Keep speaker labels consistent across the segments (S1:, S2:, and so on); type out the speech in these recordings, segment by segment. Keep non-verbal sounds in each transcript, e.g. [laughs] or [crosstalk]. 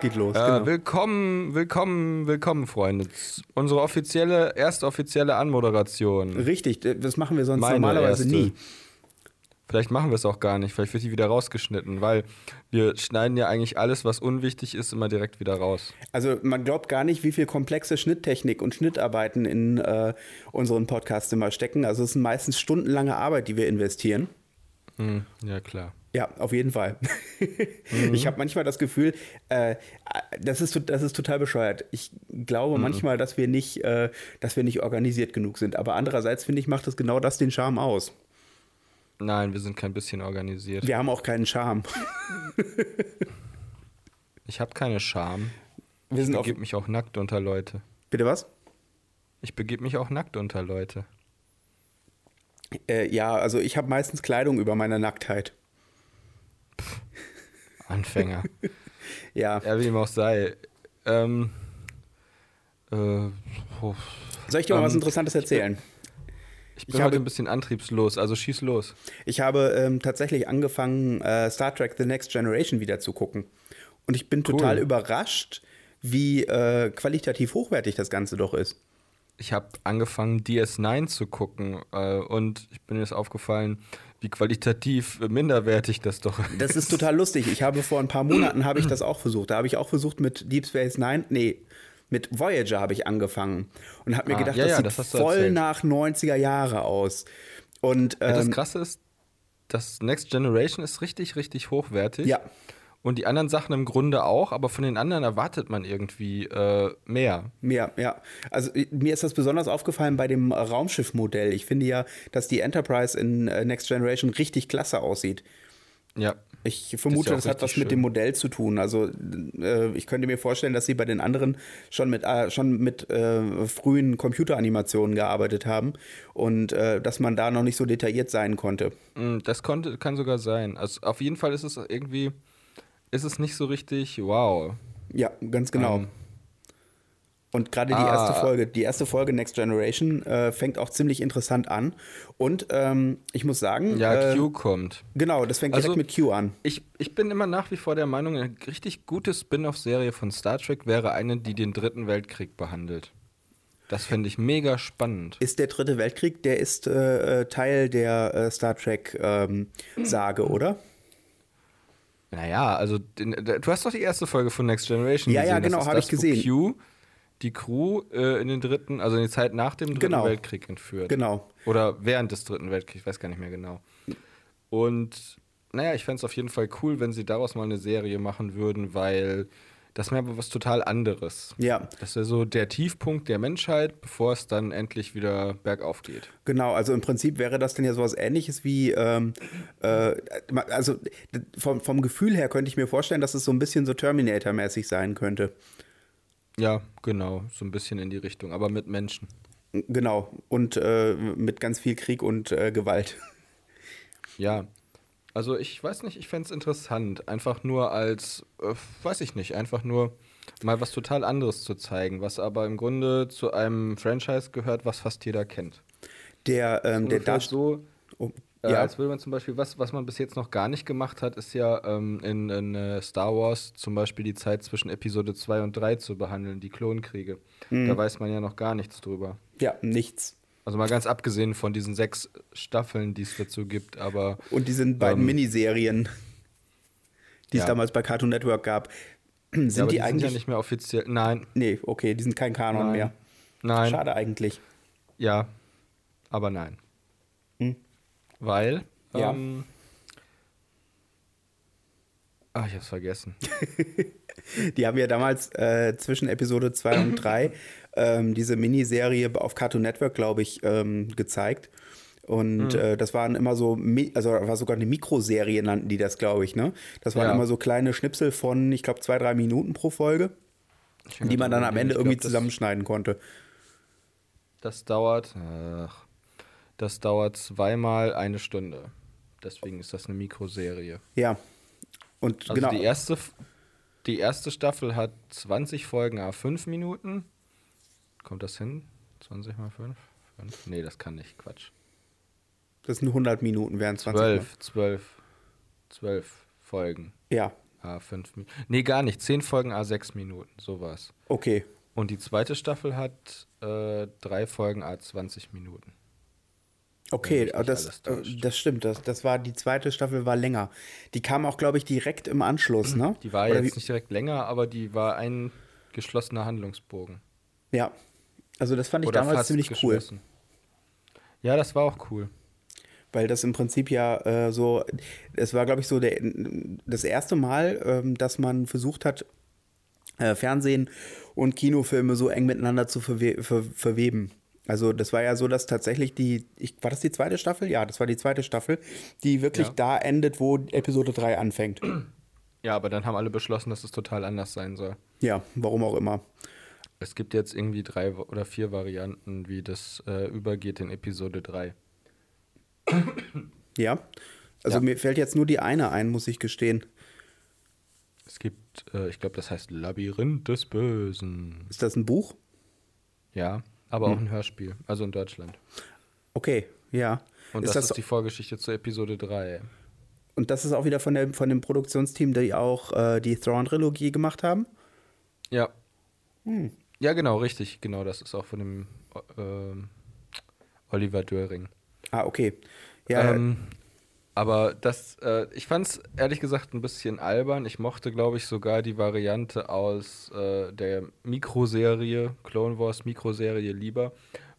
S1: geht los.
S2: Äh,
S1: genau.
S2: Willkommen, willkommen, willkommen, Freunde. Unsere offizielle, erstoffizielle Anmoderation.
S1: Richtig, äh, das machen wir sonst
S2: Meine
S1: normalerweise
S2: erste.
S1: nie.
S2: Vielleicht machen wir es auch gar nicht. Vielleicht wird die wieder rausgeschnitten, weil wir schneiden ja eigentlich alles, was unwichtig ist, immer direkt wieder raus.
S1: Also man glaubt gar nicht, wie viel komplexe Schnitttechnik und Schnittarbeiten in äh, unseren Podcasts immer stecken. Also es sind meistens stundenlange Arbeit, die wir investieren.
S2: Hm, ja, klar.
S1: Ja, auf jeden Fall. [laughs] Ich habe manchmal das Gefühl, äh, das, ist, to- das ist total bescheuert. Ich glaube manchmal, dass wir, nicht, äh, dass wir nicht organisiert genug sind. Aber andererseits, finde ich, macht das genau das den Charme aus.
S2: Nein, wir sind kein bisschen organisiert.
S1: Wir haben auch keinen Charme.
S2: Ich habe keine Scham.
S1: Wir sind
S2: Ich
S1: auf.
S2: begebe mich auch nackt unter Leute.
S1: Bitte was?
S2: Ich begebe mich auch nackt unter Leute.
S1: Äh, ja, also ich habe meistens Kleidung über meiner Nacktheit.
S2: Anfänger.
S1: Ja.
S2: ja, wie ihm auch sei. Ähm, äh, puh.
S1: Soll ich dir mal
S2: Ähm,
S1: was Interessantes erzählen?
S2: ich bin
S1: Ich habe-
S2: heute ein bisschen antriebslos, also schieß los.
S1: Ich habe ähm, tatsächlich angefangen, äh, Star Trek The Next Generation wieder zu gucken. Und ich bin total überrascht, wie äh, qualitativ hochwertig das Ganze doch ist.
S2: Ich habe angefangen, DS9 zu gucken äh, und ich bin mir ist aufgefallen, wie qualitativ äh, minderwertig das doch [laughs] ist.
S1: Das ist total lustig. Ich habe vor ein paar Monaten habe ich das auch versucht. Da habe ich auch versucht mit Deep Space Nine, nee, mit Voyager habe ich angefangen und habe mir
S2: Ah,
S1: gedacht,
S2: ja,
S1: das
S2: ja,
S1: sieht
S2: das hast du
S1: voll
S2: erzählt.
S1: nach 90er Jahre aus. Und ähm,
S2: das Krasse ist, das Next Generation ist richtig, richtig hochwertig.
S1: Ja.
S2: Und die anderen Sachen im Grunde auch, aber von den anderen erwartet man irgendwie äh, mehr.
S1: Ja, ja. Also i- mir ist das besonders aufgefallen bei dem äh, Raumschiffmodell. Ich finde ja, dass die Enterprise in äh, Next Generation richtig klasse aussieht.
S2: Ja.
S1: Ich vermute,
S2: ja auch
S1: das hat was
S2: richtig
S1: mit dem
S2: schön.
S1: Modell zu tun. Also äh, ich könnte mir vorstellen, dass sie bei den anderen schon mit, äh, schon mit äh, frühen Computeranimationen gearbeitet haben und äh, dass man da noch nicht so detailliert sein konnte.
S2: Mm, Das konnte, kann sogar sein. Also auf jeden Fall ist es irgendwie, ist es nicht so richtig, wow.
S1: Ja, ganz genau.
S2: Ähm.
S1: und gerade die
S2: Ah.
S1: erste Folge, die erste Folge Next Generation äh, fängt auch ziemlich interessant an. Und ähm, ich muss sagen,
S2: Ja,
S1: äh,
S2: Q kommt.
S1: Genau, das fängt direkt
S2: Also-
S1: mit Q an.
S2: Ich, ich bin immer nach wie vor der Meinung, eine richtig gute Spin-off-Serie von Star Trek wäre eine, die den Dritten Weltkrieg behandelt. Das fände ich mega spannend.
S1: Ist der dritte Weltkrieg, der ist äh, äh, Teil der äh, Star Trek-Sage, oder?
S2: Naja, also den, der- du hast doch die erste Folge von Next Generation
S1: Ja, ja,
S2: gesehen. Das
S1: genau,
S2: ist
S1: hab
S2: das,
S1: ich
S2: wo
S1: gesehen.
S2: Q die Crew äh, in den dritten, also in die Zeit nach dem dritten
S1: Genau.
S2: Weltkrieg entführt.
S1: Genau.
S2: Oder während des dritten Weltkriegs, ich weiß gar nicht mehr genau. Und naja, ich fände es auf jeden Fall cool, wenn sie daraus mal eine Serie machen würden, weil das wäre aber was total anderes.
S1: Ja,
S2: Das wäre so der Tiefpunkt der Menschheit, bevor es dann endlich wieder bergauf geht.
S1: genau. Also im Prinzip wäre das dann ja sowas ähnliches wie, ähm, äh, ma- also d- vom, vom Gefühl her könnte ich mir vorstellen, dass es so ein bisschen so Terminator-mäßig sein könnte.
S2: Ja, genau, so ein bisschen in die Richtung, aber mit Menschen.
S1: Genau. Und äh, mit ganz viel Krieg und äh, Gewalt.
S2: Ja. Also ich weiß nicht, ich fände es interessant, einfach nur als, äh, weiß ich nicht, einfach nur mal was total anderes zu zeigen, was aber im Grunde zu einem Franchise gehört, was fast jeder kennt.
S1: Der, ähm, der
S2: Ungefähr
S1: Darst
S2: so,
S1: oh,
S2: äh,
S1: ja.
S2: als würde man zum Beispiel, was, was man bis jetzt noch gar nicht gemacht hat, ist ja ähm, in, in äh, Star Wars zum Beispiel die Zeit zwischen Episode 2 und 3 zu behandeln, die Klonkriege.
S1: Mhm.
S2: Da weiß man ja noch gar nichts drüber.
S1: ja, nichts.
S2: Also mal ganz abgesehen von diesen sechs Staffeln, die es dazu gibt, aber
S1: Und diese beiden
S2: Ähm,
S1: Miniserien, die es
S2: ja.
S1: damals bei Cartoon Network gab, [clears throat] sind
S2: ja, aber
S1: die,
S2: die
S1: eigentlich.
S2: sind ja nicht mehr offiziell. Nein,
S1: nee, okay, die sind kein Kanon
S2: nein,
S1: mehr.
S2: nein,
S1: Schade eigentlich.
S2: ja, aber nein. Weil,
S1: Mhm. Ja.
S2: ähm, ach, ah, ich hab's vergessen.
S1: Die haben ja damals äh, zwischen Episode
S2: [clears throat]
S1: 2 und 3 ähm, diese Miniserie auf Cartoon Network, glaube ich, ähm, gezeigt. Und
S2: Hm.
S1: äh, das waren immer so, Mi- also war sogar eine Mikroserie nannten die das, glaube ich, ne? Das waren
S2: Ja.
S1: immer so kleine Schnipsel von, ich glaube, zwei, drei Minuten pro Folge,
S2: Ich
S1: die man dann am Ende
S2: ich
S1: irgendwie
S2: glaub, das-
S1: zusammenschneiden konnte.
S2: Das dauert, ach, das dauert zweimal eine Stunde. Deswegen ist das eine Mikroserie.
S1: Ja. Und
S2: Also
S1: genau.
S2: die, erste, F- die erste Staffel hat 20 Folgen a 5 Minuten. Kommt das hin? 20 mal 5? 5? Nee, das kann nicht. Quatsch.
S1: Das sind 100 Minuten, wären 20 Mal.
S2: 12, 12, 12 Folgen.
S1: Ja,
S2: A5 Minuten. Nee, gar nicht. Zehn Folgen A6 Minuten, sowas.
S1: Okay.
S2: Und die zweite Staffel hat äh, drei Folgen A20 Minuten.
S1: Okay, das, äh, das stimmt. Das, das war die zweite Staffel war länger. Die kam auch, glaube ich, direkt im Anschluss, ne?
S2: Mhm. Die war Oder jetzt wie? nicht direkt länger, aber die war ein geschlossener Handlungsbogen.
S1: Ja. Also das fand ich Oder damals ziemlich cool.
S2: Ja, das war auch cool
S1: weil das im Prinzip ja äh, so, es war, glaube ich, so der, das erste Mal, ähm, dass man versucht hat, äh, Fernsehen und Kinofilme so eng miteinander zu verwe ver verweben. Also das war ja so, dass tatsächlich die, ich, war das die zweite Staffel? Ja, das war die zweite Staffel, die wirklich ja. da endet, wo Episode 3 anfängt.
S2: Ja, aber dann haben alle beschlossen, dass es total anders sein soll.
S1: Ja, warum auch immer.
S2: Es gibt jetzt irgendwie drei oder vier Varianten, wie das äh, übergeht in Episode 3.
S1: Ja. Also ja. mir fällt jetzt nur die eine ein, muss ich gestehen.
S2: Es gibt, äh, ich glaube, das heißt Labyrinth des Bösen.
S1: Ist das ein Buch?
S2: Ja, aber hm. auch ein Hörspiel, also in Deutschland.
S1: Okay, ja.
S2: Und ist das, das, ist die Vorgeschichte zur Episode 3.
S1: Und das ist auch wieder von, der, von dem Produktionsteam, die auch äh, die Thrawn-Trilogie gemacht haben?
S2: Ja. Hm. Ja, genau, richtig. Genau, das ist auch von dem äh, Oliver Döring.
S1: Ah, okay.
S2: Ja. Ähm, aber das, äh, ich fand es ehrlich gesagt ein bisschen albern. Ich mochte, glaube ich, sogar die Variante aus äh, der Mikroserie, Clone Wars Mikroserie lieber,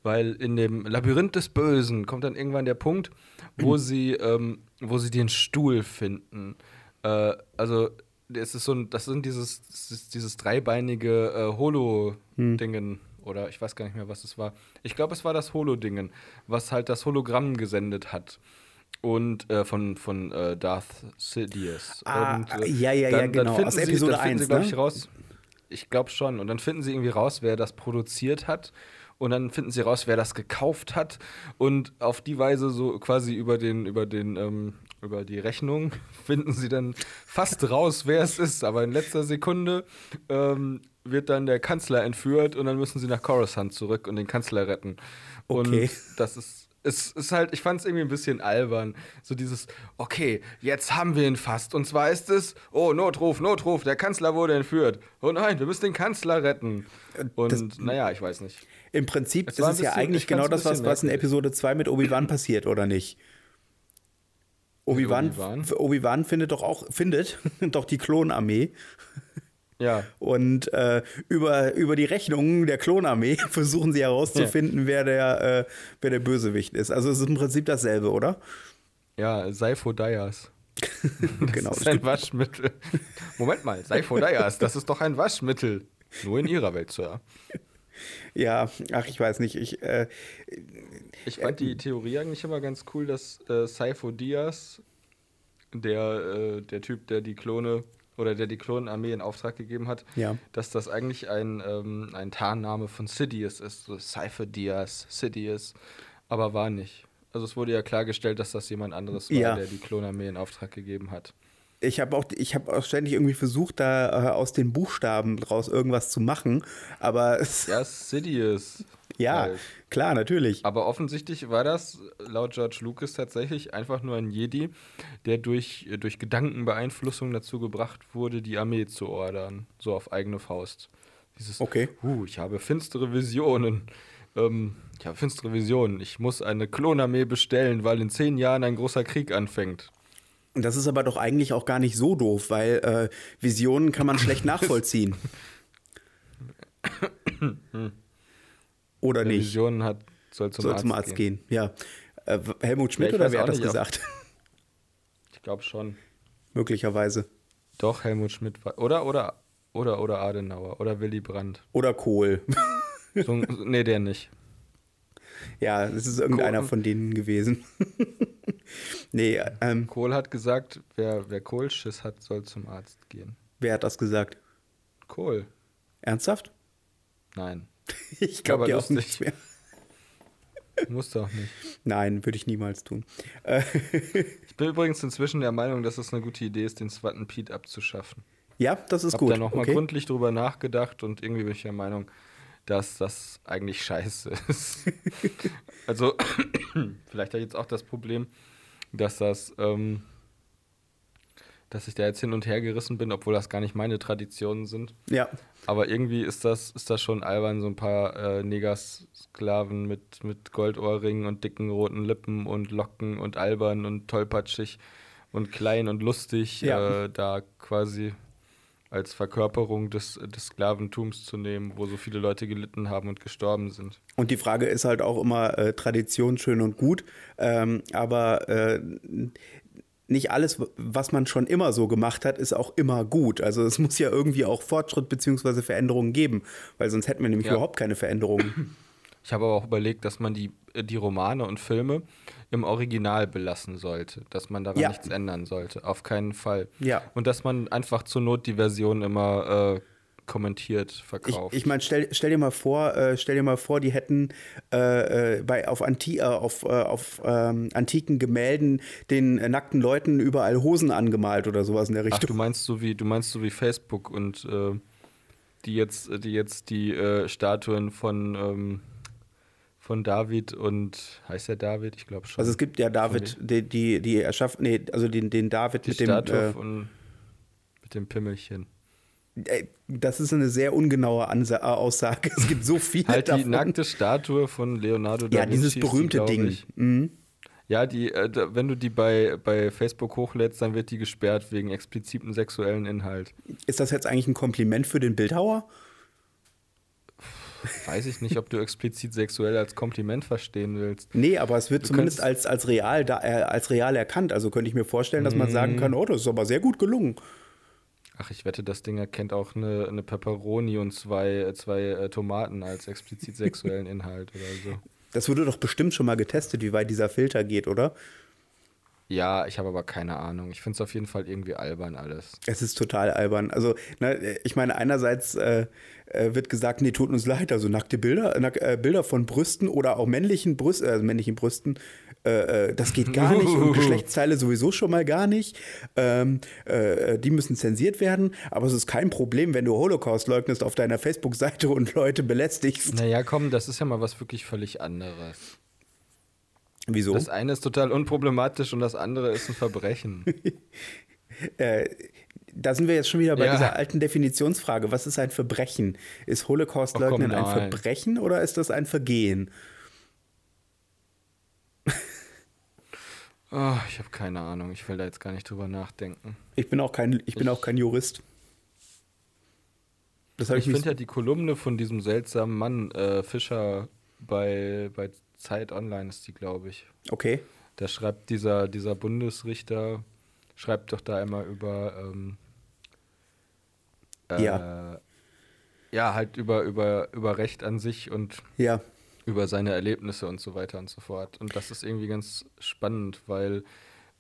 S2: weil in dem Labyrinth des Bösen kommt dann irgendwann der Punkt, wo sie, ähm, wo sie den Stuhl finden. Äh, also es ist so ein, das sind dieses, das dieses dreibeinige äh, Holo-Dingen. Hm oder ich weiß gar nicht mehr, was es war. Ich glaube, es war das Holo-Dingen, was halt das Hologramm gesendet hat. Und äh, von, von äh, Darth Sidious.
S1: Ah,
S2: und,
S1: äh, ja, ja, dann, ja, genau.
S2: Aus sie, Episode sie, 1, sie, ne? ich, raus, ich glaube schon. Und dann finden sie irgendwie raus, wer das produziert hat. Und dann finden sie raus, wer das gekauft hat. Und auf die Weise so quasi über den, über den, ähm, über die Rechnung [laughs] finden sie dann fast raus, wer es ist. Aber in letzter Sekunde ähm, wird dann der Kanzler entführt und dann müssen sie nach Coruscant zurück und den Kanzler retten. Okay. Und das ist. Es ist halt, ich fand es irgendwie ein bisschen albern. So dieses, okay, jetzt haben wir ihn fast. Und zwar ist es, oh, Notruf, Notruf, der Kanzler wurde entführt. Oh nein, wir müssen den Kanzler retten. Und das, naja, ich weiß nicht.
S1: Im Prinzip ist es bisschen, ja eigentlich genau das, was, was in Episode 2 mit Obi-Wan passiert, oder nicht? Obi-Wan Obi Obi findet doch auch, findet [laughs] doch die Klonarmee.
S2: Ja.
S1: Und äh, über, über die Rechnungen der Klonarmee [laughs] versuchen sie herauszufinden, ja. wer, der, äh, wer der Bösewicht ist. Also es ist im Prinzip dasselbe, [laughs] oder?
S2: Ja, Seifodaias.
S1: genau.
S2: Das ist ein Waschmittel. [laughs] Moment mal, Seifodaias, das ist doch ein Waschmittel. Nur in ihrer Welt, Sir.
S1: Ja, ach, ich weiß nicht. Ich, äh,
S2: ich fand die Theorie eigentlich immer ganz cool, dass äh, Saifo Diaz, der, äh, der Typ, der die Klone oder der die Klonenarmee in Auftrag gegeben hat,
S1: ja.
S2: dass das eigentlich ein, ähm, ein Tarnname von Sidious ist, so Cypher Diaz, Sidious, aber war nicht. Also es wurde ja klargestellt, dass das jemand anderes war,
S1: ja.
S2: der die Klonarmee in Auftrag gegeben hat.
S1: Ich habe auch, ich hab auch ständig irgendwie versucht, da äh, aus den Buchstaben draus irgendwas zu machen, aber [laughs] es
S2: Ja, Sidious.
S1: ja, halt. klar, natürlich.
S2: Aber offensichtlich war das äh, laut George Lucas tatsächlich einfach nur ein Jedi, der durch, äh, durch Gedankenbeeinflussung dazu gebracht wurde, die Armee zu ordern, so auf eigene Faust. Dieses,
S1: okay.
S2: Uh, ich habe finstere Visionen. Ähm, ich habe finstere Visionen. Ich muss eine Klonarmee bestellen, weil in zehn Jahren ein großer Krieg anfängt.
S1: Das ist aber doch eigentlich auch gar nicht so doof, weil äh, Visionen kann man
S2: [laughs]
S1: schlecht nachvollziehen. oder
S2: Wer
S1: nicht?
S2: Visionen hat, soll zum,
S1: soll
S2: Arzt,
S1: zum Arzt gehen. gehen. Ja. Äh, Helmut Schmidt
S2: Ja, ich
S1: oder
S2: weiß
S1: wer
S2: auch
S1: hat das
S2: nicht, ob-
S1: gesagt? [laughs]
S2: Ich glaube schon.
S1: Möglicherweise.
S2: Doch, Helmut Schmidt war. Oder, oder, oder, oder Adenauer. Oder Willy Brandt.
S1: Oder Kohl. [laughs]
S2: So, ein- [laughs] nee, der nicht.
S1: ja, es ist irgendeiner
S2: Kohl.
S1: von denen gewesen. [laughs] nee, ähm,
S2: Kohl hat gesagt, wer, wer Kohlschiss hat, soll zum Arzt gehen.
S1: wer hat das gesagt?
S2: Kohl?
S1: Ernsthaft?
S2: Nein.
S1: Ich
S2: Aber
S1: glaube dir auch
S2: lustig.
S1: nicht mehr.
S2: [laughs] Muss doch nicht.
S1: Nein, würde ich niemals tun. Äh,
S2: Ich bin übrigens inzwischen der Meinung, dass es eine gute Idee ist, den Swatten Pete abzuschaffen.
S1: ja, das ist
S2: Hab
S1: gut.
S2: da nochmal
S1: okay.
S2: gründlich drüber nachgedacht und irgendwie bin ich der Meinung, dass das eigentlich scheiße [laughs] ist. also, [coughs] vielleicht hat jetzt auch das Problem, dass das ähm, dass ich da jetzt hin und her gerissen bin, obwohl das gar nicht meine Traditionen sind.
S1: Ja.
S2: Aber irgendwie ist das, ist das schon albern, so ein paar äh, Negersklaven mit, mit Goldohrringen und dicken roten Lippen und Locken und albern und tollpatschig und klein und lustig
S1: Ja.
S2: äh, da quasi als Verkörperung des, des Sklaventums zu nehmen, wo so viele Leute gelitten haben und gestorben sind.
S1: Und die Frage ist halt auch immer äh, Tradition schön und gut, ähm, aber äh, nicht alles, was man schon immer so gemacht hat, ist auch immer gut. Also es muss ja irgendwie auch Fortschritt bzw. Veränderungen geben, weil sonst hätten wir nämlich
S2: Ja.
S1: überhaupt keine Veränderungen.
S2: Ich habe aber auch überlegt, dass man die, äh, die Romane und Filme im Original belassen sollte, dass man daran
S1: Ja.
S2: nichts ändern sollte, auf keinen Fall.
S1: Ja.
S2: Und dass man einfach zur Not die Version immer äh, kommentiert
S1: Ich,
S2: verkauft.
S1: ich meine, stell, stell dir mal vor, äh, stell dir mal vor, die hätten äh, äh, bei auf, Anti, äh, auf, äh, auf ähm, antiken Gemälden den äh, nackten Leuten überall Hosen angemalt oder sowas in der
S2: Ach, du
S1: Richtung.
S2: meinst so wie du meinst so wie Facebook und äh, die jetzt die jetzt die äh, Statuen von ähm, von David und heißt er David? Ich glaube schon.
S1: also es gibt ja David, die, die, die erschafft, nee, also den, den David
S2: die
S1: mit dem.
S2: Statue
S1: äh,
S2: von mit dem Pimmelchen.
S1: Ey, Das ist eine sehr ungenaue Ansa äh, Aussage. Es gibt so viele
S2: Halt die
S1: davon.
S2: nackte Statue von Leonardo da
S1: ja,
S2: Vinci.
S1: dieses
S2: ist die,
S1: berühmte
S2: glaub
S1: Ding.
S2: ich.
S1: Mhm.
S2: Ja, die, äh, da- wenn du die bei, bei Facebook hochlädst, dann wird die gesperrt wegen explizitem sexuellen Inhalt.
S1: Ist das jetzt eigentlich ein Kompliment für den Bildhauer?
S2: Weiß ich nicht, ob du explizit sexuell als Kompliment verstehen willst.
S1: Nee, aber es wird
S2: Du
S1: zumindest als,
S2: kannst-
S1: als, real da, äh, als real erkannt. Also könnte ich mir vorstellen, dass
S2: Mhm.
S1: man sagen kann, oh, das ist aber sehr gut gelungen.
S2: Ach, ich wette, das Ding erkennt auch eine, eine Pepperoni und zwei, äh, zwei äh, Tomaten als explizit sexuellen Inhalt oder so.
S1: Das wurde doch bestimmt schon mal getestet, wie weit dieser Filter geht, oder?
S2: Ja, ich habe aber keine Ahnung. Ich finde es auf jeden Fall irgendwie albern alles.
S1: Es ist total albern. Also, ne, ich meine, einerseits äh, äh, wird gesagt, nee, tut uns leid, also nackte Bilder, nack, äh, Bilder von Brüsten oder auch männlichen Brüsten, äh, männlichen Brüsten, äh, äh, das geht gar
S2: [laughs]
S1: nicht und Geschlechtsteile sowieso schon mal gar nicht. Ähm, äh, äh, die müssen zensiert werden, aber es ist kein Problem, wenn du Holocaust leugnest auf deiner Facebook-Seite und Leute belästigst.
S2: Naja, komm, das ist ja mal was wirklich völlig anderes.
S1: Wieso?
S2: Das eine ist total unproblematisch und das andere ist ein Verbrechen. [laughs]
S1: Da sind wir jetzt schon wieder bei
S2: Ja.
S1: dieser alten Definitionsfrage. Was ist ein Verbrechen? Ist Holocaust-Leugnen
S2: Oh,
S1: ein
S2: komm, nein.
S1: Verbrechen oder ist das ein Vergehen?
S2: Oh, ich habe keine Ahnung. Ich will da jetzt gar nicht drüber nachdenken.
S1: Ich bin auch kein, ich bin auch kein Jurist. Das habe
S2: Ich
S1: ich, mich.
S2: finde ja die Kolumne von diesem seltsamen Mann, äh, Fischer, bei, bei Zeit Online ist die, glaube ich.
S1: okay.
S2: Da schreibt dieser, dieser Bundesrichter, schreibt doch da einmal über. Ähm, äh,
S1: Ja.
S2: Ja, halt über, über, über Recht an sich und
S1: Ja.
S2: über seine Erlebnisse und so weiter und so fort. Und das ist irgendwie ganz spannend, weil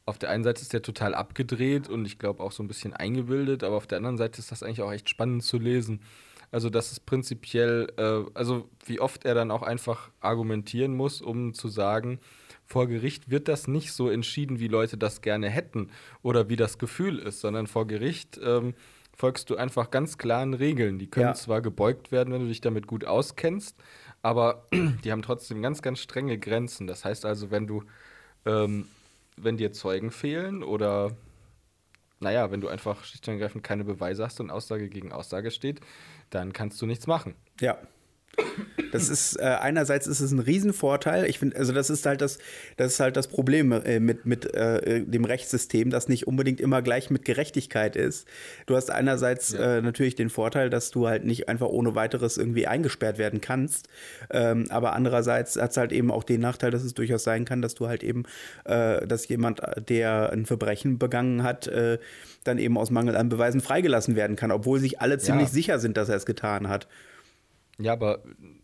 S2: auf der einen Seite ist der total abgedreht und ich glaube auch so ein bisschen eingebildet, aber auf der anderen Seite ist das eigentlich auch echt spannend zu lesen. Also das ist prinzipiell, äh, also wie oft er dann auch einfach argumentieren muss, um zu sagen, vor Gericht wird das nicht so entschieden, wie Leute das gerne hätten oder wie das Gefühl ist, sondern vor Gericht ähm, folgst du einfach ganz klaren Regeln. Die können
S1: Ja.
S2: zwar gebeugt werden, wenn du dich damit gut auskennst, aber [clears throat] die haben trotzdem ganz, ganz strenge Grenzen. Das heißt also, wenn du, ähm, wenn dir Zeugen fehlen oder naja, wenn du einfach schlicht und ergreifend keine Beweise hast und Aussage gegen Aussage steht, dann kannst du nichts machen.
S1: Ja. Das ist äh, einerseits ist es ein Riesenvorteil. Ich finde, also das ist halt das, das ist halt das Problem äh, mit, mit äh, dem Rechtssystem, das nicht unbedingt immer gleich mit Gerechtigkeit ist. Du hast einerseits äh, natürlich den Vorteil, dass du halt nicht einfach ohne weiteres irgendwie eingesperrt werden kannst. Ähm, aber andererseits hat es halt eben auch den Nachteil, dass es durchaus sein kann, dass du halt eben, äh, dass jemand, äh, der ein Verbrechen begangen hat, äh, dann eben aus Mangel an Beweisen freigelassen werden kann, obwohl sich alle ziemlich sicher sind, dass er es getan hat.
S2: Ja, aber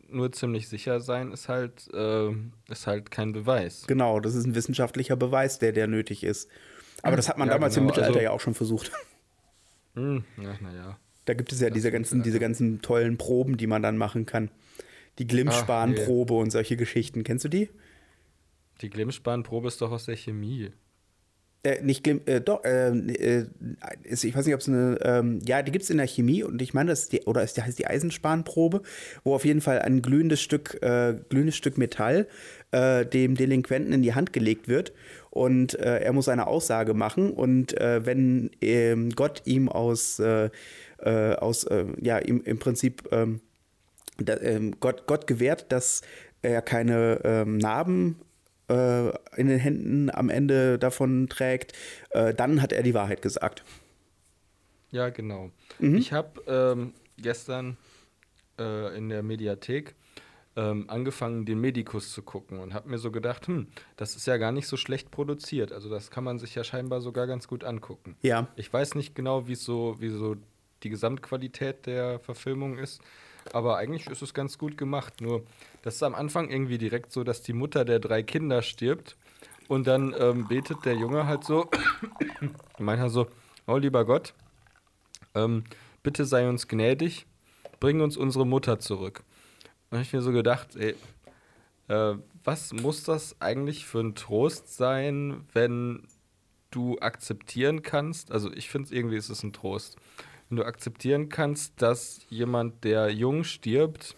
S2: nur ziemlich sicher sein ist halt, äh, ist halt kein Beweis.
S1: Genau, das ist ein wissenschaftlicher Beweis, der, der nötig ist. Aber das hat man
S2: Ja,
S1: damals im
S2: genau,
S1: Mittelalter
S2: also-
S1: ja auch schon versucht. [laughs]
S2: Hm, na, na ja.
S1: Da gibt es ja diese ganzen, diese ganzen tollen Proben, die man dann machen kann.
S2: Ah,
S1: Die Glimmspan-Probe und solche Geschichten. Kennst du die?
S2: Die Glimmspan-Probe ist doch aus der Chemie.
S1: Äh, nicht Glim, äh, doch, äh, äh, ist- ich weiß nicht, ob es eine, ähm, ja, die gibt es in der Chemie und ich meine, das ist die, oder ist die, heißt die Eisenspanprobe, wo auf jeden Fall ein glühendes Stück, äh, glühendes Stück Metall äh, dem Delinquenten in die Hand gelegt wird und äh, er muss eine Aussage machen und äh, wenn ähm, Gott ihm aus, äh, äh, aus äh, ja, im, im Prinzip, ähm, da, ähm, Gott, Gott gewährt, dass er keine ähm, Narben äh, in den Händen am Ende davon trägt, äh, dann hat er die Wahrheit gesagt.
S2: Ja, genau. Ich habe ähm, gestern äh, in der Mediathek ähm, angefangen, den Medikus zu gucken und habe mir so gedacht, hm, das ist ja gar nicht so schlecht produziert. Also das kann man sich ja scheinbar sogar ganz gut angucken.
S1: Ja.
S2: Ich weiß nicht genau, wie so, wie so die Gesamtqualität der Verfilmung ist, aber eigentlich ist es ganz gut gemacht. Nur, das ist am Anfang irgendwie direkt so, dass die Mutter der drei Kinder stirbt und dann ähm, betet der Junge halt so, [coughs] meint er so, oh lieber Gott, ähm, bitte sei uns gnädig, bring uns unsere Mutter zurück. Und ich mir so gedacht, ey, äh, was muss das eigentlich für ein Trost sein, wenn du akzeptieren kannst, also ich finde irgendwie ist es ein Trost, wenn du akzeptieren kannst, dass jemand, der jung stirbt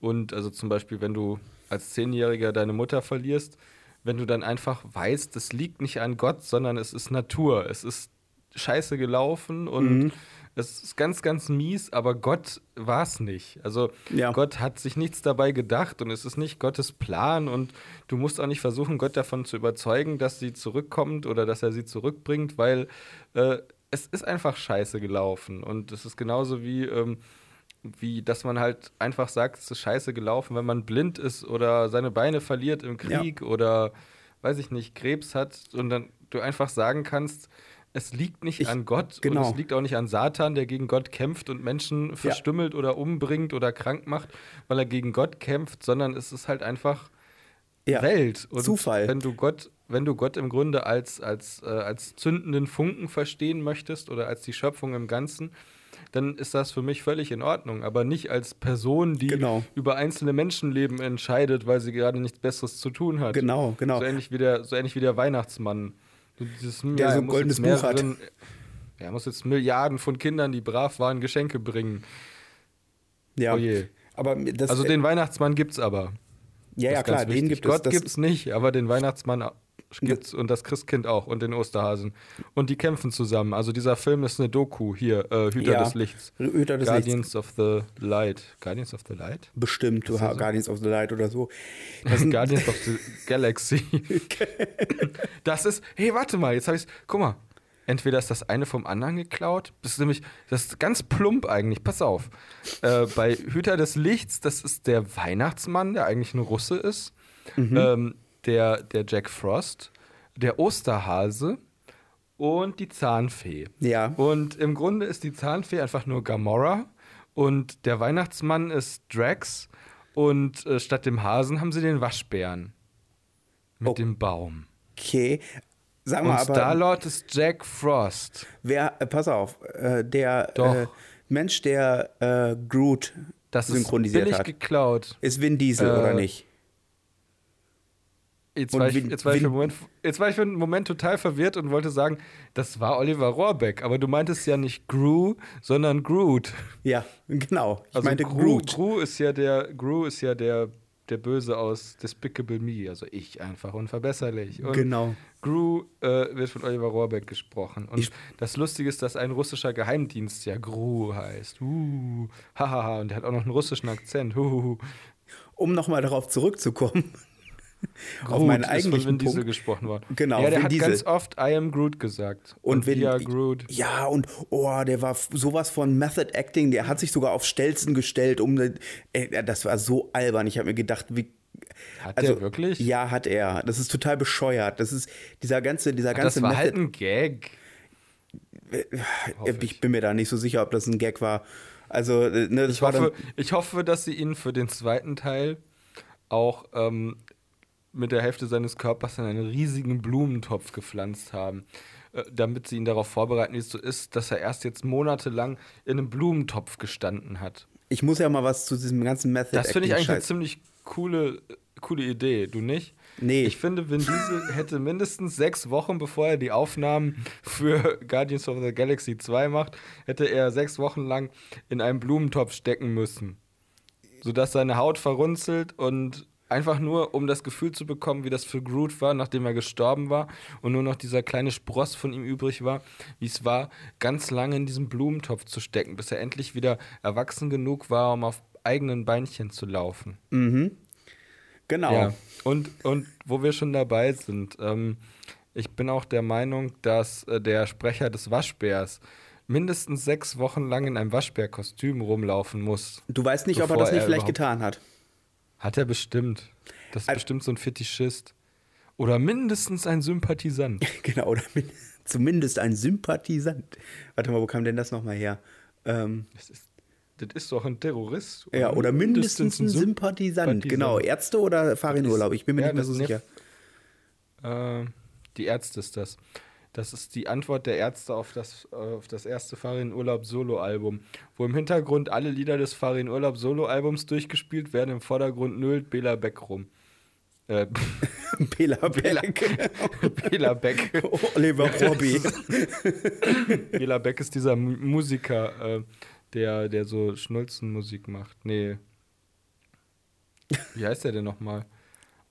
S2: und also zum Beispiel, wenn du als Zehnjähriger deine Mutter verlierst, wenn du dann einfach weißt, das liegt nicht an Gott, sondern es ist Natur, es ist scheiße gelaufen und es ist ganz, ganz mies, aber Gott war es nicht. Also
S1: Ja.
S2: Gott hat sich nichts dabei gedacht und es ist nicht Gottes Plan und du musst auch nicht versuchen, Gott davon zu überzeugen, dass sie zurückkommt oder dass er sie zurückbringt, weil äh, es ist einfach scheiße gelaufen und es ist genauso wie, ähm, wie dass man halt einfach sagt, es ist scheiße gelaufen, wenn man blind ist oder seine Beine verliert im
S1: Ja.
S2: Krieg oder weiß ich nicht, Krebs hat und dann du einfach sagen kannst, es liegt nicht
S1: Ich-
S2: an Gott
S1: genau.
S2: und es liegt auch nicht an Satan, der gegen Gott kämpft und Menschen verstümmelt oder umbringt oder krank macht, weil er gegen Gott kämpft, sondern es ist halt einfach
S1: Ja.
S2: Welt. Und
S1: Zufall.
S2: Wenn du Gott, wenn du Gott im Grunde als, als, äh, als zündenden Funken verstehen möchtest oder als die Schöpfung im Ganzen, dann ist das für mich völlig in Ordnung. Aber nicht als Person, die
S1: Genau.
S2: über einzelne Menschenleben entscheidet, weil sie gerade nichts Besseres zu tun hat.
S1: Genau, genau.
S2: So ähnlich wie der, so ähnlich wie der Weihnachtsmann. So dieses, hm,
S1: Der so
S2: er
S1: ein
S2: muss jetzt
S1: goldenes Buch hat.
S2: mehreren- Er muss jetzt Milliarden von Kindern, die brav waren, Geschenke bringen.
S1: Ja.
S2: Oh je.
S1: Aber das,
S2: also den Weihnachtsmann gibt's aber. Das
S1: ja, ja,
S2: ist ganz
S1: klar, den
S2: wichtig.
S1: gibt es.
S2: Gott
S1: Das,
S2: gibt's nicht, aber den Weihnachtsmann au- gibt's und das Christkind auch und den Osterhasen. Und die kämpfen zusammen. Also dieser Film ist eine Doku hier, äh, Hüter
S1: Ja.
S2: des Lichts.
S1: Hüter des
S2: Guardians of the Light. Guardians of the Light?
S1: bestimmt, du hast Guardians of the Light oder so.
S2: [laughs] Guardians of the Galaxy. das ist, hey, warte mal, jetzt habe ich guck mal. Entweder ist das eine vom anderen geklaut, das ist nämlich, das ist ganz plump eigentlich, pass auf. Äh, bei Hüter des Lichts, das ist der Weihnachtsmann, der eigentlich ein Russe ist,
S1: Mhm.
S2: ähm, der, der Jack Frost, der Osterhase und die Zahnfee.
S1: Ja.
S2: Und im Grunde ist die Zahnfee einfach nur Gamora und der Weihnachtsmann ist Drax und äh, statt dem Hasen haben sie den Waschbären mit
S1: Oh.
S2: dem Baum.
S1: Okay. Sag
S2: Und
S1: mal, aber ähm,
S2: Star-Lord ist Jack Frost.
S1: wer, äh, pass auf, äh, der
S2: Doch.
S1: äh, Mensch, der äh, Groot
S2: Das ist
S1: synchronisiert
S2: billig
S1: hat,
S2: geklaut.
S1: ist Vin Diesel,
S2: Äh,
S1: oder nicht?
S2: Jetzt
S1: Und
S2: war, ich,
S1: Win-
S2: jetzt, war ich für
S1: Win-
S2: einen Moment, jetzt war ich für einen Moment total verwirrt und wollte sagen, das war Oliver Rohrbeck. Aber du meintest ja nicht Gru, sondern Groot. Also
S1: Ja, [laughs] genau. Ich meinte
S2: Gru,
S1: Groot.
S2: Gru ist ja der, Gru ist ja der, der Böse aus Despicable Me, also ich einfach unverbesserlich. Und
S1: Genau.
S2: Gru äh, wird von Oliver Rohrbeck gesprochen. Und
S1: Ich-
S2: das Lustige ist, dass ein russischer Geheimdienst ja Gru heißt. Uh, hahaha, und der hat auch noch einen russischen Akzent. Huhuhu.
S1: um nochmal darauf zurückzukommen, [laughs] auf
S2: Groot
S1: meinen
S2: ist von
S1: eigentlichen
S2: Vin Diesel
S1: Punkt.
S2: gesprochen worden.
S1: Genau,
S2: Ja, der
S1: Vin
S2: hat
S1: Diesel.
S2: ganz oft I am Groot gesagt.
S1: Und Vin,
S2: we are Groot.
S1: Ja, und oh, der war f- sowas von Method Acting, der hat sich sogar auf Stelzen gestellt, um ne- ey, das war so albern. Ich habe mir gedacht, wie
S2: Hat der wirklich?
S1: Also, Ja, hat er. Das ist total bescheuert. Das ist dieser ganze dieser ganze
S2: das war halt
S1: Method äh,
S2: ein Gag. hoffe
S1: ich
S2: ich.
S1: bin mir da nicht so sicher, ob das ein Gag war. Also, äh, ne, das
S2: Ich
S1: war
S2: hoffe, ich hoffe, dass sie ihn für den zweiten Teil auch ähm, mit der Hälfte seines Körpers in einen riesigen Blumentopf gepflanzt haben, äh, damit sie ihn darauf vorbereiten, wie es so ist, dass er erst jetzt monatelang in einem Blumentopf gestanden hat.
S1: dann ich muss ja mal was zu diesem ganzen Method
S2: Das finde ich
S1: Acting
S2: eigentlich eine
S1: Scheiß.
S2: ziemlich coole, coole Idee, du nicht? Nee. Ich finde, Vin Diesel hätte mindestens sechs Wochen, bevor er die Aufnahmen für Guardians of the Galaxy 2 macht, hätte er sechs Wochen lang in einem Blumentopf stecken müssen. Sodass seine Haut verrunzelt und einfach nur, um das Gefühl zu bekommen, wie das für Groot war, nachdem er gestorben war und nur noch dieser kleine Spross von ihm übrig war, wie es war, ganz lange in diesem Blumentopf zu stecken, bis er endlich wieder erwachsen genug war, um auf eigenen Beinchen zu laufen.
S1: Mhm. Genau. Ja.
S2: Und, und wo wir schon dabei sind, ähm, ich bin auch der Meinung, dass äh, der Sprecher des Waschbärs mindestens sechs Wochen lang in einem Waschbärkostüm rumlaufen muss.
S1: Du weißt nicht, ob er das nicht er vielleicht getan hat.
S2: Hat er bestimmt. Das ist also, bestimmt so ein Fetischist. Oder mindestens ein Sympathisant.
S1: [laughs] genau, oder min- zumindest ein Sympathisant. Warte mal, wo kam denn das nochmal her?
S2: Ähm, das ist das ist doch ein Terrorist.
S1: Oder ja, oder mindestens, mindestens ein Sympathisant. Sympathisant. Genau, Ärzte oder Fahrradurlaub? Ich bin mir ja, nicht mehr so sicher.
S2: Äh, die Ärzte ist das. Das ist die Antwort der Ärzte auf das, auf das erste Fahrradurlaub Solo Album, wo im Hintergrund alle Lieder des Fahrradurlaub Solo Albums durchgespielt werden, im Vordergrund nölt Bela Beck rum.
S1: Äh, [laughs] Bela Beck.
S2: [laughs] Bela Beck.
S1: [laughs] Oliver Robbie. [laughs]
S2: Bela Beck ist dieser M- Musiker. Äh, der, der so Schnulzenmusik macht. Nee. Wie heißt der denn nochmal?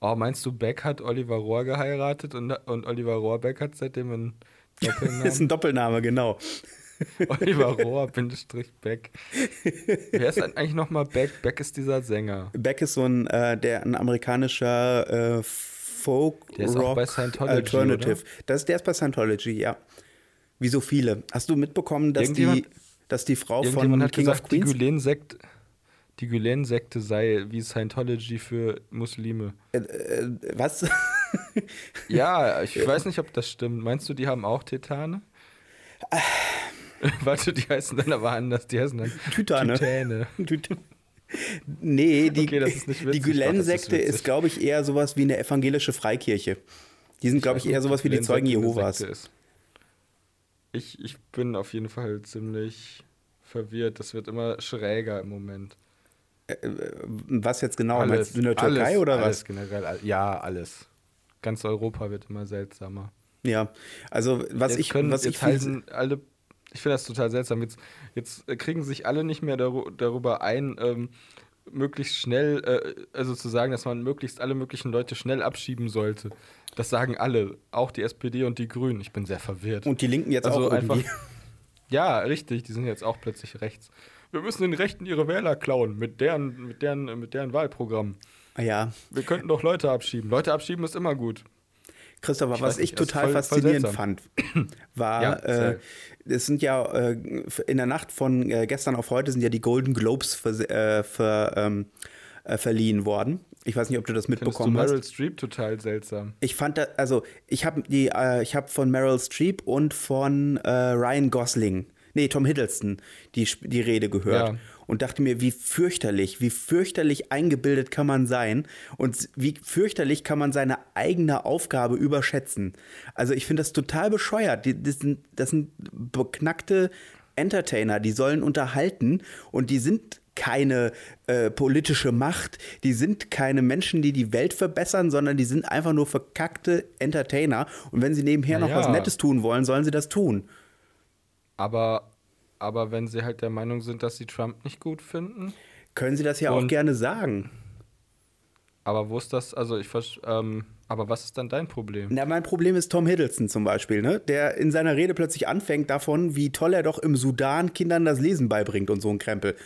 S2: Oh, meinst du, Beck hat Oliver Rohr geheiratet und, und Oliver Rohrbeck hat seitdem einen
S1: Doppelnamen?
S2: [laughs]
S1: ist ein Doppelname, genau.
S2: Oliver Rohr, Bindestrich Beck. Wer ist eigentlich nochmal Beck? Beck ist dieser Sänger.
S1: Beck ist so ein, äh, der, ein amerikanischer äh, Folk
S2: der ist Rock auch bei Scientology,
S1: Alternative. Oder? Das, der ist bei Scientology, ja. Wie so viele. Hast du mitbekommen, dass die dass die Frau von
S2: hat King gesagt, of Queens. Die Gülen-Sekte Gülen sei wie Scientology für Muslime.
S1: Äh, äh, was?
S2: ja, ich weiß nicht, ob das stimmt. Meinst du, die haben auch Tetane? Ah. [laughs] Warte, die heißen dann aber anders. Die heißen dann
S1: Tütane. Tütäne. Tüt- nee, die, okay, witzig, die Gülen-Sekte ist, ist glaube ich, eher sowas wie eine evangelische Freikirche. Die sind, glaube ich, eher sowas wie die Zeugen Jehovas. Ist.
S2: Ich, ich, bin auf jeden Fall ziemlich verwirrt. Das wird immer schräger im Moment.
S1: Äh, was jetzt genau? Alles, Meinst du in der Türkei
S2: alles,
S1: oder
S2: alles
S1: was?
S2: Generell, ja, alles. Ganz Europa wird immer seltsamer.
S1: Ja, also was
S2: jetzt
S1: ich,
S2: können,
S1: was
S2: ich halten alle. Ich finde das total seltsam. Jetzt, jetzt äh, kriegen sich alle nicht mehr daru- darüber ein, ähm, möglichst schnell, äh, also zu sagen, dass man möglichst alle möglichen Leute schnell abschieben sollte. Das sagen alle, auch die SPD und die Grünen. Ich bin sehr verwirrt.
S1: Und die Linken jetzt also auch irgendwie. einfach.
S2: Ja, richtig, die sind jetzt auch plötzlich rechts. Wir müssen den Rechten ihre Wähler klauen mit deren, mit deren, mit deren Wahlprogramm.
S1: Ah Ja.
S2: Wir könnten doch Leute abschieben. Leute abschieben ist immer gut.
S1: Christopher, ich was ich nicht, total voll, faszinierend voll fand, [clears throat] war, ja, äh, es sind ja äh, in der Nacht von äh, gestern auf heute sind ja die Golden Globes ver, ver, ähm, verliehen worden. Ich weiß nicht, ob du das mitbekommen
S2: Findest du Meryl
S1: hast.
S2: Streep total seltsam.
S1: Ich fand da, also ich habe die, äh, ich habe von Meryl Streep und von äh, Ryan Gosling, nee Tom Hiddleston, die die Rede gehört ja. und dachte mir, wie fürchterlich, wie fürchterlich eingebildet kann man sein und wie fürchterlich kann man seine eigene Aufgabe überschätzen. Also ich finde das total bescheuert. Die, das, sind, das sind beknackte Entertainer, die sollen unterhalten und die sind keine äh, politische Macht, die sind keine Menschen, die die Welt verbessern, sondern die sind einfach nur verkackte Entertainer. Und wenn sie nebenher naja. noch was Nettes tun wollen, sollen sie das tun.
S2: Aber, aber wenn sie halt der Meinung sind, dass sie Trump nicht gut finden,
S1: können sie das ja auch gerne sagen.
S2: Aber wo ist das? Also ich ähm, aber was ist dann dein Problem?
S1: Na, mein Problem ist Tom Hiddleston zum Beispiel, ne? Der in seiner Rede plötzlich anfängt davon, wie toll er doch im Sudan Kindern das Lesen beibringt und so ein Krempel.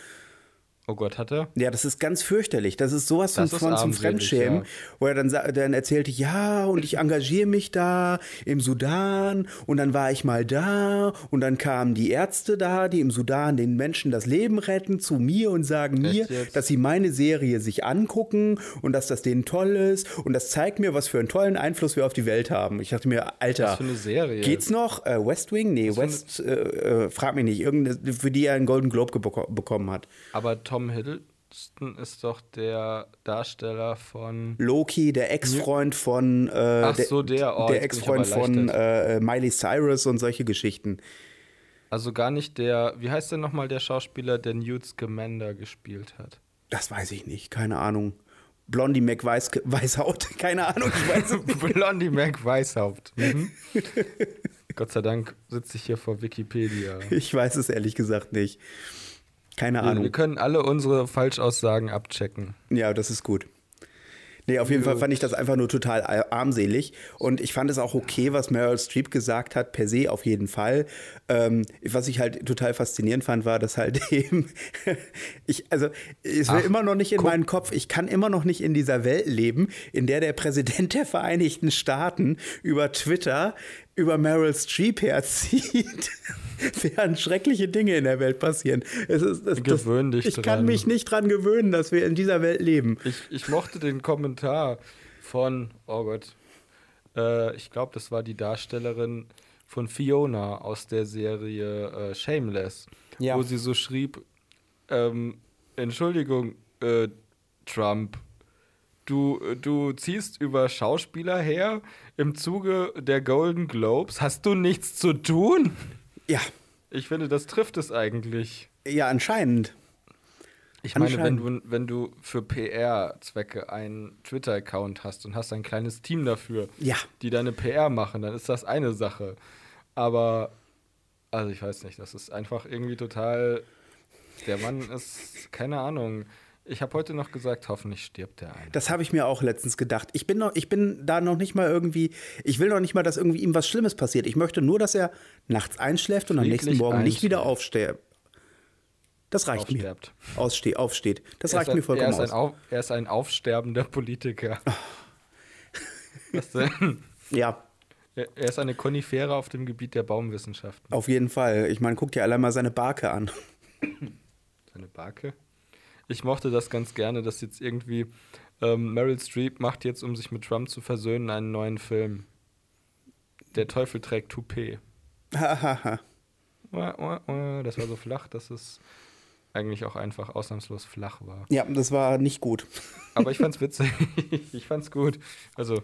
S2: Oh Gott, hat er?
S1: Ja, das ist ganz fürchterlich. Das ist sowas das von, ist zum Fremdschämen, ja. wo er dann, dann erzählte, ja, und ich engagiere mich da im Sudan und dann war ich mal da und dann kamen die Ärzte da, die im Sudan den Menschen das Leben retten, zu mir und sagen Echt mir, jetzt? dass sie meine Serie sich angucken und dass das denen toll ist und das zeigt mir, was für einen tollen Einfluss wir auf die Welt haben. Ich dachte mir, Alter,
S2: was für eine Serie?
S1: geht's noch? Äh, West Wing? Nee, was West, äh, äh, frag mich nicht, irgendeine, für die er einen Golden Globe gebo- bekommen hat.
S2: Aber Tom Hiddleston ist doch der Darsteller von
S1: Loki, der Ex-Freund von äh,
S2: Ach so, der,
S1: oh, der Ex-Freund von äh, Miley Cyrus und solche Geschichten.
S2: Also gar nicht der, wie heißt denn nochmal der Schauspieler, der Newt Scamander gespielt hat? [laughs]
S1: Das weiß ich nicht, keine Ahnung. Blondie Mac Weiß, Weißhaut. [laughs] Keine Ahnung, ich weiß es nicht.
S2: Blondie Mac Weißhaupt. Mhm. Gott sei Dank sitze ich hier vor Wikipedia.
S1: Ich weiß es ehrlich gesagt nicht. Keine Ahnung.
S2: Wir können alle unsere Falschaussagen abchecken.
S1: Ja, das ist gut. Nee, auf jeden Fall fand ich das einfach nur total armselig. Und ich fand es auch okay, was Meryl Streep gesagt hat, per se auf jeden Fall. Ähm, was ich halt total faszinierend fand, war, dass halt [laughs] eben, ich, also, es will
S2: Ach,
S1: immer noch nicht in
S2: guck.
S1: meinen Kopf, ich kann immer noch nicht in dieser Welt leben, in der der Präsident der Vereinigten Staaten über Twitter über Meryl Streep herzieht, [laughs] während schreckliche Dinge in der Welt passieren. Es ist, das, das,
S2: Gewöhn dich
S1: ich kann
S2: dran.
S1: mich nicht dran gewöhnen, dass wir in dieser Welt leben.
S2: Ich, ich mochte den Kommentar von, oh Gott, äh, ich glaube, das war die Darstellerin von Fiona aus der Serie äh, Shameless,
S1: Ja.
S2: wo sie so schrieb, ähm, Entschuldigung, äh, Trump, du, du ziehst über Schauspieler her im Zuge der Golden Globes, hast du nichts zu tun?
S1: Ja,
S2: Ich finde, das trifft es eigentlich.
S1: ja, anscheinend.
S2: Ich meine, wenn
S1: Anscheinend.
S2: du, wenn du für PR-Zwecke einen Twitter-Account hast und hast ein kleines Team dafür,
S1: Ja.
S2: die deine PR machen, dann ist das eine Sache. Aber, also ich weiß nicht, das ist einfach irgendwie total. Der Mann ist, keine Ahnung. Ich habe heute noch gesagt, hoffentlich stirbt der eine.
S1: Das habe ich mir auch letztens gedacht. Ich bin, noch, ich bin da noch nicht mal irgendwie, ich will noch nicht mal, dass irgendwie ihm was Schlimmes passiert. Ich möchte nur, dass er nachts einschläft und am
S2: Friedlich
S1: nächsten Morgen nicht
S2: einschläft.
S1: wieder aufsteht. Das reicht
S2: Aufsterbt.
S1: mir. Aussteh, aufsteht. Das
S2: Er
S1: reicht
S2: ist
S1: mir
S2: ein, er
S1: vollkommen
S2: ist ein,
S1: aus. Oh.
S2: auf, er ist ein aufsterbender Politiker. Was denn?
S1: Ja,
S2: Er er ist eine Konifere auf dem Gebiet der Baumwissenschaften.
S1: auf jeden Fall. Ich meine, guck dir allein mal seine Barke an. [laughs]
S2: Seine Barke. Ich mochte das ganz gerne, dass jetzt irgendwie ähm, Meryl Streep macht jetzt, um sich mit Trump zu versöhnen, einen neuen Film. Der Teufel trägt Toupet.
S1: Hahaha.
S2: Uah, uah, uah. Das war so flach, dass es eigentlich auch einfach ausnahmslos flach war.
S1: ja, das war nicht gut.
S2: Aber ich fand's witzig. [laughs] ich fand's gut. Also,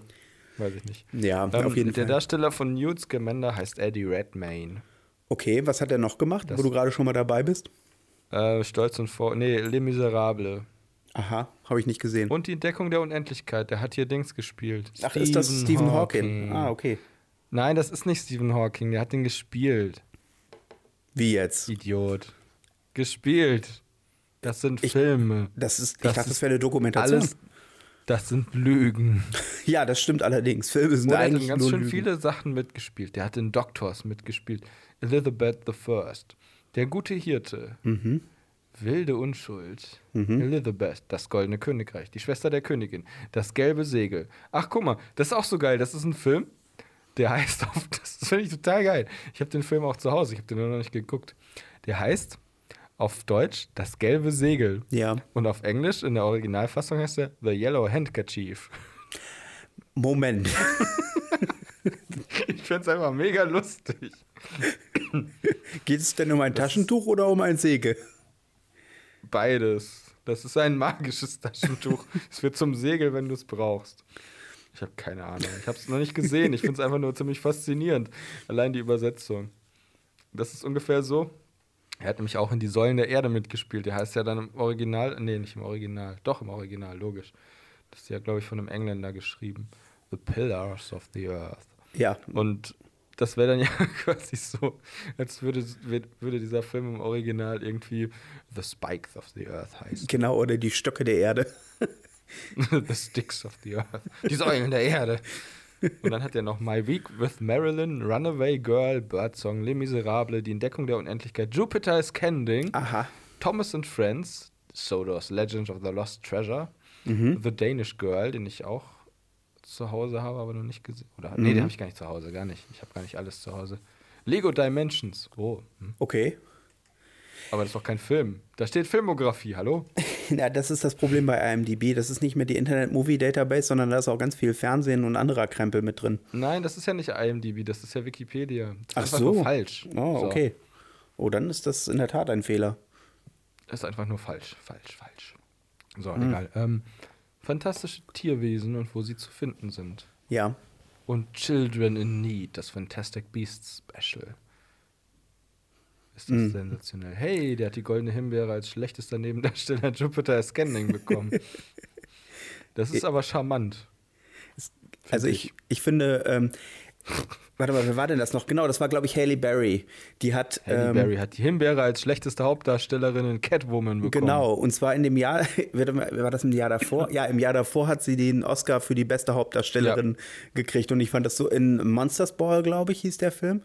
S2: weiß ich nicht.
S1: Ja,
S2: Ähm,
S1: auf jeden
S2: der
S1: Fall.
S2: Darsteller von Newt Scamander heißt Eddie Redmayne.
S1: Okay, was hat er noch gemacht, wo du gerade schon mal dabei bist?
S2: Äh, Stolz und vor. Nee, Les Miserables.
S1: Aha, habe ich nicht gesehen.
S2: Und die Entdeckung der Unendlichkeit. Der hat hier Dings gespielt.
S1: Ach, ist das Stephen Hawking? Ah, okay.
S2: Nein, das ist nicht Stephen Hawking, der hat den gespielt.
S1: Wie jetzt?
S2: Idiot. Gespielt. Das sind
S1: Ich-
S2: Filme.
S1: Das ist, ich
S2: Das
S1: dachte, das
S2: ist
S1: wäre eine Dokumentation.
S2: Alles. Das sind Lügen.
S1: [laughs] Ja, das stimmt allerdings. [laughs] Filme sind
S2: Der hat in
S1: eigentlich
S2: ganz
S1: nur
S2: schön
S1: Lügen.
S2: viele Sachen mitgespielt. Der hat in Doctors mitgespielt. Elizabeth the First. Der gute Hirte.
S1: Mhm.
S2: Wilde Unschuld. Elizabeth, das goldene Königreich. Die Schwester der Königin. Das gelbe Segel. Ach, guck mal, das ist auch so geil. Das ist ein Film, der [laughs] heißt auf. Das finde ich total geil. Ich habe den Film auch zu Hause. Ich habe den nur noch nicht geguckt. Der heißt auf Deutsch Das gelbe Segel.
S1: Ja.
S2: Und auf Englisch, in der Originalfassung, heißt er The Yellow Handkerchief. [laughs]
S1: Moment.
S2: Ich find's einfach mega lustig.
S1: Geht es denn um ein Taschentuch oder um ein Segel?
S2: Beides. Das ist ein magisches [laughs] Taschentuch. es wird zum Segel, wenn du es brauchst. Ich habe keine Ahnung. Ich habe es noch nicht gesehen. Ich finde es einfach nur ziemlich faszinierend. Allein die Übersetzung. Das ist ungefähr so. Er hat nämlich auch in Die Säulen der Erde mitgespielt. Der heißt ja dann im Original, nee, nicht im Original, doch im Original, logisch. Das ist ja, glaube ich, von einem Engländer geschrieben. The Pillars of the Earth.
S1: Ja.
S2: Und das wäre dann ja [laughs] quasi so, als würde, würde dieser Film im Original irgendwie The Spikes of the Earth heißen. [laughs]
S1: Genau, oder die Stöcke der Erde.
S2: the Sticks of the Earth. Die Säulen der Erde. Und dann hat er noch My Week with Marilyn, Runaway Girl, Birdsong, Les Miserables, Die Entdeckung der Unendlichkeit, Jupiter is Canding,
S1: Aha.
S2: Thomas and Friends, Sodos, Legend of the Lost Treasure,
S1: Mhm.
S2: The Danish Girl, den ich auch zu Hause habe, aber noch nicht gesehen. Oder
S1: Mhm.
S2: nee, den habe ich gar nicht zu Hause, gar nicht. Ich habe gar nicht alles zu Hause. Lego Dimensions. Oh, hm.
S1: Okay. [laughs]
S2: aber das ist doch kein Film. Da steht Filmografie, hallo?
S1: [laughs] Ja, das ist das Problem bei IMDb. Das ist nicht mehr die Internet Movie Database, sondern da ist auch ganz viel Fernsehen und anderer Krempel mit drin.
S2: Nein, das ist ja nicht IMDb, das ist ja Wikipedia. Das ist
S1: Ach
S2: einfach nur
S1: so.
S2: falsch.
S1: Oh,
S2: So.
S1: okay. Oh, dann ist das in der Tat ein Fehler.
S2: Das ist einfach nur falsch, falsch, falsch. So,
S1: Mhm.
S2: egal. Ähm, fantastische Tierwesen und wo sie zu finden sind.
S1: Ja.
S2: Und Children in Need, das Fantastic Beasts Special. Ist
S1: Mhm.
S2: das sensationell. Hey,
S1: [laughs]
S2: der hat die goldene Himbeere als schlechtester Nebendarsteller Jupiter Ascending bekommen. Das ist aber charmant.
S1: Also ich, ich finde, ähm, [laughs] warte mal, wer war denn das noch? Genau, das war, glaube ich, Haley Berry. Die hat.
S2: Halle
S1: ähm,
S2: Berry hat die Himbeere als schlechteste Hauptdarstellerin in Catwoman bekommen.
S1: Genau, und zwar in dem Jahr, [laughs] warte mal, war das im Jahr davor? Ja, im Jahr davor hat sie den Oscar für die beste Hauptdarstellerin gekriegt. Und ich fand das so in Monsters Ball, glaube ich, hieß der Film.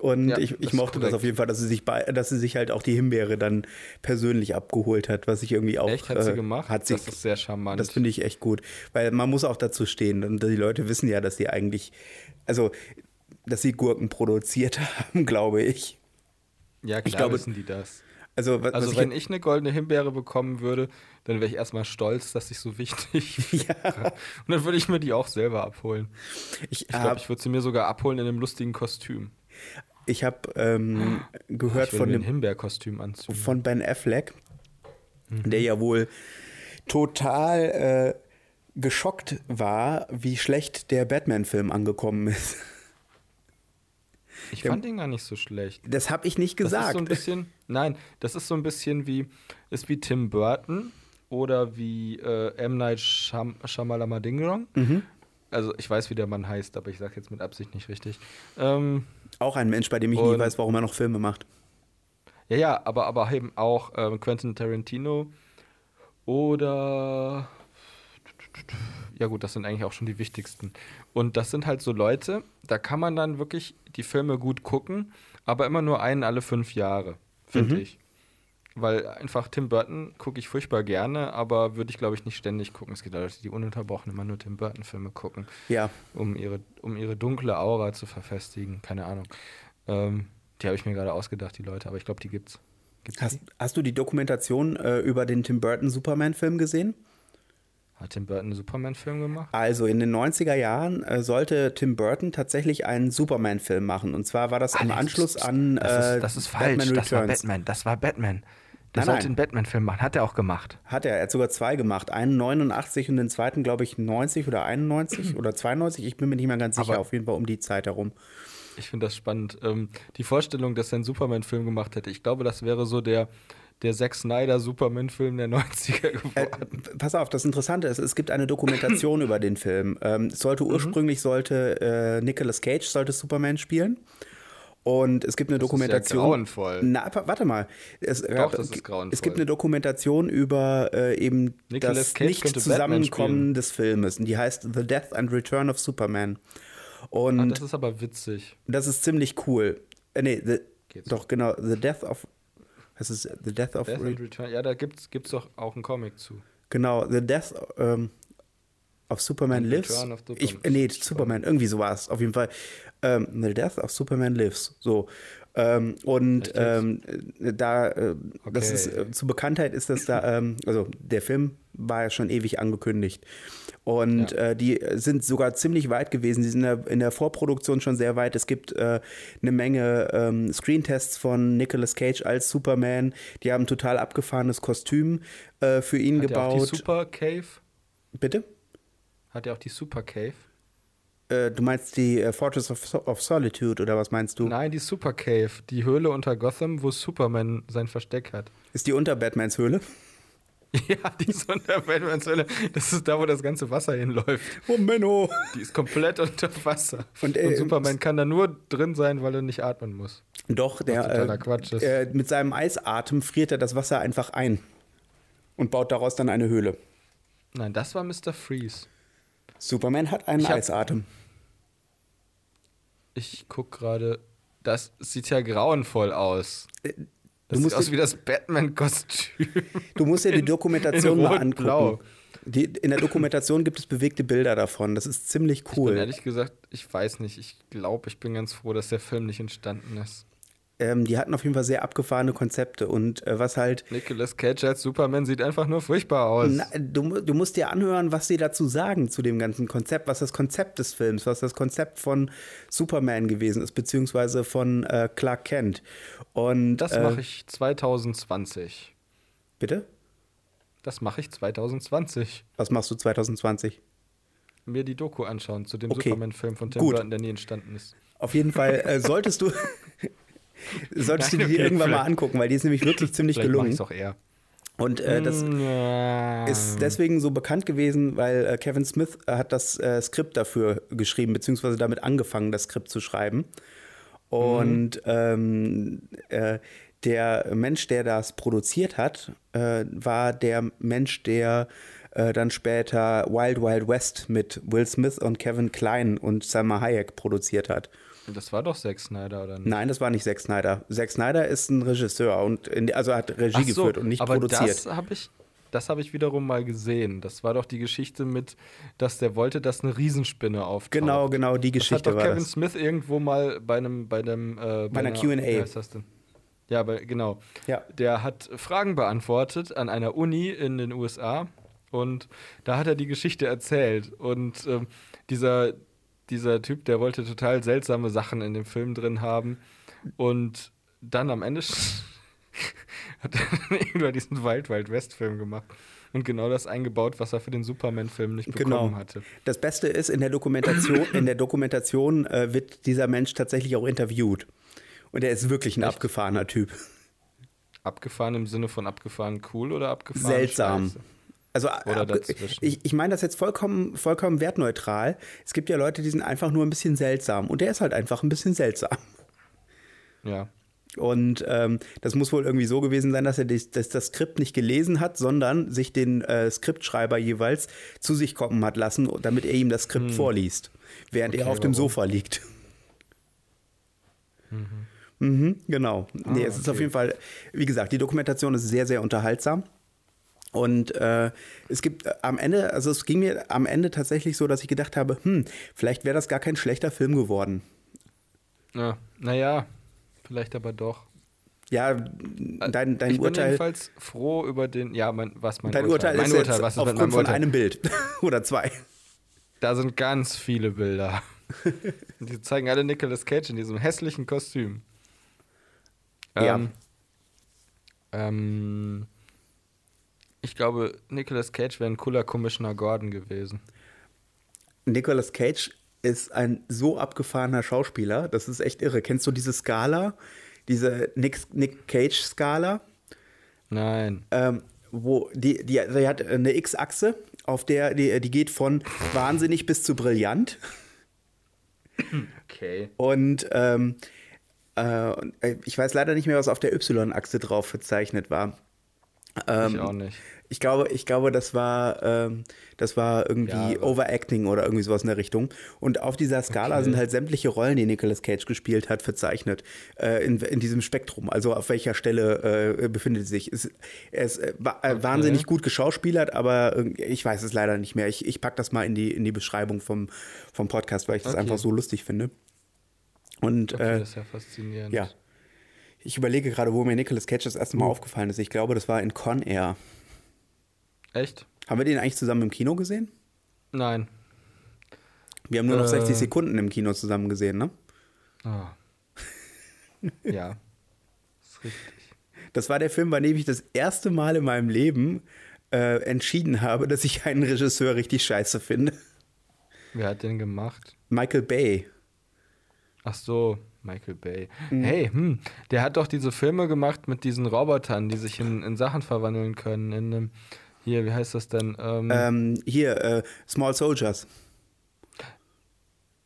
S1: Und
S2: Ja,
S1: ich,
S2: das
S1: ich
S2: ist
S1: mochte das
S2: korrekt.
S1: auf jeden Fall, dass sie sich bei, dass sie sich halt auch die Himbeere dann persönlich abgeholt hat, was ich irgendwie auch.
S2: Echt, hat sie
S1: äh,
S2: gemacht?
S1: Hat sie,
S2: das ist sehr charmant.
S1: das finde ich echt gut, weil man muss auch dazu stehen und die Leute wissen ja, dass sie eigentlich, also, dass sie Gurken produziert [laughs] haben, glaube ich.
S2: ja, klar
S1: glaube-
S2: wissen die das.
S1: Also, was,
S2: Also
S1: was
S2: wenn ich eine goldene Himbeere bekommen würde, dann wäre ich erstmal stolz, dass ich so wichtig
S1: [laughs]
S2: wäre. [laughs] Und dann würde ich mir die auch selber abholen.
S1: ich, ich
S2: Ich glaube,
S1: habe
S2: ich würde sie mir sogar abholen in einem lustigen Kostüm.
S1: Äh, ich hab, ähm,
S2: Ah,
S1: gehört
S2: Ich würde
S1: von
S2: mir
S1: dem
S2: ein Himbeerkostüm anziehen.
S1: von Ben Affleck,
S2: Mhm.
S1: der ja wohl total äh, geschockt war, wie schlecht der Batman-Film angekommen [laughs] ist.
S2: Ich fand den gar nicht so schlecht.
S1: Das habe ich nicht
S2: Das ist
S1: gesagt.
S2: so ein bisschen, nein, das ist so ein bisschen wie, ist wie Tim Burton oder wie äh, M. Night Shyam Shyamalama Ding Dong.
S1: Mhm.
S2: Also ich weiß, wie der Mann heißt, aber ich sage jetzt mit Absicht nicht richtig. Ähm,
S1: Auch ein Mensch, bei dem ich nie
S2: Und-
S1: weiß, warum er noch Filme macht.
S2: ja, ja, aber, aber eben auch ähm, Quentin Tarantino oder ja gut, das sind eigentlich auch schon die wichtigsten. Und das sind halt so Leute, da kann man dann wirklich die Filme gut gucken, aber immer nur einen alle fünf Jahre, finde ich. Weil einfach Tim Burton gucke ich furchtbar gerne, aber würde ich glaube ich nicht ständig gucken. Es gibt ja Leute, die ununterbrochen immer nur Tim Burton-Filme gucken,
S1: Ja,
S2: um ihre, um ihre dunkle Aura zu verfestigen. Keine Ahnung. Ähm, die habe ich mir gerade ausgedacht, die Leute, aber ich glaube, die gibt's. Gibt's
S1: Hast,
S2: die?
S1: hast du die Dokumentation äh, über den Tim Burton Superman-Film gesehen?
S2: Hat Tim Burton einen Superman-Film gemacht?
S1: Also in den 90er Jahren äh, sollte Tim Burton tatsächlich einen Superman-Film machen. Und zwar war das im
S2: Alex,
S1: Anschluss
S2: pst, pst,
S1: an
S2: Das
S1: äh,
S2: ist, das ist falsch.
S1: Batman
S2: das war
S1: Returns.
S2: Batman. Das war Batman. Der
S1: Nein,
S2: sollte
S1: nein.
S2: einen Batman-Film machen. Hat er auch gemacht.
S1: Hat er, er hat sogar zwei gemacht. Einen 89 und den zweiten, glaube ich, 90
S2: [clears throat]
S1: oder 91 oder 92. Ich bin mir nicht mehr ganz sicher,
S2: Aber-
S1: auf jeden Fall um die Zeit herum.
S2: Ich finde das spannend. Ähm, die Vorstellung, dass er einen Superman-Film gemacht hätte, ich glaube, das wäre so der, der Zack Snyder-Superman-Film der [laughs] 90er
S1: Äh,
S2: geworden.
S1: Pass auf, das Interessante ist, es gibt
S2: [clears throat]
S1: eine Dokumentation über den Film. Ähm, es sollte
S2: Mhm.
S1: ursprünglich sollte äh, Nicolas Cage sollte Superman spielen. Und es gibt eine
S2: ist ja
S1: Dokumentation.
S2: grauenvoll.
S1: Na, aber warte mal. Es, gab-
S2: das ist grauenvoll.
S1: Es gibt eine Dokumentation über äh, eben
S2: Nicolas
S1: das
S2: Cage
S1: nicht
S2: könnte Batman
S1: zusammenkommen
S2: spielen.
S1: des Filmes. Und die heißt The Death and Return of Superman. Und
S2: Ah, das ist aber witzig.
S1: das ist ziemlich cool. Äh, nee, the,
S2: Geht's?
S1: doch, genau. The Death of. Das ist The Death of.
S2: Death
S1: Re-
S2: and Return. Ja, da gibt's, gibt's doch auch einen Comic zu.
S1: Genau, The Death ähm, of Superman
S2: And
S1: Lives.
S2: Return of Superman.
S1: Ich, äh, nee, Superman, irgendwie so war es. Auf jeden Fall. Ähm, The Death of Superman Lives. So. Ähm, und
S2: Richtig.
S1: ähm, äh, da, äh, das
S2: Okay.
S1: ist, äh, zu Bekanntheit ist das da, ähm, also der Film war ja schon ewig angekündigt. Und äh, die sind sogar ziemlich weit gewesen. Die sind in der, in der Vorproduktion schon sehr weit. Es gibt äh, eine Menge ähm, Screentests von Nicolas Cage als Superman. Die haben ein total abgefahrenes Kostüm äh, für ihn
S2: Hat er auch die
S1: gebaut.
S2: Super Cave?
S1: Bitte?
S2: Hat er auch die Super Cave?
S1: Äh, du meinst die äh, Fortress of, so of Solitude oder was meinst du?
S2: Nein, die Super Cave. Die Höhle unter Gotham, wo Superman sein Versteck hat. [laughs]
S1: Ist die unter Batmans Höhle?
S2: Ja, die Sonderweltmanshöhle, das ist da, wo das ganze Wasser hinläuft.
S1: Oh, Menno!
S2: Die ist komplett [laughs] unter Wasser. Und,
S1: Und, äh,
S2: Superman kann da nur drin sein, weil er nicht atmen muss.
S1: Doch, der
S2: totaler Quatsch ist.
S1: äh, mit seinem Eisatem friert er das Wasser einfach ein und baut daraus dann eine Höhle.
S2: Nein, das war Mr. Freeze.
S1: Superman hat einen
S2: Ich hab-
S1: Eisatem.
S2: Ich guck gerade, das sieht ja grauenvoll aus. Das
S1: Äh, Du musst,
S2: sieht aus
S1: dir-
S2: wie das Batman-Kostüm.
S1: du musst dir die Dokumentation
S2: in
S1: mal
S2: Rot,
S1: angucken.
S2: Blau.
S1: Die, in der Dokumentation gibt es bewegte Bilder davon. Das ist ziemlich
S2: Und [laughs]
S1: cool.
S2: ehrlich gesagt, ich weiß nicht. Ich glaube, ich bin ganz froh, dass der Film nicht entstanden ist.
S1: Ähm, die hatten auf jeden Fall sehr abgefahrene Konzepte. Und äh, was halt
S2: Nicolas Cage als Superman sieht einfach nur furchtbar aus.
S1: Na, du, mu- du musst dir anhören, was sie dazu sagen zu dem ganzen Konzept, was das Konzept des Films, was das Konzept von Superman gewesen ist, beziehungsweise von äh, Clark Kent. Und
S2: das
S1: äh,
S2: mache ich 2020.
S1: Bitte?
S2: Das mache ich 2020.
S1: Was machst du 2020?
S2: Mir die Doku anschauen zu dem
S1: Okay.
S2: Superman-Film von Tim
S1: Gut.
S2: Burton, der nie entstanden ist.
S1: Auf jeden Fall äh, solltest du [laughs] solltest du
S2: Nein,
S1: dir die
S2: okay,
S1: irgendwann mal
S2: vielleicht- [laughs]
S1: angucken, weil die ist nämlich wirklich ziemlich
S2: Vielleicht mache
S1: gelungen.
S2: ich auch Mm. eher. Hm,
S1: Und äh, das ja.
S2: Ähm.
S1: ist deswegen so bekannt gewesen, weil äh, Kevin Smith hat das äh, Skript dafür geschrieben, beziehungsweise damit angefangen, das Skript zu schreiben. Und mhm. ähm, der Mensch, der das produziert hat, äh, war der Mensch, der äh, dann später Wild Wild West mit Will Smith und Kevin Klein und Salma Hayek produziert hat.
S2: Das war doch Zack Snyder, oder
S1: nicht? Nein, das war nicht Zack Snyder. Zack Snyder ist ein Regisseur und in, also hat Regie so, geführt und nicht
S2: aber
S1: produziert.
S2: Das habe ich, das hab ich wiederum mal gesehen. Das war doch die Geschichte mit, dass der wollte, dass eine Riesenspinne auftaucht.
S1: Genau, genau, die Geschichte das
S2: Oh. hat doch Kevin
S1: das.
S2: Smith irgendwo mal bei einem, bei einem, äh, bei,
S1: bei einer Q&A.
S2: Ja, bei, genau.
S1: Ja.
S2: Der hat Fragen beantwortet an einer Uni in den USA und da hat er die Geschichte erzählt und äh, dieser dieser Typ, der wollte total seltsame Sachen in dem Film drin haben. Und dann am Ende [laughs] hat er irgendwann diesen Wild Wild West Film gemacht. Und genau das eingebaut, was er für den Superman-Film nicht bekommen genau. hatte.
S1: Das Beste ist, in der Dokumentation, in der Dokumentation äh, wird dieser Mensch tatsächlich auch interviewt. Und er ist wirklich ein Echt? abgefahrener Typ.
S2: Abgefahren im Sinne von abgefahren cool oder abgefahren?
S1: Seltsam.
S2: Scheiße?
S1: Also
S2: Oder dazwischen.
S1: ich, ich meine das jetzt vollkommen, vollkommen wertneutral. Es gibt ja Leute, die sind einfach nur ein bisschen seltsam. Und der ist halt einfach ein bisschen seltsam.
S2: Ja.
S1: Und ähm, das muss wohl irgendwie so gewesen sein, dass er die, dass das Skript nicht gelesen hat, sondern sich den äh, Skriptschreiber jeweils zu sich kommen hat lassen, damit er ihm das Skript hm. vorliest, während okay, er auf dem warum? Sofa liegt. Mhm. Mhm, genau. Ah, nee, es okay. ist auf jeden Fall, wie gesagt, die Dokumentation ist sehr, sehr unterhaltsam. Und äh, es gibt äh, am Ende, also es ging mir am Ende tatsächlich so, dass ich gedacht habe, hm, vielleicht wäre das gar kein schlechter Film geworden.
S2: Ja, naja, vielleicht aber doch.
S1: Ja, dein, dein
S2: ich
S1: Urteil. Äh, Ich bin
S2: jedenfalls froh über den, ja, mein, was mein
S1: dein Urteil,
S2: Urteil
S1: ist. Mein Urteil, was ist aufgrund von einem Bild [laughs] oder zwei.
S2: Da sind ganz viele
S1: [laughs]
S2: Bilder. Die zeigen alle Nicolas Cage in diesem hässlichen Kostüm.
S1: ja.
S2: ähm, ähm ich glaube, Nicolas Cage wäre ein cooler Commissioner Gordon gewesen.
S1: Nicolas Cage ist ein so abgefahrener Schauspieler, das ist echt irre. Kennst du diese Skala? Diese Nick, Nick Cage-Skala?
S2: Nein.
S1: Ähm, wo die, die, die hat eine X-Achse, auf der die, die geht von wahnsinnig bis zu brillant.
S2: Okay.
S1: Und ähm, äh, ich weiß leider nicht mehr, was auf der Y-Achse drauf verzeichnet war.
S2: Ähm, ich auch nicht.
S1: Ich glaube, ich glaube, das war, ähm, das war irgendwie ja, Overacting oder irgendwie sowas in der Richtung. Und auf dieser Skala okay. sind halt sämtliche Rollen, die Nicolas Cage gespielt hat, verzeichnet. Äh, in, in, diesem Spektrum. Also auf welcher Stelle äh, befindet sie sich. Es, er ist äh, okay. wahnsinnig gut geschauspielert, aber äh, ich weiß es leider nicht mehr. Ich, ich packe das mal in die, in die Beschreibung vom, vom Podcast, weil ich das okay. einfach so lustig finde. Und,
S2: okay, das ist ja faszinierend.
S1: äh, Ja. Ich überlege gerade, wo mir Nicolas Cage das erste Mal uh. aufgefallen ist. Ich glaube, das war in Con Air.
S2: Echt?
S1: Haben wir den eigentlich zusammen im Kino gesehen?
S2: Nein.
S1: Wir haben nur äh. noch 60 Sekunden im Kino zusammen gesehen, ne?
S2: Oh. [laughs] ja. Das ist richtig.
S1: Das war der Film, bei dem ich das erste Mal in meinem Leben äh, entschieden habe, dass ich einen Regisseur richtig scheiße finde.
S2: Wer hat den gemacht?
S1: Michael Bay.
S2: Ach so, Michael Bay. Mhm. Hey, hm, der hat doch diese Filme gemacht mit diesen Robotern, die sich in, in Sachen verwandeln können. In einem, hier, wie heißt das denn?
S1: Ähm, ähm, hier, äh, Small Soldiers.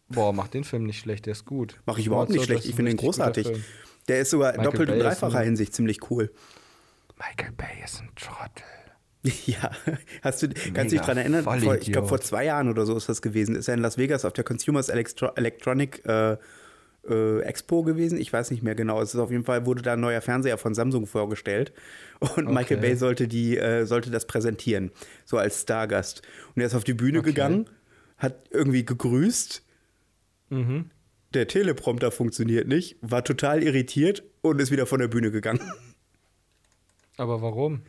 S2: Boah, mach den Film nicht schlecht, der ist gut.
S1: Mach ich überhaupt Small nicht Soldiers schlecht, ich finde den großartig. Der ist sogar Michael doppelt Bay und dreifacher Hinsicht ziemlich cool.
S2: Michael Bay ist ein Trottel.
S1: [laughs] Ja, hast du, Mega kannst du dich daran erinnern? Vor, ich glaube, vor zwei Jahren oder so ist das gewesen. Ist er in Las Vegas auf der Consumers Electro Electronic äh, äh, Expo gewesen. Ich weiß nicht mehr genau. Es ist auf jeden Fall wurde da ein neuer Fernseher von Samsung vorgestellt und okay. Michael Bay sollte die äh, sollte das präsentieren, so als Stargast. Und er ist auf die Bühne okay. gegangen, hat irgendwie gegrüßt.
S2: Mhm.
S1: Der Teleprompter funktioniert nicht, war total irritiert und ist wieder von der Bühne gegangen.
S2: Aber warum?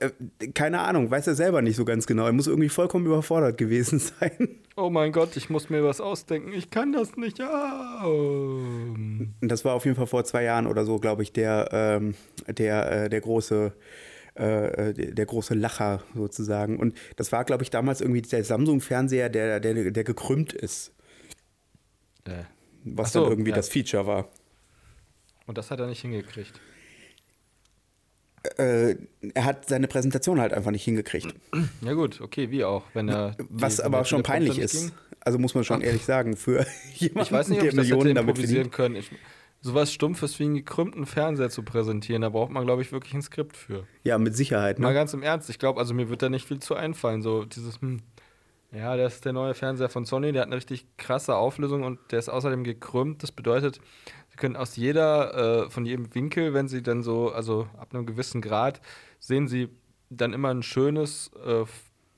S1: Äh, keine Ahnung, weiß er selber nicht so ganz genau. Er muss irgendwie vollkommen überfordert gewesen [laughs] sein.
S2: Oh mein Gott, ich muss mir was ausdenken. Ich kann das nicht. Ah, oh.
S1: Das war auf jeden Fall vor zwei Jahren oder so, glaube ich, der, ähm, der, äh, der große. Äh, der große Lacher sozusagen. Und das war, glaube ich, damals irgendwie der Samsung-Fernseher, der, der, der gekrümmt ist.
S2: Äh.
S1: Was so, dann irgendwie ja. das Feature war.
S2: Und das hat er nicht hingekriegt.
S1: äh, er hat seine Präsentation halt einfach nicht hingekriegt.
S2: Ja gut, okay, Hm. wie auch, wenn er
S1: Was aber schon peinlich ist. Ging. Also muss man schon ehrlich sagen, für jemanden,
S2: Ah.
S1: [laughs]
S2: Ich weiß nicht, ob
S1: der
S2: ich das hätte
S1: Millionen damit
S2: improvisieren
S1: verdient.
S2: können. Ich, sowas Stumpfes wie einen gekrümmten Fernseher zu präsentieren, da braucht man, glaube ich, wirklich ein Skript für.
S1: Ja, mit Sicherheit.
S2: Mal
S1: Ne?
S2: ganz im Ernst, ich glaube, also mir wird da nicht viel zu einfallen. So dieses, hm, ja, das ist der neue Fernseher von Sony, der hat eine richtig krasse Auflösung und der ist außerdem gekrümmt. Das bedeutet, sie können aus jeder, äh, von jedem Winkel, wenn sie dann so, also ab einem gewissen Grad, sehen sie dann immer ein schönes äh,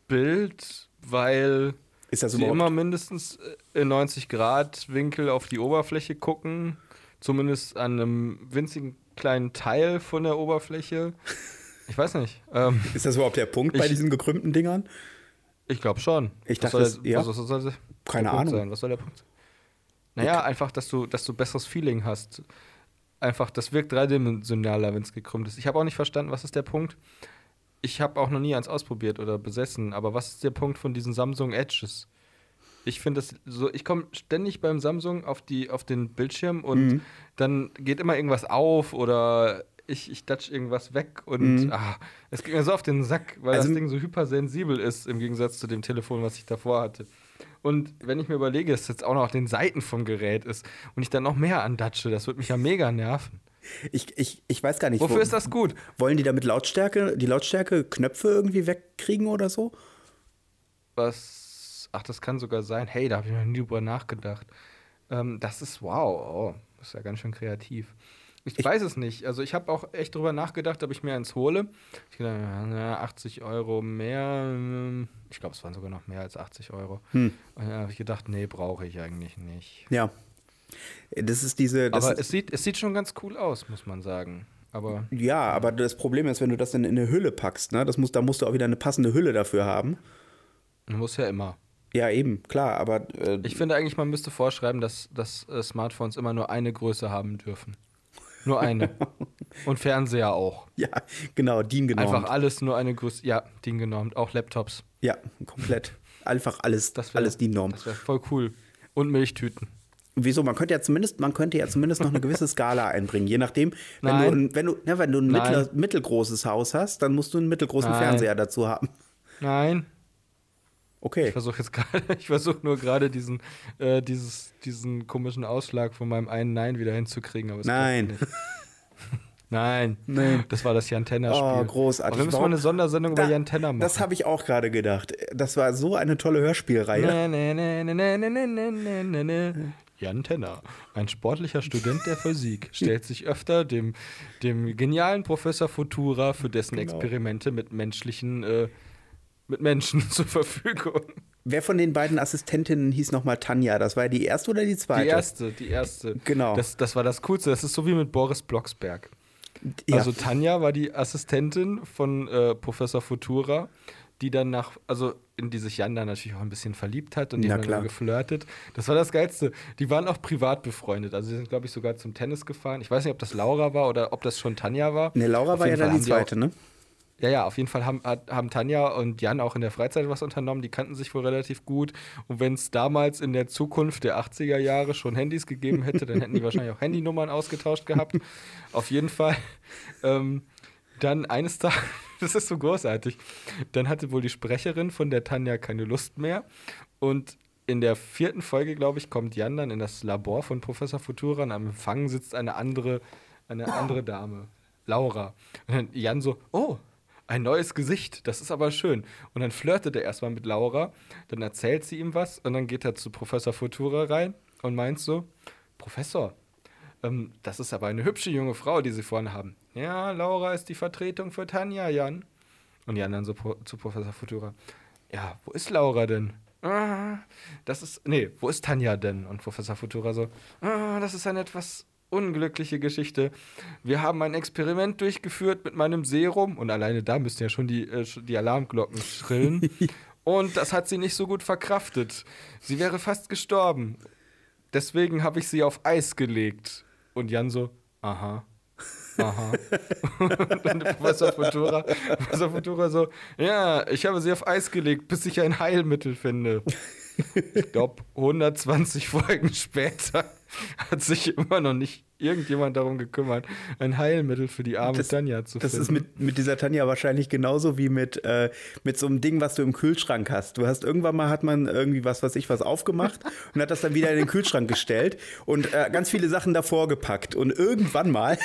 S2: Bild, weil
S1: Ist das
S2: sie
S1: überhaupt-
S2: immer mindestens äh, in 90 Grad Winkel auf die Oberfläche gucken, zumindest an einem winzigen kleinen Teil von der Oberfläche. Ich weiß nicht. Ähm,
S1: Ist das überhaupt der Punkt bei
S2: Ich-
S1: diesen gekrümmten Dingern?
S2: ich glaube schon.
S1: Ich
S2: Was
S1: dachte,
S2: soll,
S1: es- ja.
S2: was, was soll der
S1: Keine
S2: Punkt
S1: Ahnung.
S2: Sein? Was soll der Punkt sein? Naja, einfach, dass du, dass du besseres Feeling hast. Einfach, das wirkt dreidimensionaler, wenn es gekrümmt ist. Ich habe auch nicht verstanden, was ist der Punkt. Ich habe auch noch nie eins ausprobiert oder besessen, aber was ist der Punkt von diesen Samsung Edges? Ich finde das so, ich komme ständig beim Samsung auf, die, auf den Bildschirm und
S1: Mhm.
S2: dann geht immer irgendwas auf oder ich, ich datsch irgendwas weg und ah, es geht mir so auf den Sack, weil
S1: Mhm. Also-
S2: das Ding so hypersensibel ist im Gegensatz zu dem Telefon, was ich davor hatte. Und wenn ich mir überlege, dass jetzt auch noch auf den Seiten vom Gerät ist und ich dann noch mehr andatsche, das wird mich ja mega nerven.
S1: Ich, ich, ich weiß gar nicht.
S2: Wofür ist das gut?
S1: Wollen die damit Lautstärke, die Lautstärke Knöpfe irgendwie wegkriegen oder so?
S2: Was? Ach, das kann sogar sein. Hey, da habe ich noch nie drüber nachgedacht. Ähm, das ist wow. Oh, das ist ja ganz schön kreativ. Ich, weiß es nicht. Also ich habe auch echt drüber nachgedacht, ob ich mir eins hole. Ich dachte, na, 80 Euro mehr. ähm, Ich glaube, es waren sogar noch mehr als 80 Euro.
S1: Hm.
S2: Und dann habe ich gedacht, nee, brauche ich eigentlich nicht.
S1: Ja. Das ist diese. Das
S2: Aber
S1: ist,
S2: es sieht, es sieht schon ganz cool aus, muss man sagen. Aber
S1: ja, aber das Problem ist, wenn du das dann in eine Hülle packst, ne, das muss, da musst du auch wieder eine passende Hülle dafür haben.
S2: muss ja immer.
S1: Ja, eben, klar, aber äh,
S2: Ich finde eigentlich, man müsste vorschreiben, dass, dass äh, Smartphones immer nur eine Größe haben dürfen. Nur
S1: [laughs]
S2: eine. Und Fernseher auch.
S1: [laughs] ja, genau, DIN genormt.
S2: Einfach alles nur eine Größe. Ja, DIN genormt. Auch Laptops.
S1: ja, komplett. Einfach alles,
S2: Das wär,
S1: alles DIN norm.
S2: Das wäre voll cool. Und Milchtüten.
S1: Wieso? Man könnte ja zumindest, man könnte ja zumindest noch eine gewisse Skala einbringen, je nachdem. Wenn
S2: Nein.
S1: du, ein- wenn du, ne, wenn du ein
S2: Nein.
S1: mittler, mittelgroßes Haus hast, dann musst du einen mittelgroßen
S2: Nein.
S1: Fernseher dazu haben.
S2: Nein.
S1: Okay.
S2: Ich versuche jetzt gerade, [laughs] ich versuche nur gerade diesen, äh, dieses, diesen komischen Ausschlag von meinem einen Nein wieder hinzukriegen. Aber es klappt
S1: Nein.
S2: nicht. Nein.
S1: Nein.
S2: Das war das Jan Tenner-Spiel.
S1: Oh, großartig.
S2: Aber wir müssen mal
S1: Warum-
S2: eine Sondersendung über
S1: Da-
S2: Jan Tenner machen.
S1: Das habe ich auch gerade gedacht. Das war so eine tolle Hörspielreihe.
S2: Ne, ne, ne, ne, ne, ne, ne, ne, ne, ne. Jan Tenner, ein sportlicher Student der
S1: [laughs]
S2: Physik, stellt sich öfter dem, dem genialen Professor Futura für dessen
S1: Genau.
S2: Experimente mit menschlichen, äh, mit Menschen [laughs] zur Verfügung.
S1: Wer von den beiden Assistentinnen hieß nochmal Tanja? Das war die erste oder die zweite?
S2: Die erste, die erste.
S1: Genau.
S2: Das, das war das Coolste. Das ist so wie mit Boris Blocksberg.
S1: Ja.
S2: Also Tanja war die Assistentin von äh, Professor Futura, die dann nach, also in die sich Jan dann natürlich auch ein bisschen verliebt hat und die
S1: Na
S2: haben dann
S1: klar.
S2: immer geflirtet. Das war das Geilste. Die waren auch privat befreundet. Also sie sind, glaube ich, sogar zum Tennis gefahren. Ich weiß nicht, ob das Laura war oder ob das schon Tanja war.
S1: ne, Laura
S2: Auf
S1: war ja
S2: jeden
S1: dann
S2: Fall
S1: die
S2: haben auch-
S1: zweite, ne?
S2: ja, ja, auf jeden Fall haben, hat- haben Tanja und Jan auch in der Freizeit was unternommen. Die kannten sich wohl relativ gut. Und wenn es damals in der Zukunft der 80er Jahre schon Handys gegeben hätte, dann hätten die wahrscheinlich auch Handynummern ausgetauscht gehabt. Auf jeden Fall. Ähm, dann eines Tages, [laughs] das ist so großartig, dann hatte wohl die Sprecherin von der Tanja keine Lust mehr. Und in der vierten Folge, glaube ich, kommt Jan dann in das Labor von Professor Futura und am Empfang sitzt eine andere, eine andere Dame, Laura. Und dann Jan so, oh, ein neues Gesicht, das ist aber schön. Und dann flirtet er erstmal mit Laura, dann erzählt sie ihm was und dann geht er zu Professor Futura rein und meint so, Professor, ähm, das ist aber eine hübsche junge Frau, die Sie vorne haben. Ja, Laura ist die Vertretung für Tanja, Jan. Und Jan dann so pro, zu Professor Futura. Ja, wo ist Laura denn? Ah, das ist, nee, wo ist Tanja denn? Und Professor Futura so, ah, das ist eine etwas unglückliche Geschichte. Wir haben ein Experiment durchgeführt mit meinem Serum und alleine da müssten ja schon die, äh, sch- die Alarmglocken schrillen. und das hat sie nicht so gut verkraftet. Sie wäre fast gestorben. Deswegen habe ich sie auf Eis gelegt. Und Jan so, aha. Aha. [laughs] Und dann der Professor Futura, Professor Futura so, ja, ich habe sie auf Eis gelegt, bis ich ein Heilmittel finde. Ich glaube, 120 Folgen später hat sich immer noch nicht irgendjemand darum gekümmert, ein Heilmittel für die arme
S1: Das-
S2: Tanja zu
S1: Das
S2: finden.
S1: ist mit, mit dieser Tanja wahrscheinlich genauso wie mit, äh, mit so einem Ding, was du im Kühlschrank hast. Du hast irgendwann mal hat man irgendwie was, was ich
S2: [laughs]
S1: was aufgemacht und hat das dann wieder in den Kühlschrank gestellt und äh, ganz viele Sachen davor gepackt. Und irgendwann mal,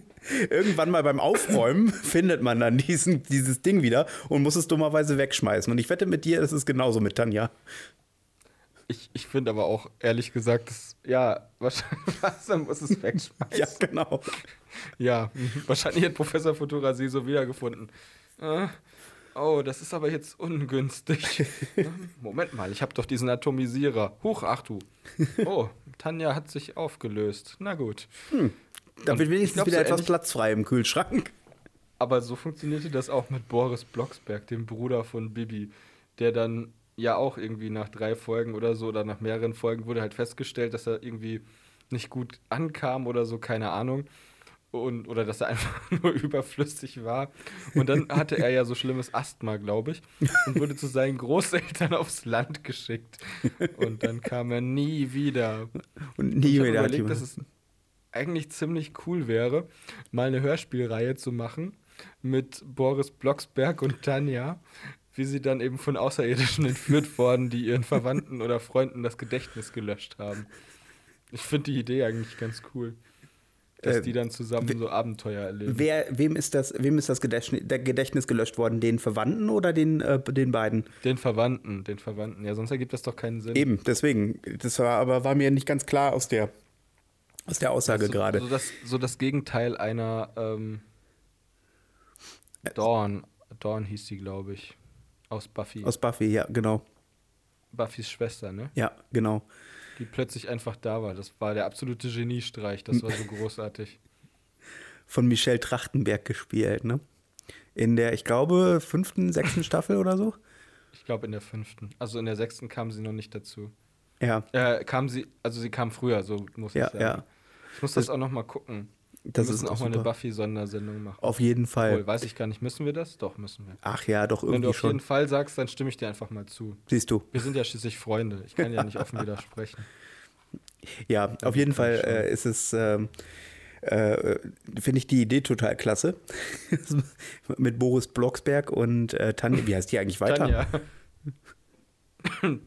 S1: [laughs] irgendwann mal beim Aufräumen [laughs] findet man dann diesen, dieses Ding wieder und muss es dummerweise wegschmeißen. Und ich wette mit dir, das ist genauso mit Tanja.
S2: ich ich finde aber auch, ehrlich gesagt, das, ja, [laughs] wahrscheinlich was, dann muss es wegschmeißen.
S1: Ja, genau.
S2: Ja, [laughs] wahrscheinlich hat Professor Futura sie so wiedergefunden. Äh, oh, das ist aber jetzt ungünstig. Ähm, Moment mal, ich habe doch diesen Atomisierer. Huch, ach du. Oh, Tanja hat sich aufgelöst. Na gut.
S1: Da wird
S2: Und ich
S1: wenigstens
S2: glaub,
S1: wieder
S2: so
S1: etwas
S2: ähnlich-
S1: Platz frei im Kühlschrank.
S2: Aber so funktionierte das auch mit Boris Blocksberg, dem Bruder von Bibi, der dann ja auch irgendwie nach drei Folgen oder so oder nach mehreren Folgen wurde halt festgestellt, dass er irgendwie nicht gut ankam oder so, keine Ahnung. Und, oder dass er [laughs] einfach nur überflüssig war. Und dann hatte er ja so schlimmes Asthma, glaube ich, und wurde zu seinen Großeltern aufs Land geschickt. Und dann kam er nie wieder.
S1: Und
S2: Ich
S1: nie
S2: habe
S1: wieder hat
S2: überlegt,
S1: jemand-
S2: dass es eigentlich ziemlich cool wäre, mal eine Hörspielreihe zu machen mit Boris Blocksberg und Tanja, wie sie dann eben von Außerirdischen entführt wurden, die ihren Verwandten oder Freunden das Gedächtnis gelöscht haben. Ich finde die Idee eigentlich ganz cool, dass
S1: Äh,
S2: die dann zusammen so Abenteuer erleben.
S1: Wer, wem ist das, wem ist das Gedächtnis, der Gedächtnis gelöscht worden? Den Verwandten oder den, äh, den beiden?
S2: Den Verwandten, den Verwandten. Ja, sonst ergibt das doch keinen Sinn.
S1: Eben, deswegen. Das war aber war mir nicht ganz klar aus der, aus der Aussage
S2: so,
S1: gerade.
S2: So das, so das Gegenteil einer ähm, Dawn. Dawn hieß sie, glaube ich. Aus Buffy.
S1: Aus Buffy, ja, genau.
S2: Buffys Schwester, ne?
S1: Ja, genau.
S2: Die plötzlich einfach da war. Das war der absolute Geniestreich. Das war
S1: [laughs]
S2: so großartig.
S1: Von Michelle Trachtenberg gespielt, ne? In der, ich glaube, fünften, sechsten Staffel oder so.
S2: Ich glaube in der fünften. Also in der sechsten kam sie noch nicht dazu.
S1: Ja,
S2: Äh, kam sie, also sie kam früher, so muss ich
S1: ja,
S2: sagen.
S1: ja.
S2: Ich muss das auch noch mal gucken.
S1: Das
S2: wir
S1: ist
S2: müssen
S1: doch
S2: auch mal eine
S1: super. Oh,
S2: Buffy-Sondersendung machen.
S1: Auf jeden
S2: Obwohl,
S1: Fall.
S2: weiß ich gar nicht, müssen wir das? Doch, müssen wir.
S1: Ach ja, doch
S2: Wenn du
S1: irgendwie
S2: auf jeden
S1: schon.
S2: Fall sagst, dann stimme ich dir einfach mal zu.
S1: Siehst du.
S2: Wir sind ja schließlich Freunde. Ich kann ja [laughs] nicht offen widersprechen.
S1: Ja, auf jeden Fall äh, ist es, ähm, äh, finde ich die Idee total klasse. [laughs] Mit Boris Blocksberg und äh, Tanja, wie heißt die eigentlich weiter?
S2: Tanja. [laughs]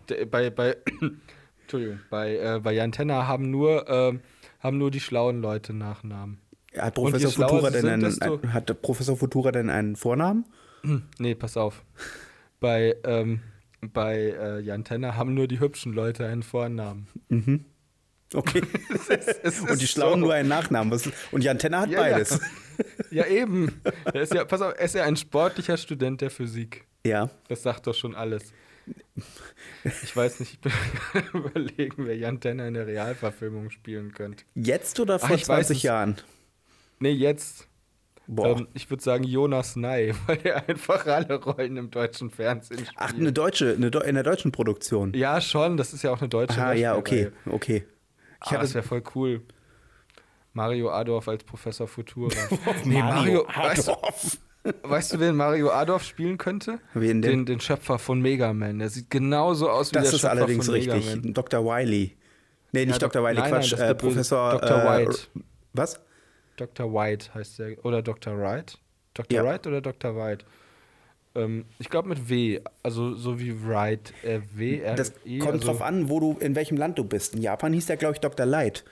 S2: Der- bei bei [clears throat] Entschuldigung, bei, äh, bei Jan Tenner haben nur ähm, haben nur die schlauen Leute Nachnamen.
S1: Hat
S2: Und je
S1: Professor,
S2: schlauer
S1: Futura
S2: sie
S1: denn
S2: sind,
S1: einen,
S2: desto-
S1: ein, hat Professor Futura denn einen Vornamen?
S2: Nee, pass auf. Bei ähm, bei äh, Jan Tenner haben nur die hübschen Leute einen [laughs] Vornamen. [laughs]
S1: Okay.
S2: Es
S1: und die
S2: ist
S1: Schlauen
S2: so.
S1: nur einen Nachnamen. Was, und die Antenne hat
S2: Ja, ja.
S1: beides.
S2: Ja, eben. Er ist ja, pass auf, er ist ja ein sportlicher Student der Physik.
S1: Ja.
S2: Das sagt doch schon alles. Ich weiß nicht, ich bin [laughs] überlegen, wer Jan Tenner in der Realverfilmung spielen könnte.
S1: Jetzt oder
S2: Ach,
S1: vor
S2: ich weiß
S1: 20
S2: es.
S1: Jahren?
S2: Nee, jetzt.
S1: Boah.
S2: Ähm, ich würde sagen Jonas Ney, [laughs] weil er einfach alle Rollen im deutschen Fernsehen spielt.
S1: Ach, ne eine deutsche, eine Deu- in der deutschen Produktion.
S2: ja, schon, das ist ja auch eine deutsche
S1: Ah, ja, okay,
S2: Hörspielreihe.
S1: okay.
S2: Ich ah, das wäre voll cool. Mario Adorf als Professor
S1: [laughs]
S2: Futura. Oh, weißt, du-
S1: Adorf.
S2: weißt du, wen Mario Adorf spielen könnte?
S1: Wen denn?
S2: Den, den Schöpfer von Mega Man. Der sieht genauso aus wie
S1: Das
S2: der
S1: ist
S2: Schöpfer
S1: allerdings
S2: von Mega
S1: richtig.
S2: Man.
S1: Dr. Wiley. Nee, nicht
S2: Ja,
S1: Dr. Wiley,
S2: nein, nein, das
S1: Quatsch.
S2: ist
S1: äh,
S2: der böse
S1: Professor
S2: Dr.
S1: äh,
S2: White.
S1: Was?
S2: Dr. White heißt der. Oder Dr. Wright? Dr.
S1: Ja.
S2: Wright oder Dr. White? Ähm, ich glaube mit W. Also so wie Wright. Äh, w, R,
S1: Das
S2: E,
S1: kommt
S2: also,
S1: drauf an, wo du, in welchem Land du bist. In Japan hieß der, glaube ich, Dr. Light.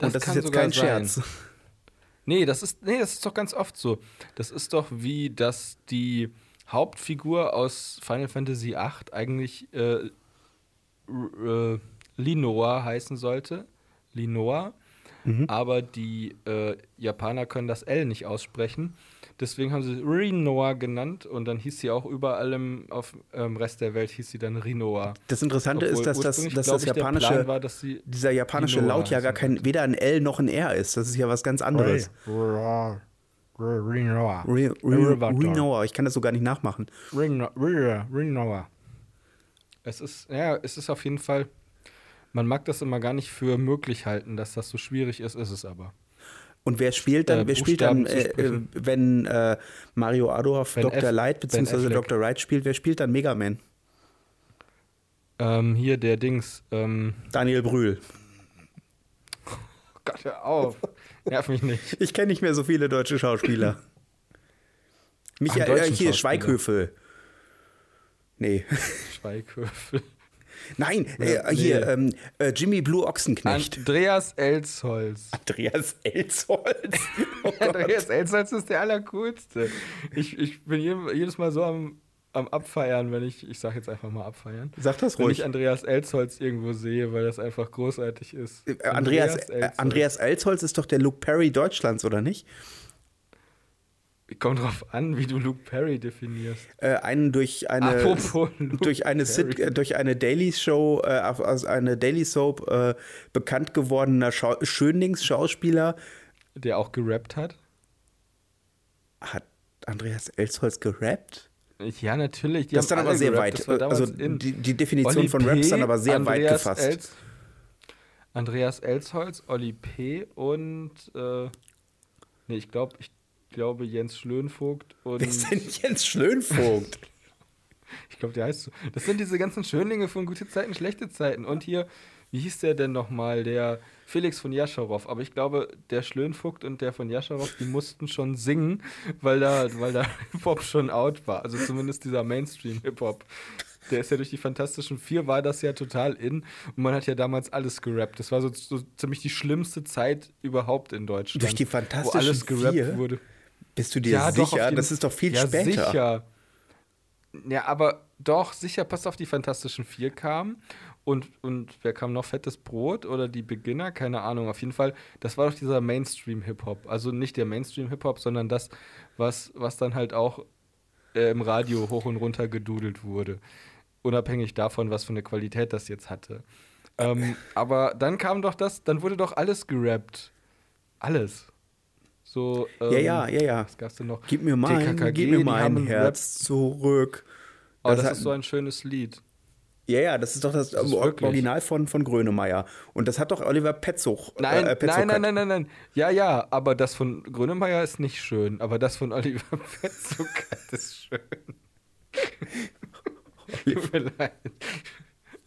S1: und das
S2: kann
S1: ist jetzt
S2: sogar
S1: kein
S2: sein.
S1: Scherz.
S2: Nee das, ist, nee, das ist doch ganz oft so. Das ist doch wie, dass die Hauptfigur aus Final Fantasy VIII eigentlich äh, r- äh, Linoa heißen sollte. Linoa.
S1: Mhm.
S2: Aber die äh, Japaner können das L nicht aussprechen. Deswegen haben sie Rinoa genannt und dann hieß sie auch überall im auf, ähm, Rest der Welt hieß sie dann Rinoa.
S1: Das Interessante ist, dass das,
S2: ursprünglich,
S1: dass
S2: glaub
S1: das
S2: ich, der Plan
S1: japanische,
S2: war, dass sie
S1: dieser japanische
S2: Quinoa
S1: Laut ja gar
S2: heißen
S1: kein, weder ein L noch ein R ist. Das ist ja was ganz anderes.
S2: Rinoa. Rinoa.
S1: Re- Re- Renoir, ich kann das so gar nicht nachmachen.
S2: Ringno- Ringnauer. Ringnauer. Es ist, ja, es ist auf jeden Fall, man mag das immer gar nicht für möglich halten, dass das so schwierig ist, ist es aber.
S1: Und wer spielt dann,
S2: Äh,
S1: wer spielt dann,
S2: Buchstaben zu
S1: äh, äh,
S2: sprechen.
S1: wenn äh, Mario Adorf
S2: Ben
S1: Dr.
S2: Aff-
S1: Light
S2: Ben
S1: bzw.
S2: Affleck.
S1: Dr. Wright spielt, wer spielt dann Mega Man?
S2: Ähm, hier der Dings, ähm,
S1: Daniel Brühl.
S2: Gott, hör auf. Nerv mich nicht.
S1: Ich kenne nicht mehr so viele deutsche Schauspieler. Michael, äh,
S2: deutschen Schauspieler.
S1: hier, Schweighöfel. Nee. [laughs]
S2: Schweighöfel.
S1: Nein, äh, hier, ähm, äh, Jimmy Blue Ochsenknecht.
S2: Andreas Elsholz.
S1: Andreas [laughs] Elsholz. Oh Gott.
S2: Andreas Elsholz ist der Allercoolste. Ich, ich bin jedem- jedes Mal so am, am Abfeiern, wenn ich, ich sag jetzt einfach mal abfeiern.
S1: Sag das
S2: Wenn
S1: ruhig.
S2: ich Andreas Elsholz irgendwo sehe, weil das einfach großartig ist.
S1: Äh, Andreas, äh, Andreas Elsholz ist doch der Luke Perry Deutschlands, oder nicht?
S2: Kommt drauf an, wie du Luke Perry definierst.
S1: Äh, einen durch eine
S2: Apropos Luke
S1: durch eine
S2: Perry.
S1: Sit, äh, durch eine Daily Show äh, auf- aus einer Daily Soap äh, bekannt gewordener Schau Schönlings Schauspieler
S2: Der auch gerappt hat.
S1: hat Andreas Elsholz gerappt.
S2: Ja, natürlich. Die
S1: Das ist
S2: haben
S1: dann aber
S2: alle
S1: sehr
S2: gerappt.
S1: weit.
S2: Das war damals
S1: Also
S2: in.
S1: die, die Definition
S2: Oli
S1: von Rap ist dann
S2: P.,
S1: aber sehr weit
S2: Andreas
S1: gefasst.
S2: Els- Andreas Elsholz, Olli P. und äh, nee, ich glaube, ich glaube Jens Schlönvogt und
S1: Wer ist denn Jens Schlönvogt?
S2: ich glaube, der heißt so. Das sind diese ganzen Schönlinge von gute Zeiten, schlechte Zeiten. Und hier, wie hieß der denn nochmal? Der Felix von Jascharow. Aber ich glaube, der Schlönvogt und der von Jascharow, die mussten schon singen, weil da, weil da [laughs] Hip-Hop schon out war. Also zumindest dieser Mainstream-Hip-Hop. Der ist ja durch die Fantastischen Vier war das ja total in. Und man hat ja damals alles gerappt. Das war so, so ziemlich die schlimmste Zeit überhaupt in Deutschland.
S1: Durch die Fantastischen
S2: wo alles gerappt
S1: Vier?
S2: wurde.
S1: Bist du dir
S2: auf
S1: sicher?
S2: jeden-
S1: das ist doch viel
S2: ja,
S1: später.
S2: Sicher. Ja, aber doch, sicher, pass auf, die Fantastischen Vier kamen. Und, und wer kam noch? Fettes Brot oder die Beginner? Keine Ahnung. Auf jeden Fall, das war doch dieser Mainstream-Hip-Hop. Also nicht der Mainstream-Hip-Hop, sondern das, was, was dann halt auch äh, im Radio hoch und runter gedudelt wurde. Unabhängig davon, was für eine Qualität das jetzt hatte.
S1: [laughs]
S2: Ähm, aber dann kam doch das, dann wurde doch alles gerappt. Alles. So, ähm,
S1: Ja, ja, ja, ja.
S2: Was gab's denn noch?
S1: Gib mir mein,
S2: TKKG,
S1: gib
S2: die
S1: mir
S2: haben
S1: mein
S2: einen
S1: Herz zurück.
S2: Rap. Oh,
S1: Das
S2: das,
S1: hat-
S2: ist so ein schönes Lied.
S1: Ja, ja, das ist doch das,
S2: ist
S1: Or-
S2: wirklich-
S1: Original von, von Grönemeyer. Und das hat doch Oliver Petzoch.
S2: Nein,
S1: äh,
S2: nein,
S1: Petzold
S2: nein,
S1: hat-
S2: nein, nein, nein. Ja, ja, aber das von Grönemeyer ist nicht schön, aber das von Oliver [laughs] Petzokat ist
S1: [laughs]
S2: schön. Tut mir leid.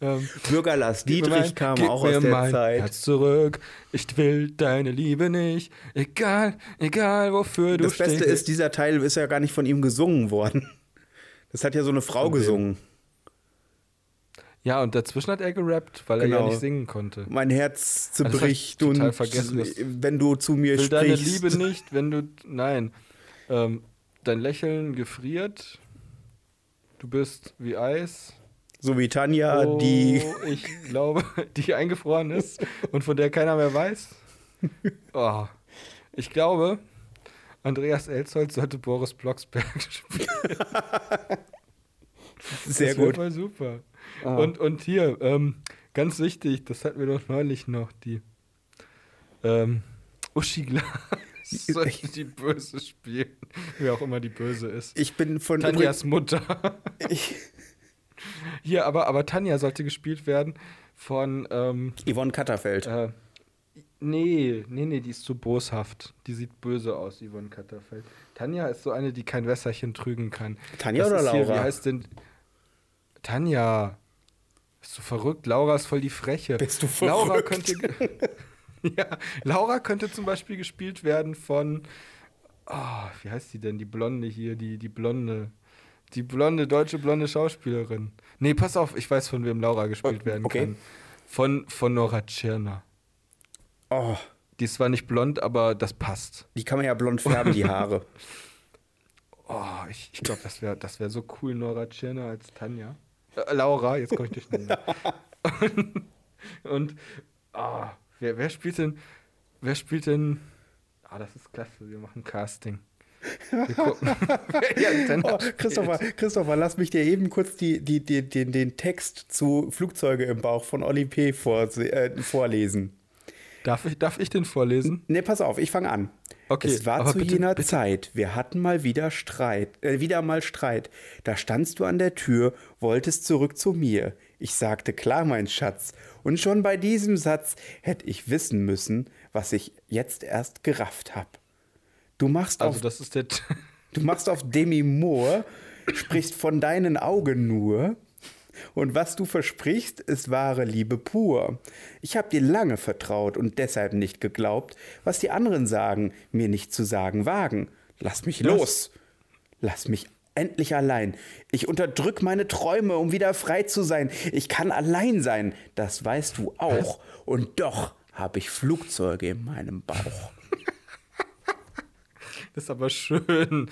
S2: Ähm,
S1: Bürger Lars
S2: gib mir
S1: Dietrich
S2: mein-
S1: kam
S2: gib
S1: auch
S2: mir
S1: aus der
S2: mein
S1: Zeit.
S2: Herz zurück. Ich will deine Liebe nicht. Egal, egal wofür du
S1: das Beste
S2: stehst.
S1: ist, dieser Teil ist ja gar nicht von ihm gesungen worden. Das hat ja so eine Frau
S2: Von wem?
S1: gesungen.
S2: ja, und dazwischen hat er gerappt, weil er
S1: Genau.
S2: ja nicht singen konnte.
S1: Mein Herz
S2: das hab ich
S1: zerbricht
S2: total
S1: und
S2: vergessen, das-
S1: wenn du zu mir
S2: will deine
S1: sprichst.
S2: Liebe nicht, wenn du. Nein. Ähm, dein Lächeln gefriert. Du bist wie Eis.
S1: So wie Tanja, die. [laughs]
S2: Oh, Ich glaube, [laughs] die eingefroren ist und von der keiner mehr weiß. Oh. Ich glaube, Andreas Elsholz sollte Boris Blocksberg [laughs] spielen.
S1: Sehr
S2: das wär
S1: gut.
S2: Voll super. Und, und hier, ähm, ganz wichtig, das hatten wir doch neulich noch, die ähm, Uschi Glas [laughs] sollte die Böse spielen. Wer auch immer die Böse ist.
S1: Ich bin von.
S2: Tanjas Mutter. [laughs]
S1: Ich,
S2: Hier, aber, aber Tanja sollte gespielt werden von ähm,
S1: Yvonne Katterfeld.
S2: Äh, nee, nee, nee, die ist zu boshaft. Die sieht böse aus, Yvonne Katterfeld. Tanja ist so eine, die kein Wässerchen trügen kann.
S1: Tanja
S2: das
S1: oder
S2: ist Hier, wie
S1: Laura?
S2: heißt denn. Tanja. Bist du verrückt? Laura ist voll die Freche.
S1: Bist du
S2: Laura
S1: verrückt?
S2: könnte. [laughs] ja, Laura könnte zum Beispiel gespielt werden von. Oh, wie heißt die denn? Die Blonde hier, die, die Blonde. Die blonde, deutsche blonde Schauspielerin. Nee, pass auf, ich weiß, von wem Laura gespielt
S1: Oh,
S2: werden
S1: okay.
S2: kann. Von, von Nora Tschirner.
S1: Oh,
S2: Die ist zwar nicht blond, aber das passt.
S1: die kann man ja blond färben, die
S2: [laughs]
S1: Haare.
S2: Oh, ich, ich glaube, das wäre das wär so cool, Nora Tschirner als Tanja. Äh, Laura, jetzt komme ich durcheinander. Und, ah, wer, wer spielt denn, wer spielt denn, ah, das ist klasse, wir machen Casting. Wir gucken, [laughs] wer die Antenne
S1: Oh, Christopher, Christopher, lass mich dir eben kurz die, die, die, den, den Text zu Flugzeuge im Bauch von Oli P. Vorse äh, vorlesen.
S2: spielt. Darf ich, darf ich den vorlesen?
S1: Ne, pass auf, ich fange an.
S2: Okay,
S1: es war
S2: aber
S1: zu
S2: bitte-
S1: jener
S2: bitte-
S1: Zeit, wir hatten mal wieder Streit, äh, wieder mal Streit. Da standst du an der Tür, wolltest zurück zu mir. Ich sagte, klar, mein Schatz. Und schon bei diesem Satz hätte ich wissen müssen, was ich jetzt erst gerafft hab. Du machst auf
S2: Also, das ist der, T-
S1: Du machst auf Demi Moore, sprichst von deinen Augen nur Und was du versprichst, ist wahre Liebe pur. Ich habe dir lange vertraut und deshalb nicht geglaubt, was die anderen sagen, mir nicht zu sagen wagen. Lass mich
S2: Was?
S1: los. Lass mich endlich allein. Ich unterdrück meine Träume, um wieder frei zu sein. Ich kann allein sein. Das weißt du auch. Und doch habe ich Flugzeuge in meinem Bauch.
S2: Das ist aber schön.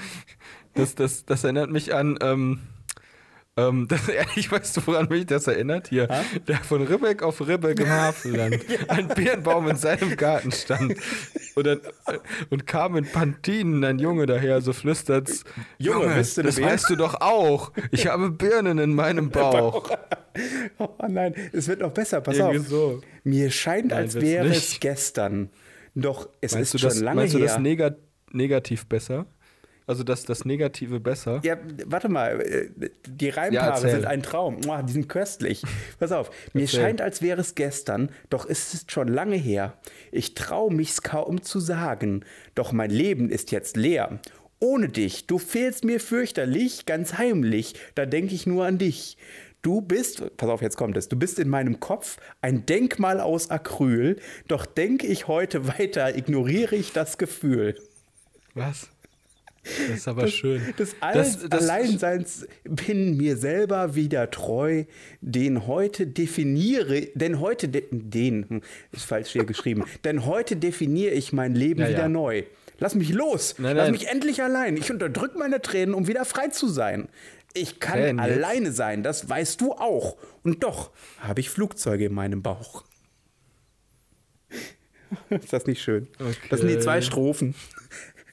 S2: Das, das, das erinnert mich an. Ähm, ähm, [laughs] das, ehrlich, weißt du, woran mich das erinnert? Hier, der von Ribbeck auf Ribbeck im
S1: [laughs]
S2: Hafenland. Ein Birnbaum in seinem Garten stand. Und, dann, und kam in Pantinen ein Junge daher, so flüstert's.
S1: Junge, bist du eine
S2: das
S1: Birne?"
S2: weißt du doch auch. Ich habe Birnen in meinem Bauch.
S1: [laughs] Oh nein, es wird noch besser, pass
S2: Irgendwie
S1: auf.
S2: so.
S1: Mir scheint,
S2: Nein,
S1: als
S2: wird's
S1: wäre es
S2: nicht.
S1: gestern. Doch es
S2: Meinst du
S1: ist
S2: das,
S1: schon lange
S2: meinst du
S1: her.
S2: das nega negativ besser? Also das, das Negative besser?
S1: Ja, warte mal, äh, die
S2: Ja,
S1: Reimpaare
S2: erzähl.
S1: sind ein Traum. Mua, die
S2: [laughs]
S1: sind köstlich. Pass auf, mir
S2: Erzähl.
S1: scheint, als wäre es gestern, doch ist es schon lange her. Ich traue mich's kaum zu sagen, doch mein Leben ist jetzt leer. Ohne dich, du fehlst mir fürchterlich, ganz heimlich, da denke ich nur an dich. Du bist, pass auf, jetzt kommt es, du bist in meinem Kopf ein Denkmal aus Acryl, doch denke ich heute weiter, ignoriere ich das Gefühl.
S2: Was? Das ist aber schön.
S1: Des
S2: Das-
S1: All-
S2: das-
S1: Alleinseins bin mir selber wieder treu, den heute definiere, denn heute, de, den, hm, ist falsch hier
S2: [laughs]
S1: geschrieben, denn heute definiere ich mein Leben
S2: Ja,
S1: wieder
S2: ja.
S1: neu. Lass mich los,
S2: Nein,
S1: lass
S2: nein.
S1: mich endlich allein. Ich unterdrück meine Tränen, um wieder frei zu sein. Ich kann
S2: Tränen jetzt?
S1: alleine sein, das weißt du auch. Und doch habe ich Flugzeuge in meinem Bauch. [laughs] ist das nicht schön? Das sind die zwei
S2: Okay.
S1: Strophen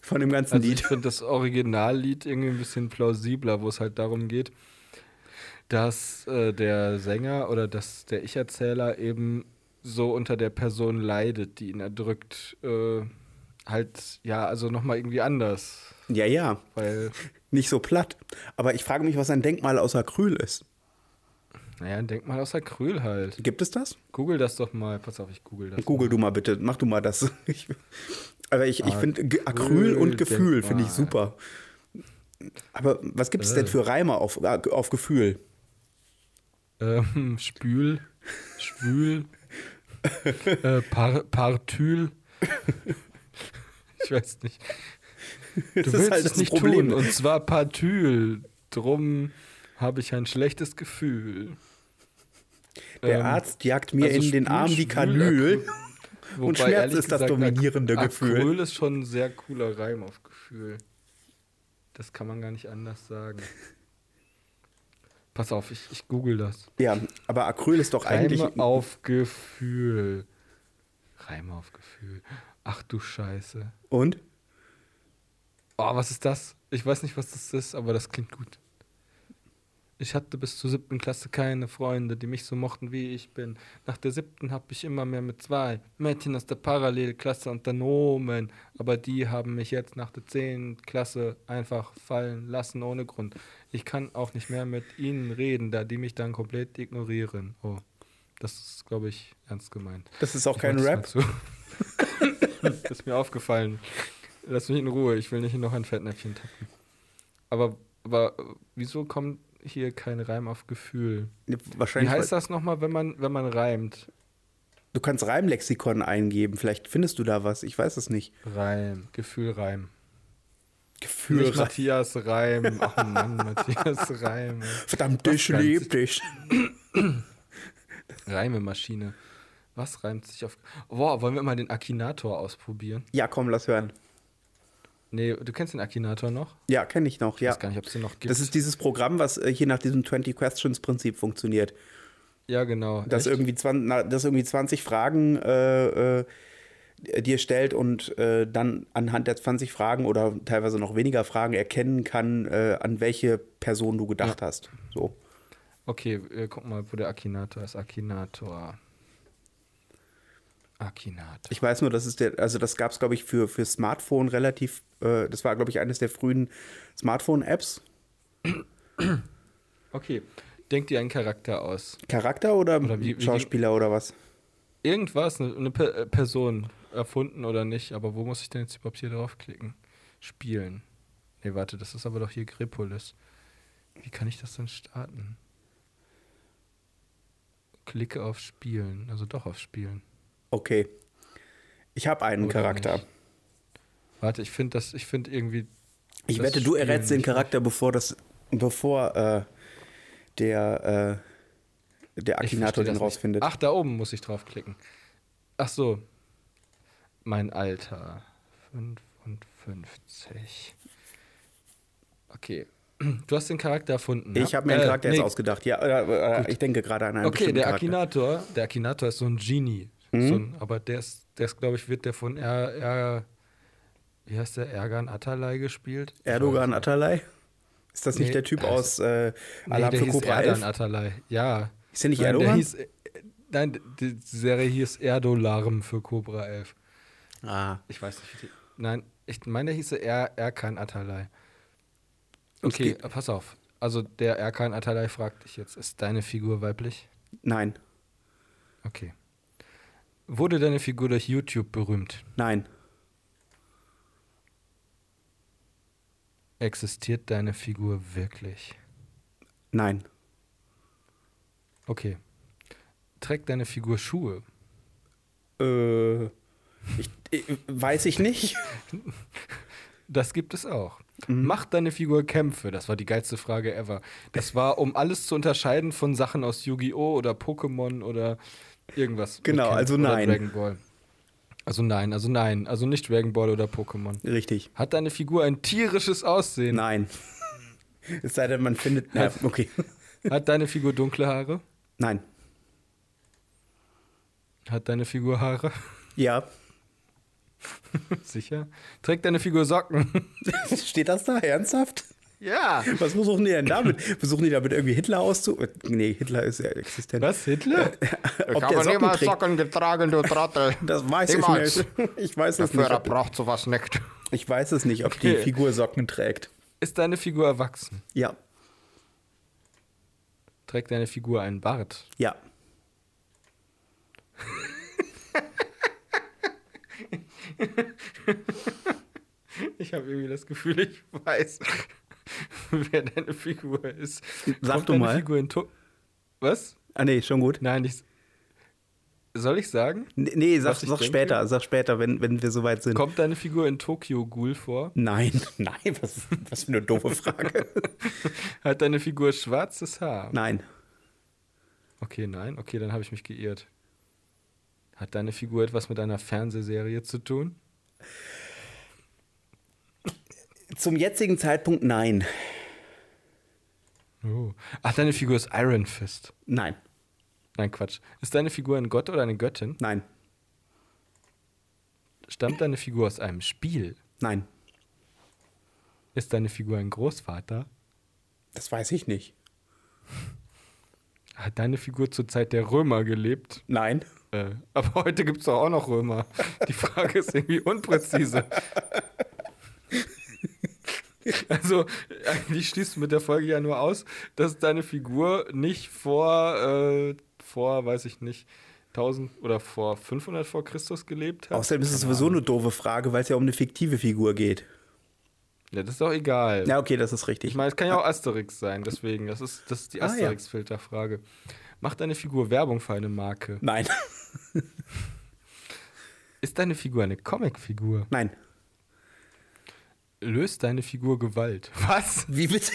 S1: von dem ganzen
S2: Also
S1: Lied.
S2: ich finde das Originallied irgendwie ein bisschen plausibler, wo es halt darum geht, dass äh, der Sänger oder dass der Ich-Erzähler eben so unter der Person leidet, die ihn erdrückt. Äh, halt, ja, also nochmal irgendwie anders.
S1: Ja, ja.
S2: Weil,
S1: Nicht so platt. Aber ich frage mich, was ein Denkmal aus Acryl ist.
S2: naja, denk mal aus Acryl halt.
S1: Gibt es das?
S2: Google das doch mal. Pass auf, ich google das.
S1: Google du mal bitte, mach du mal das. [laughs] Ich, aber ich, ich
S2: Ah,
S1: finde Acryl und Gefühl finde ich super. Aber was gibt es
S2: Äh.
S1: denn für Reime auf, auf Gefühl?
S2: Ähm, Spül, Schwül, äh, Par Partül. Ich weiß nicht.
S1: Das
S2: Du willst es nicht tun, und zwar Partül. Drum habe ich ein schlechtes Gefühl.
S1: Der
S2: Ähm,
S1: Arzt jagt mir
S2: also
S1: in den
S2: schwül,
S1: Arm die
S2: schwül,
S1: Kanül.
S2: Acryl.
S1: Und Schmerz
S2: ehrlich
S1: ist das dominierende
S2: Ac-
S1: Gefühl.
S2: Acryl ist schon ein sehr cooler Reim auf Gefühl. Das kann man gar nicht anders sagen. Pass auf, ich, ich google das.
S1: Ja, aber Acryl ist doch eigentlich.
S2: Reime auf Gefühl. Reime auf Gefühl. Ach du Scheiße.
S1: Und?
S2: Oh, was ist das? Ich weiß nicht, was das ist, aber das klingt gut. Ich hatte bis zur siebten Klasse keine Freunde, die mich so mochten, wie ich bin. Nach der siebten hab ich immer mehr mit zwei Mädchen aus der Parallelklasse unternommen. Aber die haben mich jetzt nach der zehnten Klasse einfach fallen lassen, ohne Grund. Ich kann auch nicht mehr mit ihnen reden, da die mich dann komplett ignorieren. Oh, das ist, glaube ich, ernst gemeint.
S1: Das ist auch
S2: Ich
S1: kein
S2: mach
S1: Rap.
S2: das mal zu. [laughs] ist mir aufgefallen. Lass mich in Ruhe, ich will nicht noch ein Fettnäpfchen tappen. Aber, aber äh, wieso kommt hier kein Reim auf Gefühl? Wie
S1: Wahrscheinlich.
S2: heißt das nochmal, wenn man, wenn man reimt?
S1: Du kannst Reimlexikon eingeben. Vielleicht findest du da was. Ich weiß es nicht.
S2: Reim, Gefühl, Reim.
S1: Gefühl.
S2: Nicht Matthias
S1: [laughs]
S2: Reim. Ach Mann, Matthias Reim.
S1: Verdammt,
S2: Was
S1: ich
S2: kannst
S1: lieb dich.
S2: Reimemaschine. Was reimt sich auf. Boah, wollen wir mal den Akinator ausprobieren?
S1: Ja, komm, lass hören.
S2: Nee, du kennst den Akinator noch?
S1: Ja, kenne ich noch,
S2: Ich
S1: ja.
S2: weiß gar nicht, ob es den noch gibt.
S1: Das ist dieses Programm, was äh, hier nach diesem 20 Questions Prinzip funktioniert.
S2: ja, genau.
S1: Das
S2: Echt?
S1: irgendwie, 20, na, das irgendwie 20 Fragen äh, äh, dir stellt und äh, dann anhand der 20 Fragen oder teilweise noch weniger Fragen erkennen kann, äh, an welche Person du gedacht hast. So.
S2: Okay, wir gucken mal, wo der Akinator ist. Akinator. Akinator.
S1: Ich weiß nur, das ist der, also das gab es, glaube ich, für, für Smartphone relativ, äh, das war, glaube ich, eines der frühen Smartphone-Apps.
S2: Okay, denk dir einen Charakter aus.
S1: Charakter oder,
S2: Oder wie- wie-
S1: Schauspieler oder was?
S2: Irgendwas, eine, eine Per- äh, Person, erfunden oder nicht, aber wo muss ich denn jetzt überhaupt hier draufklicken? Spielen. Nee, warte, das ist aber doch hier Gripolis. Wie kann ich das denn starten? klicke auf Spielen. Also doch auf Spielen.
S1: Okay. Ich habe einen
S2: Oder
S1: Charakter.
S2: nicht? Warte, ich finde das, ich finde irgendwie.
S1: Ich
S2: das
S1: wette, du
S2: Spiel
S1: errätst den
S2: nicht.
S1: Charakter, bevor das, bevor äh, der, äh, der
S2: Ich
S1: Akinator
S2: versteh
S1: den
S2: das nicht.
S1: rausfindet.
S2: Ach, da oben muss ich draufklicken. Ach so. Mein Alter. 55. Okay. [clears throat] Du hast den Charakter erfunden.
S1: ich
S2: ja?
S1: habe mir einen
S2: Äh,
S1: Charakter jetzt
S2: nee,
S1: ausgedacht. Ja, äh, äh, ich denke gerade an einen
S2: Okay,
S1: bestimmten
S2: der
S1: Charakter. Mhm.
S2: Akinator, der Akinator ist so ein Genie. So ein, aber der ist, der ist glaube ich, wird der von er, er, wie heißt der, Ergan Atalay gespielt?
S1: Erdogan Atalay? Ist das nicht
S2: Nee,
S1: der Typ
S2: das-
S1: aus äh,
S2: Nee,
S1: Alarm
S2: der
S1: für
S2: hieß
S1: Cobra
S2: Erdan
S1: 11?
S2: Atalay, ja.
S1: Ist der nicht
S2: nein, Der
S1: Erdogan?
S2: hieß, äh, nein, die Serie hieß Erdolarm für Cobra 11.
S1: Ah.
S2: Ich weiß nicht, wie die, nein, ich meine, der hieße er, Erkan Atalay.
S1: Es
S2: Okay,
S1: geht-
S2: äh, pass auf. Also der Erkan Atalay fragt dich jetzt, ist deine Figur weiblich?
S1: Nein,
S2: Okay. Wurde deine Figur durch YouTube berühmt?
S1: nein,
S2: Existiert deine Figur wirklich?
S1: nein,
S2: Okay. Trägt deine Figur Schuhe?
S1: äh, ich, ich, weiß ich nicht. [laughs]
S2: Das gibt es auch.
S1: Mhm.
S2: Macht deine Figur Kämpfe? Das war die geilste Frage ever. Das war, um alles zu unterscheiden von Sachen aus Yu-Gi-Oh! oder Pokémon oder irgendwas. mit
S1: Genau,
S2: Kämpfen
S1: also
S2: oder
S1: nein.
S2: Dragon Ball. Also nein, also nein, also nicht Dragon Ball oder Pokémon.
S1: Richtig,
S2: Hat deine Figur ein tierisches Aussehen?
S1: nein. Es sei denn, man findet. Na, okay,
S2: Hat deine Figur dunkle Haare?
S1: nein.
S2: Hat deine Figur Haare? [laughs]
S1: Ja, [laughs]
S2: Sicher. Trägt deine Figur Socken?
S1: steht das da ernsthaft?
S2: ja.
S1: Was versuchen die denn damit? Versuchen die damit irgendwie Hitler auszu... Nee, Hitler ist ja existent.
S2: Was,
S1: [laughs]
S2: Hitler?
S1: Ob der Socken trägt,
S3: getragen, du Trottel.
S1: das weiß ich
S3: Niemals.
S1: nicht. [laughs] Ich weiß es nicht.
S3: Führer
S1: Ob,
S3: braucht sowas nicht.
S1: ich weiß es nicht, ob die
S2: Okay.
S1: Figur Socken trägt.
S2: Ist deine Figur erwachsen?
S1: Ja,
S2: Trägt deine Figur einen Bart?
S1: ja.
S2: Ich habe irgendwie das Gefühl, ich weiß, [laughs] wer deine Figur ist.
S1: Sag
S2: Kommt
S1: du
S2: deine
S1: mal.
S2: Figur in to Was?
S1: Ah, nee, schon gut.
S2: Nein, ich. Soll ich sagen?
S1: N- Nee, sag,
S2: Was ich
S1: sag
S2: denke?
S1: später, sag später, wenn, wenn wir soweit sind.
S2: Kommt deine Figur in Tokyo Ghoul vor?
S1: Nein, [laughs] nein, was, was für eine doofe
S2: [laughs]
S1: Frage.
S2: Hat deine Figur schwarzes Haar?
S1: nein,
S2: Okay, nein. Okay, dann habe ich mich geirrt. Hat deine Figur etwas mit einer Fernsehserie zu tun?
S1: zum jetzigen Zeitpunkt nein.
S2: Oh. Ach, deine Figur ist Iron Fist.
S1: Nein,
S2: Nein, Quatsch. Ist deine Figur ein Gott oder eine Göttin?
S1: nein,
S2: Stammt deine Figur aus einem Spiel?
S1: nein.
S2: Ist deine Figur ein Großvater?
S1: Das weiß ich nicht.
S2: Hat deine Figur zur Zeit der Römer gelebt?
S1: Nein.
S2: Äh, aber heute gibt es doch auch noch Römer. Die Frage ist irgendwie unpräzise. Also, eigentlich schließt du mit der Folge ja nur aus, dass deine Figur nicht vor, äh, vor weiß ich nicht, 1000 oder vor 500 vor Christus gelebt hat.
S1: Außerdem ist es sowieso eine doofe Frage, weil es ja um eine fiktive Figur geht.
S2: Ja, das ist doch egal.
S1: Ja, okay, das ist richtig.
S2: Ich meine, es kann ja auch Asterix sein, deswegen. Das ist, das ist die
S1: Ah, ja.
S2: Asterix-Filterfrage. Macht deine Figur Werbung für eine Marke?
S1: nein,
S2: Ist deine Figur eine Comicfigur?
S1: nein.
S2: Löst deine Figur Gewalt? [laughs] Was?
S1: Wie bitte?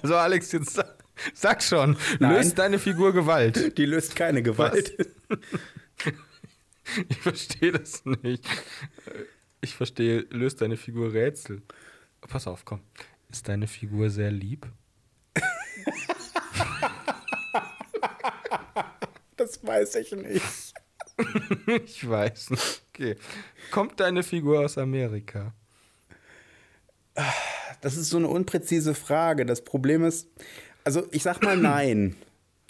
S2: Also Alex, jetzt sa- sag schon.
S1: Nein.
S2: Löst deine Figur Gewalt?
S1: Die löst keine Gewalt.
S2: [laughs] Ich verstehe das nicht. Ich verstehe, löst deine Figur Rätsel? Pass auf, komm. Ist deine Figur sehr lieb?
S1: Das weiß ich nicht.
S2: [laughs] Ich weiß nicht. Okay. Kommt deine Figur aus Amerika?
S1: Das ist so eine unpräzise Frage. Das Problem ist, also ich sag [clears throat] mal nein.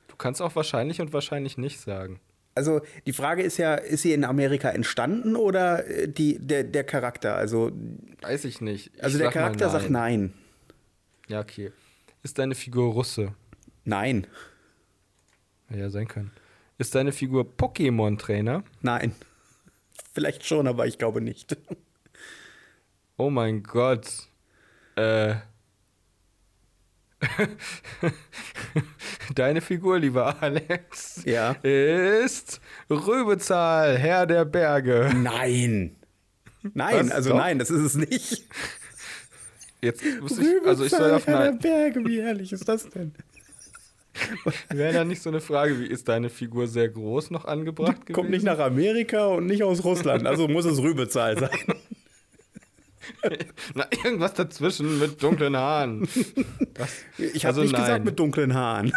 S2: Du kannst auch wahrscheinlich und wahrscheinlich nicht sagen.
S1: Also die Frage ist ja, ist sie in Amerika entstanden oder äh, die, der, der Charakter? Also,
S2: Weiß ich nicht. Ich
S1: also der
S2: sag mal
S1: Charakter sagt nein.
S2: Ja, okay. Ist deine Figur Russe?
S1: Nein,
S2: Ja, sein können. Ist deine Figur Pokémon-Trainer?
S1: nein. Vielleicht schon, aber ich glaube nicht.
S2: Oh mein Gott. Äh. [laughs] Deine Figur, lieber Alex,
S1: Ja.
S2: ist Röbezahl, Herr der Berge.
S1: [laughs] Nein. Nein,
S2: Was?
S1: also
S2: Doch?
S1: nein, das ist es nicht.
S2: Jetzt muss ich, also ich soll auf eine,
S1: Berge, wie herrlich ist das denn?
S2: wäre da nicht so eine Frage, wie ist deine Figur sehr groß noch angebracht gewesen?
S1: [laughs] Kommt nicht nach Amerika und nicht aus Russland, also muss es Rübezahl sein.
S2: Na, irgendwas dazwischen mit dunklen
S1: [laughs]
S2: Haaren. Das,
S1: [laughs] Ich habe nicht gesagt mit dunklen Haaren.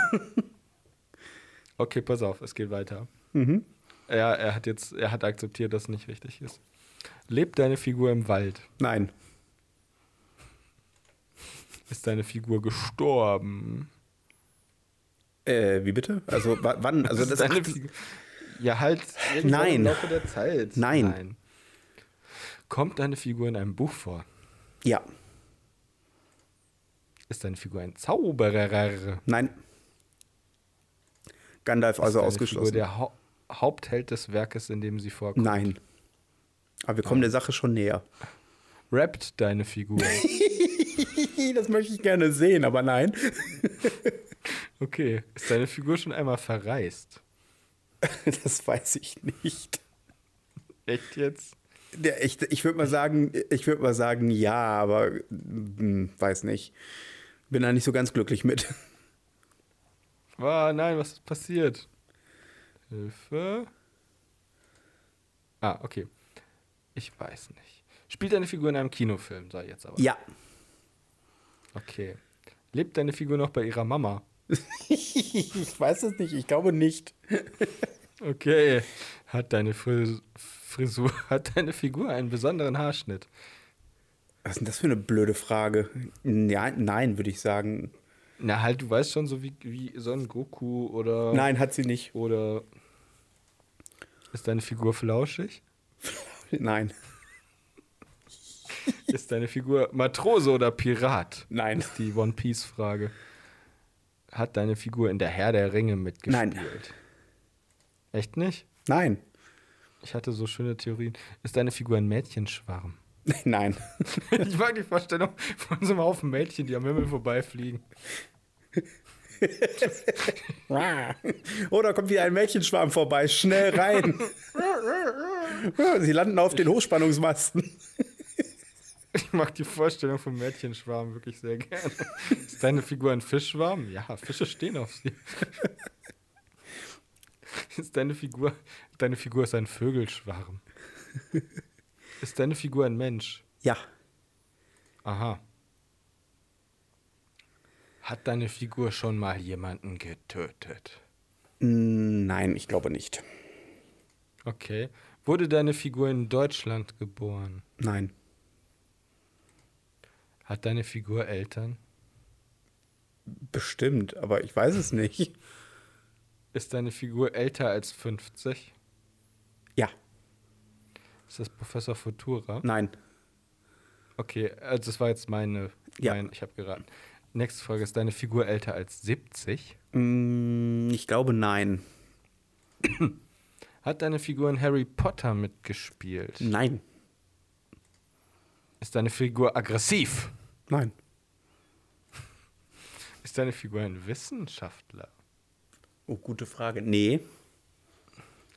S2: Okay, pass auf, es geht weiter.
S1: Mhm.
S2: Er, er hat jetzt, er hat akzeptiert, dass es nicht richtig ist. Lebt deine Figur im Wald?
S1: [laughs] Nein,
S2: Ist deine Figur gestorben?
S1: äh, wie bitte? Also wa- wann? Also
S2: [laughs]
S1: das
S2: deine
S1: ach,
S2: Figur. Ja, halt. irgendwann
S1: Nein.
S2: Im Laufe der Zeit.
S1: Nein.
S2: Kommt deine Figur in einem Buch vor?
S1: ja,
S2: Ist deine Figur ein Zauberer?
S1: nein. Gandalf also
S2: Deine Figur
S1: ausgeschlossen.
S2: der Hau Hauptheld des Werkes, in dem sie vorkommt.
S1: Nein. Aber wir kommen der Sache schon näher.
S2: Rappt deine Figur?
S1: [laughs] Das möchte ich gerne sehen, aber nein.
S2: Okay. Ist deine Figur schon einmal verreist?
S1: [laughs] Das weiß ich nicht.
S2: Echt jetzt?
S1: Der, ich ich würde mal sagen, ich würde mal sagen, ja, aber hm, weiß nicht. Bin da nicht so ganz glücklich mit.
S2: Ah, nein, was ist passiert? Hilfe. Ah, okay. Ich weiß nicht. Spielt deine Figur in einem Kinofilm, sei jetzt aber.
S1: Ja.
S2: Okay. Lebt deine Figur noch bei ihrer Mama?
S1: [laughs] Ich weiß es nicht, ich glaube nicht.
S2: Okay. Hat deine Fris Frisur, [laughs] hat deine Figur einen besonderen Haarschnitt?
S1: Was ist denn das für eine blöde Frage? Ja, nein, würde ich sagen.
S2: Na halt, du weißt schon, so wie, wie Son Goku oder.
S1: Nein, hat sie nicht.
S2: Oder. Ist deine Figur flauschig?
S1: Nein,
S2: Ist deine Figur Matrose oder Pirat?
S1: Nein.
S2: Ist die One Piece Frage. Hat deine Figur in der Herr der Ringe mitgespielt?
S1: Nein.
S2: Echt nicht?
S1: nein, [laughs]
S2: Ich hatte so schöne Theorien. Ist deine Figur ein Mädchenschwarm?
S1: [laughs] nein.
S2: [laughs] ich mag die Vorstellung von so einem Haufen Mädchen, die am Himmel vorbeifliegen.
S1: Oder kommt wieder ein Mädchenschwarm vorbei, schnell rein. sie landen auf den Hochspannungsmasten.
S2: Ich mag die Vorstellung von Mädchenschwarm wirklich sehr gerne. Ist deine Figur ein Fischschwarm? Ja, Fische stehen auf sie. Ist deine Figur, deine Figur ist ein Vögelschwarm. Ist deine Figur ein Mensch?
S1: Ja,
S2: Aha. Hat deine Figur schon mal jemanden getötet?
S1: nein, ich glaube nicht.
S2: Okay. Wurde deine Figur in Deutschland geboren?
S1: Nein,
S2: Hat deine Figur Eltern?
S1: bestimmt, aber ich weiß es nicht.
S2: Ist deine Figur älter als 50?
S1: Ja,
S2: Ist das Professor Futura?
S1: nein,
S2: Okay, also das war jetzt meine.
S1: Ja.
S2: Mein, ich habe geraten. Nächste Frage: Ist deine Figur älter als 70?
S1: Mm, ich glaube nein.
S2: Hat deine Figur in Harry Potter mitgespielt?
S1: Nein,
S2: Ist deine Figur aggressiv?
S1: nein,
S2: Ist deine Figur ein Wissenschaftler?
S1: Oh, gute Frage. Nee.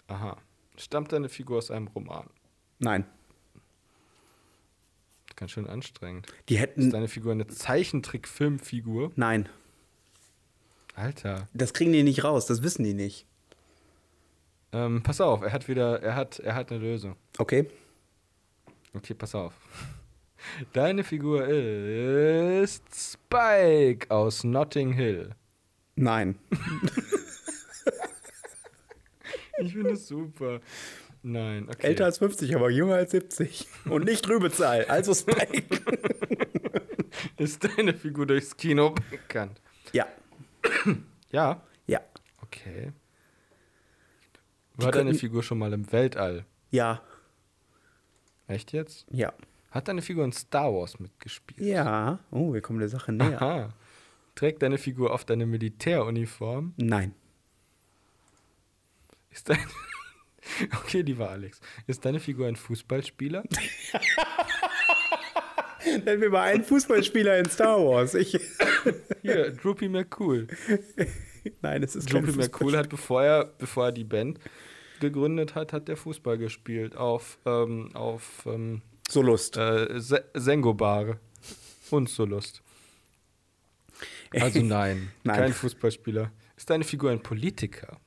S2: Aha. Stammt deine Figur aus einem Roman?
S1: Nein.
S2: Ganz schön anstrengend.
S1: Die
S2: Ist
S1: hätten.
S2: deine Figur eine Zeichentrick-Filmfigur?
S1: Nein.
S2: Alter.
S1: Das kriegen die nicht raus, das wissen die nicht.
S2: Ähm, pass auf, er hat wieder, er hat, er hat eine Lösung.
S1: Okay.
S2: Okay, pass auf. [laughs] Deine Figur ist Spike aus Notting Hill.
S1: Nein.
S2: Ich finde es super. Nein, okay.
S1: Älter als 50, aber jünger als 70. Und nicht Rübezahl, also
S2: [laughs]
S1: Spike.
S2: ist deine Figur durchs Kino bekannt?
S1: ja,
S2: Ja.
S1: ja,
S2: Okay. War
S1: könnten-
S2: deine Figur schon mal im Weltall?
S1: ja,
S2: Echt jetzt?
S1: ja.
S2: Hat deine Figur in Star Wars mitgespielt?
S1: Ja. Oh, wir kommen der Sache näher.
S2: Aha. Trägt deine Figur oft eine Militäruniform?
S1: Nein.
S2: Ist dein. [laughs]
S1: [laughs]
S2: Okay, lieber Alex. Ist deine Figur ein Fußballspieler?
S1: Nennen wir mal einen Fußballspieler in Star
S2: [laughs]
S1: Wars. Ich,
S2: Hier, Droopy McCool.
S1: nein, es ist kein
S2: Droopy McCool hat, bevor er, bevor er die Band gegründet hat, hat der Fußball gespielt auf, ähm, auf ähm,
S1: So Lust.
S2: äh, Se- Sengobar und so Lust.
S1: [laughs]
S2: Also
S1: Ähm,
S2: nein,
S1: Nein.
S2: kein Fußballspieler. Ist deine Figur ein Politiker?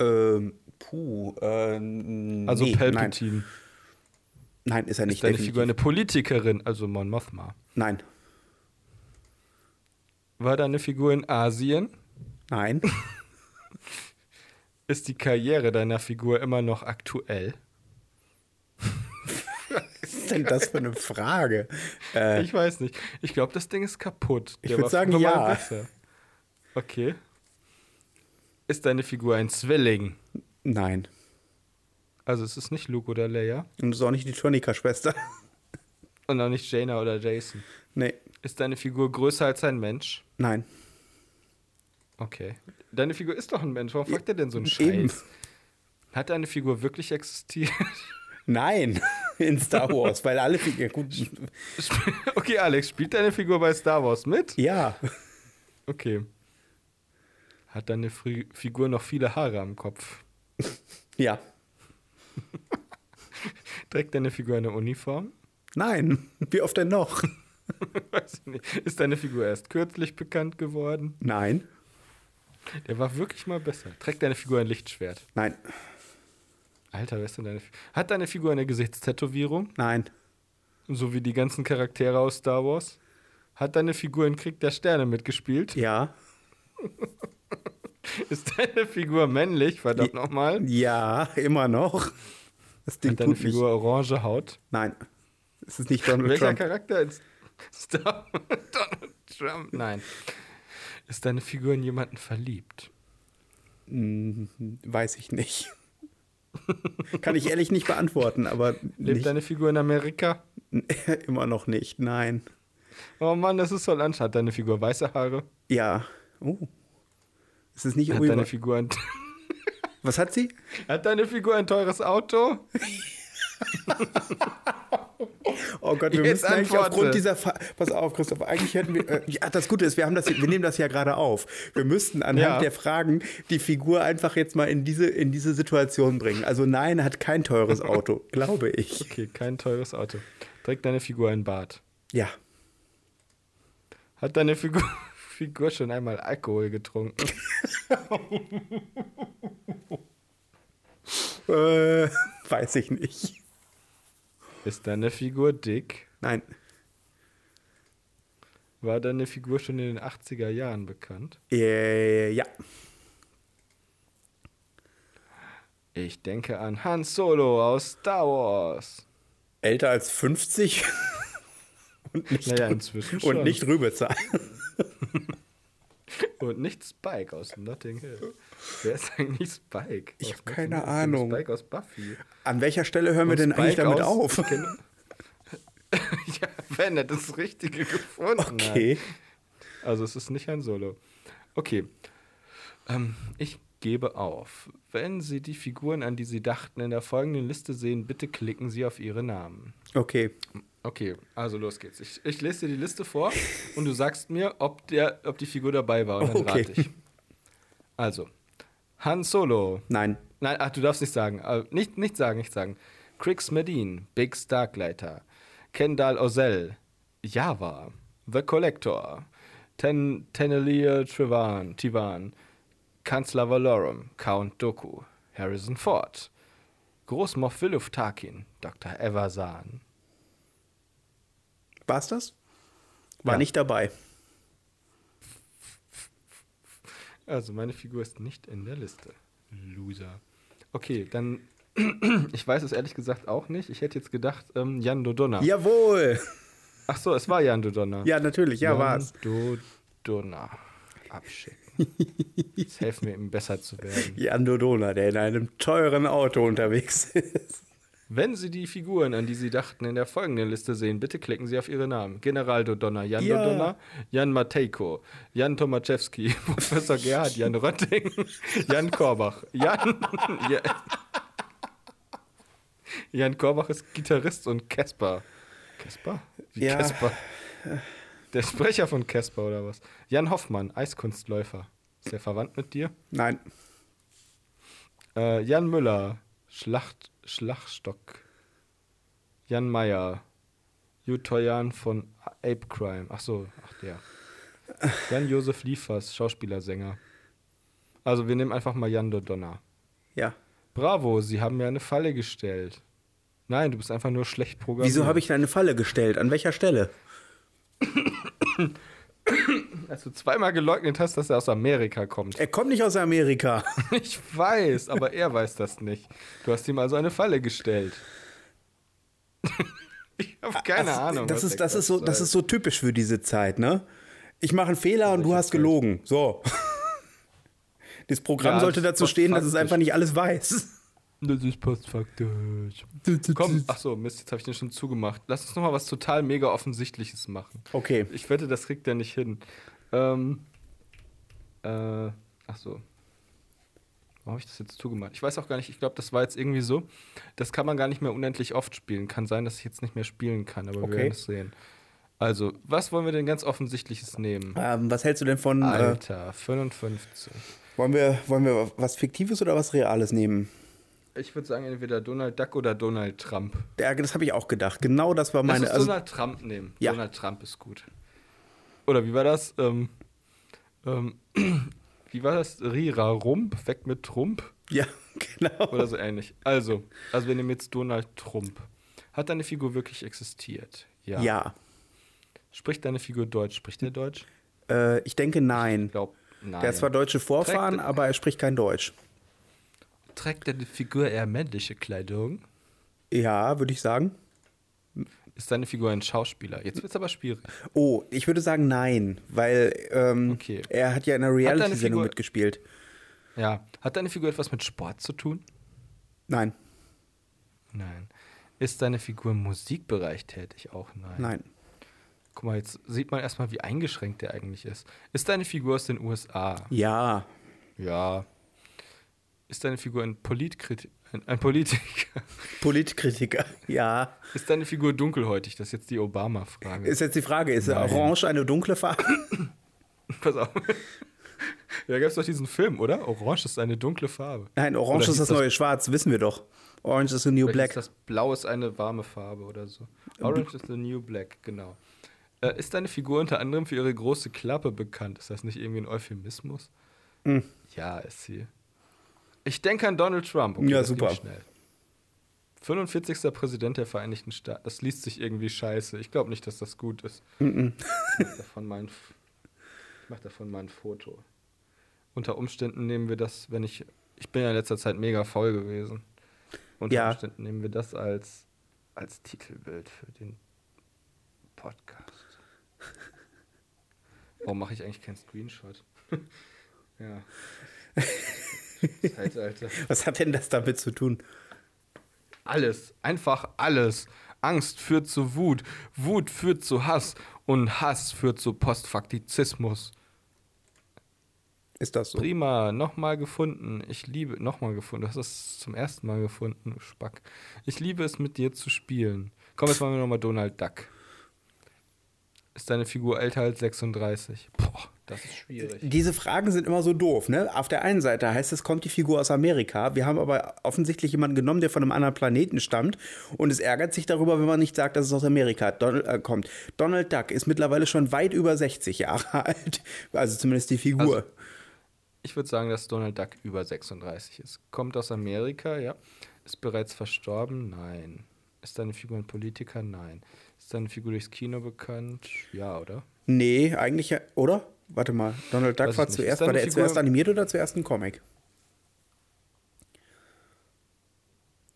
S1: Ähm, puh. Ähm,
S2: ne- Also
S1: nee, nein.
S2: Palpatine.
S1: nein, ist er nicht.
S2: Ist deine
S1: definitiv.
S2: Figur eine Politikerin? Also Mon Mothma.
S1: nein,
S2: War deine Figur in Asien? [laughs]
S1: nein,
S2: Ist die Karriere deiner Figur immer noch aktuell?
S1: was ist denn das für eine Frage? Äh,
S2: Ich weiß nicht. Ich glaube, das Ding ist kaputt.
S1: Ich
S2: Der
S1: würd
S2: war
S1: sagen,
S2: früher mal
S1: ja.
S2: besser. Okay. Ist deine Figur ein Zwilling?
S1: nein.
S2: Also es ist nicht Luke oder Leia
S1: Und es ist auch nicht die Tonika-Schwester.
S2: und auch nicht Jaina oder Jason.
S1: [laughs] nee,
S2: Ist deine Figur größer als ein Mensch?
S1: nein.
S2: Okay. Deine Figur ist doch ein Mensch. Warum fragt er denn so einen Scheiß?
S1: Eben.
S2: Hat deine Figur wirklich existiert? [laughs]
S1: Nein, [laughs] in Star Wars, weil alle Figuren. Gut,
S2: Sp- okay, Alex, spielt deine Figur bei Star Wars mit?
S1: ja,
S2: Okay. Hat deine Fri Figur noch viele Haare am Kopf?
S1: ja,
S2: Trägt deine Figur eine Uniform?
S1: nein. Wie oft denn noch?
S2: [laughs] Weiß ich nicht. Ist deine Figur erst kürzlich bekannt geworden?
S1: Nein,
S2: Der war wirklich mal besser. Trägt deine Figur ein Lichtschwert?
S1: nein,
S2: Alter, wer ist denn deine Figur? Hat deine Figur eine Gesichtstätowierung?
S1: nein,
S2: So wie die ganzen Charaktere aus Star Wars? Hat deine Figur in Krieg der Sterne mitgespielt?
S1: ja,
S2: [laughs] Ist deine Figur männlich? Verdammt
S1: Ja.
S2: nochmal.
S1: ja, immer noch. Das Ding
S2: Hat deine
S1: tut
S2: Figur orange Haut?
S1: Nicht. Nein, es ist nicht Donald
S2: Welcher
S1: Trump.
S2: Charakter ist Star [laughs] Donald Trump? Nein. Ist deine Figur in jemanden verliebt?
S1: Hm, Weiß ich nicht. Kann ich ehrlich nicht beantworten, aber
S2: Lebt
S1: nicht,
S2: deine Figur in Amerika?
S1: [laughs] immer noch nicht. Nein.
S2: Oh Mann, das ist so lunch. Hat deine Figur weiße Haare?
S1: Ja. Oh. Es ist nicht
S2: Hat
S1: Ui,
S2: deine, Figur
S1: [laughs]
S2: ein,
S1: Was hat sie?
S2: hat deine Figur ein teures Auto?
S1: Oh Gott, wir
S2: Jetzt
S1: müssen eigentlich
S2: antworte.
S1: aufgrund dieser. Fa Pass auf, Christoph, eigentlich hätten wir. Äh, ja, das Gute ist, wir, haben das, wir nehmen das ja gerade auf. Wir müssten anhand
S2: Ja.
S1: der Fragen die Figur einfach jetzt mal in diese, in diese Situation bringen. Also, nein, hat kein
S2: [laughs]
S1: teures Auto, glaube ich.
S2: Okay, kein teures Auto. Trägt deine Figur ein Bart?
S1: Ja.
S2: Hat deine Figur, [laughs] Figur schon einmal Alkohol getrunken?
S1: Äh, [laughs] weiß ich nicht.
S2: Ist deine Figur dick?
S1: Nein.
S2: War deine Figur schon in den 80er Jahren bekannt?
S1: Äh, ja.
S2: Ich denke an Han Solo aus Star Wars.
S1: Älter als 50 [laughs] und nicht,
S2: Naja, inzwischen schon.
S1: und nicht Rübezahl.
S2: Und nicht Spike aus Notting Hill. Wer ist eigentlich Spike?
S1: Ich
S2: Aus
S1: hab keine
S2: Notting Hill?
S1: Ahnung.
S2: Spike aus Buffy. [laughs]
S1: An welcher Stelle hören wir denn eigentlich
S2: Spike
S1: damit
S2: aus-
S1: auf?
S2: Genau. ja, wenn er das Richtige gefunden
S1: [laughs] Okay.
S2: hat. Also es ist nicht ein Solo. Okay. Ähm, ich gebe auf. Wenn Sie die Figuren, an die Sie dachten, in der folgenden Liste sehen, bitte klicken Sie auf Ihre Namen.
S1: Okay.
S2: Okay, also los geht's. Ich, ich lese dir die Liste vor und du sagst mir, ob, der, ob die Figur dabei war. Und dann
S1: Okay.
S2: rate ich. Also, Han Solo.
S1: Nein.
S2: Nein, ach, du darfst nicht sagen. Äh, nicht, nicht sagen, nicht sagen. Crix Medin, Big Starkleiter, Kendall Ozell, Java, The Collector, Ten, Tenelier Trivan, Tivan, Kanzler Valorum, Count Doku, Harrison Ford, Großmoff Willuf Tarkin, Dr. Eversan.
S1: War's das? War
S2: Ja.
S1: nicht dabei.
S2: Also meine Figur ist nicht in der Liste. Loser. Okay, dann. [clears throat] Ich weiß es ehrlich gesagt auch nicht. Ich hätte jetzt gedacht, ähm, Jan Dodonna.
S1: Jawohl.
S2: Ach so, es war Jan Dodonna.
S1: Ja, natürlich. Ja, war's.
S2: Dodonna. Abschicken. Das helfen mir, ihm besser zu werden.
S1: Jan Dodona, der in einem teuren Auto unterwegs ist. [laughs]
S2: Wenn Sie die Figuren, an die Sie dachten, in der folgenden Liste sehen, bitte klicken Sie auf Ihre Namen. General Dodonna, Jan
S1: Ja.
S2: Dodonna, Jan Matejko, Jan Tomaszewski, [laughs] Professor Gerhard, Jan Rötting, [laughs] Jan Korbach. Jan, [laughs] Ja- Jan Korbach ist Gitarrist und Casper. Casper? Wie
S1: Ja.
S2: Casper? Der Sprecher von Casper oder was? Jan Hoffmann, Eiskunstläufer. Ist der verwandt mit dir?
S1: Nein,
S2: Äh, Jan Müller, Schlacht, Schlachstock. Jan Meyer, Jutoyan von Ape Crime. Ach so, ach der. Jan Josef Liefers, Schauspieler, Sänger. Also wir nehmen einfach mal Jan Dodonna.
S1: ja.
S2: Bravo, Sie haben mir eine Falle gestellt. Nein, du bist einfach nur schlecht programmiert.
S1: Wieso habe ich da eine Falle gestellt? An welcher Stelle?
S2: Als du zweimal geleugnet hast, dass er aus Amerika kommt.
S1: Er kommt nicht aus Amerika.
S2: Ich weiß, aber er weiß das nicht. Du hast ihm also eine Falle gestellt. [laughs] Ich habe keine
S1: das,
S2: Ahnung.
S1: Also, Das
S2: was
S1: ist,
S2: der
S1: das, ist
S2: Quatsch
S1: so, das
S2: soll.
S1: ist so typisch für diese Zeit, ne? Ich mache einen Fehler und du
S2: Welche
S1: hast
S2: Zeit?
S1: gelogen. So. [laughs] Das Programm
S2: Ja,
S1: sollte
S2: das
S1: dazu
S2: ist
S1: stehen, dass es
S2: faktisch.
S1: einfach nicht
S2: [laughs]
S1: alles weiß.
S2: Das ist postfaktisch. Komm, ach so, Mist, jetzt habe ich den schon zugemacht. Lass uns nochmal was total mega Offensichtliches machen.
S1: Okay.
S2: Ich wette, das kriegt der nicht hin. Ähm, äh, ach so. Warum habe ich das jetzt zugemacht? Ich weiß auch gar nicht, ich glaube, das war jetzt irgendwie so. Das kann man gar nicht mehr unendlich oft spielen. Kann sein, dass ich jetzt nicht mehr spielen kann, aber
S1: Okay.
S2: wir werden es sehen. Also, was wollen wir denn ganz Offensichtliches nehmen?
S1: Ähm, was hältst du denn von. Äh,
S2: Alter, 55.
S1: wollen, wir, wollen wir was Fiktives oder was Reales nehmen?
S2: Ich würde sagen, entweder Donald Duck oder Donald Trump.
S1: Ja, das habe ich auch gedacht. Genau das war
S2: Lass
S1: meine.
S2: uns
S1: Also,
S2: Donald Trump nehmen.
S1: Ja.
S2: Donald Trump ist gut. Oder wie war das? Ähm, ähm, [clears throat] wie war das? Rira Rump, weg mit Trump
S1: [laughs] ja, genau.
S2: oder so ähnlich. Also, also wir nehmen jetzt Donald Trump. Hat deine Figur wirklich existiert? Ja.
S1: Ja.
S2: Spricht deine Figur Deutsch? Spricht der Deutsch?
S1: Äh, ich denke, nein.
S2: Ich glaube, nein.
S1: Der hat zwar deutsche Vorfahren,
S2: Trägt-
S1: aber er spricht kein Deutsch.
S2: Trägt deine Figur eher männliche Kleidung?
S1: Ja, würde ich sagen.
S2: Ist deine Figur ein Schauspieler? Jetzt wird's aber schwierig.
S1: Oh, ich würde sagen nein, weil ähm,
S2: Okay.
S1: er hat ja in einer
S2: deine
S1: Reality-Sendung
S2: Figur-
S1: mitgespielt.
S2: Ja. Hat deine Figur etwas mit Sport zu tun?
S1: Nein,
S2: Nein. Ist deine Figur im Musikbereich tätig? Auch nein.
S1: nein,
S2: Guck mal, jetzt sieht man erstmal, wie eingeschränkt der eigentlich ist. Ist deine Figur aus den USA?
S1: ja,
S2: Ja. Ist deine Figur ein Politkritik? Ein, ein Politiker. [laughs]
S1: Politkritiker, [laughs] ja.
S2: Ist deine Figur dunkelhäutig? Das ist jetzt die Obama-Frage.
S1: Ist jetzt die Frage, ist
S2: Nein.
S1: Orange eine dunkle Farbe? [laughs]
S2: Pass auf. [laughs] ja, gab es doch diesen Film, oder? Orange ist eine dunkle Farbe.
S1: Nein, Orange
S2: Oder
S1: ist
S2: hieß
S1: das, neue Schwarz, wissen wir doch. Orange is the new
S2: Vielleicht
S1: black.
S2: Ist das Blau ist eine warme Farbe oder so. Orange is the new black, genau. Äh, ist deine Figur unter anderem für ihre große Klappe bekannt? Ist das nicht irgendwie ein Euphemismus?
S1: Hm.
S2: Ja, ist sie. Ich denke an Donald Trump.
S1: Ja,
S2: das ging
S1: super.
S2: Schnell. 45. Präsident der Vereinigten Staaten. Das liest sich irgendwie scheiße. Ich glaube nicht, dass das gut ist. Ich mach davon mal ein,
S1: [laughs]
S2: F- ich mach davon mal ein Foto. Unter Umständen nehmen wir das, wenn ich. Ich bin ja in letzter Zeit mega faul gewesen. Unter
S1: Ja.
S2: Umständen nehmen wir das als, als Titelbild für den Podcast. Warum mache ich eigentlich keinen Screenshot? [laughs] ja. Zeitalter.
S1: Was hat denn das damit zu tun?
S2: Alles, einfach alles. Angst führt zu Wut, Wut führt zu Hass und Hass führt zu Postfaktizismus.
S1: Ist das so?
S2: Prima, nochmal gefunden. Ich liebe, nochmal gefunden. Du hast es zum ersten Mal gefunden, du Spack. Ich liebe es, mit dir zu spielen. Komm, jetzt machen wir nochmal Donald Duck. Ist deine Figur älter als 36? Boah, das ist schwierig.
S1: Diese Fragen sind immer so doof, ne? Auf der einen Seite heißt es, kommt die Figur aus Amerika. Wir haben aber offensichtlich jemanden genommen, der von einem anderen Planeten stammt. Und es ärgert sich darüber, wenn man nicht sagt, dass es aus Amerika Don äh, kommt. Donald Duck ist mittlerweile schon weit über 60 Jahre [laughs] alt. Also zumindest die Figur.
S2: Also- Ich würde sagen, dass Donald Duck über 36 ist. Kommt aus Amerika, ja. Ist bereits verstorben? Nein. Ist deine Figur ein Politiker? Nein. Ist deine Figur durchs Kino bekannt? Ja, oder?
S1: nee, eigentlich, ja- oder? Warte mal, Donald Duck
S2: Weiß
S1: war
S2: ich nicht.
S1: zuerst,
S2: Ist
S1: war
S2: deine
S1: der
S2: Figur-
S1: zuerst animiert oder zuerst ein Comic?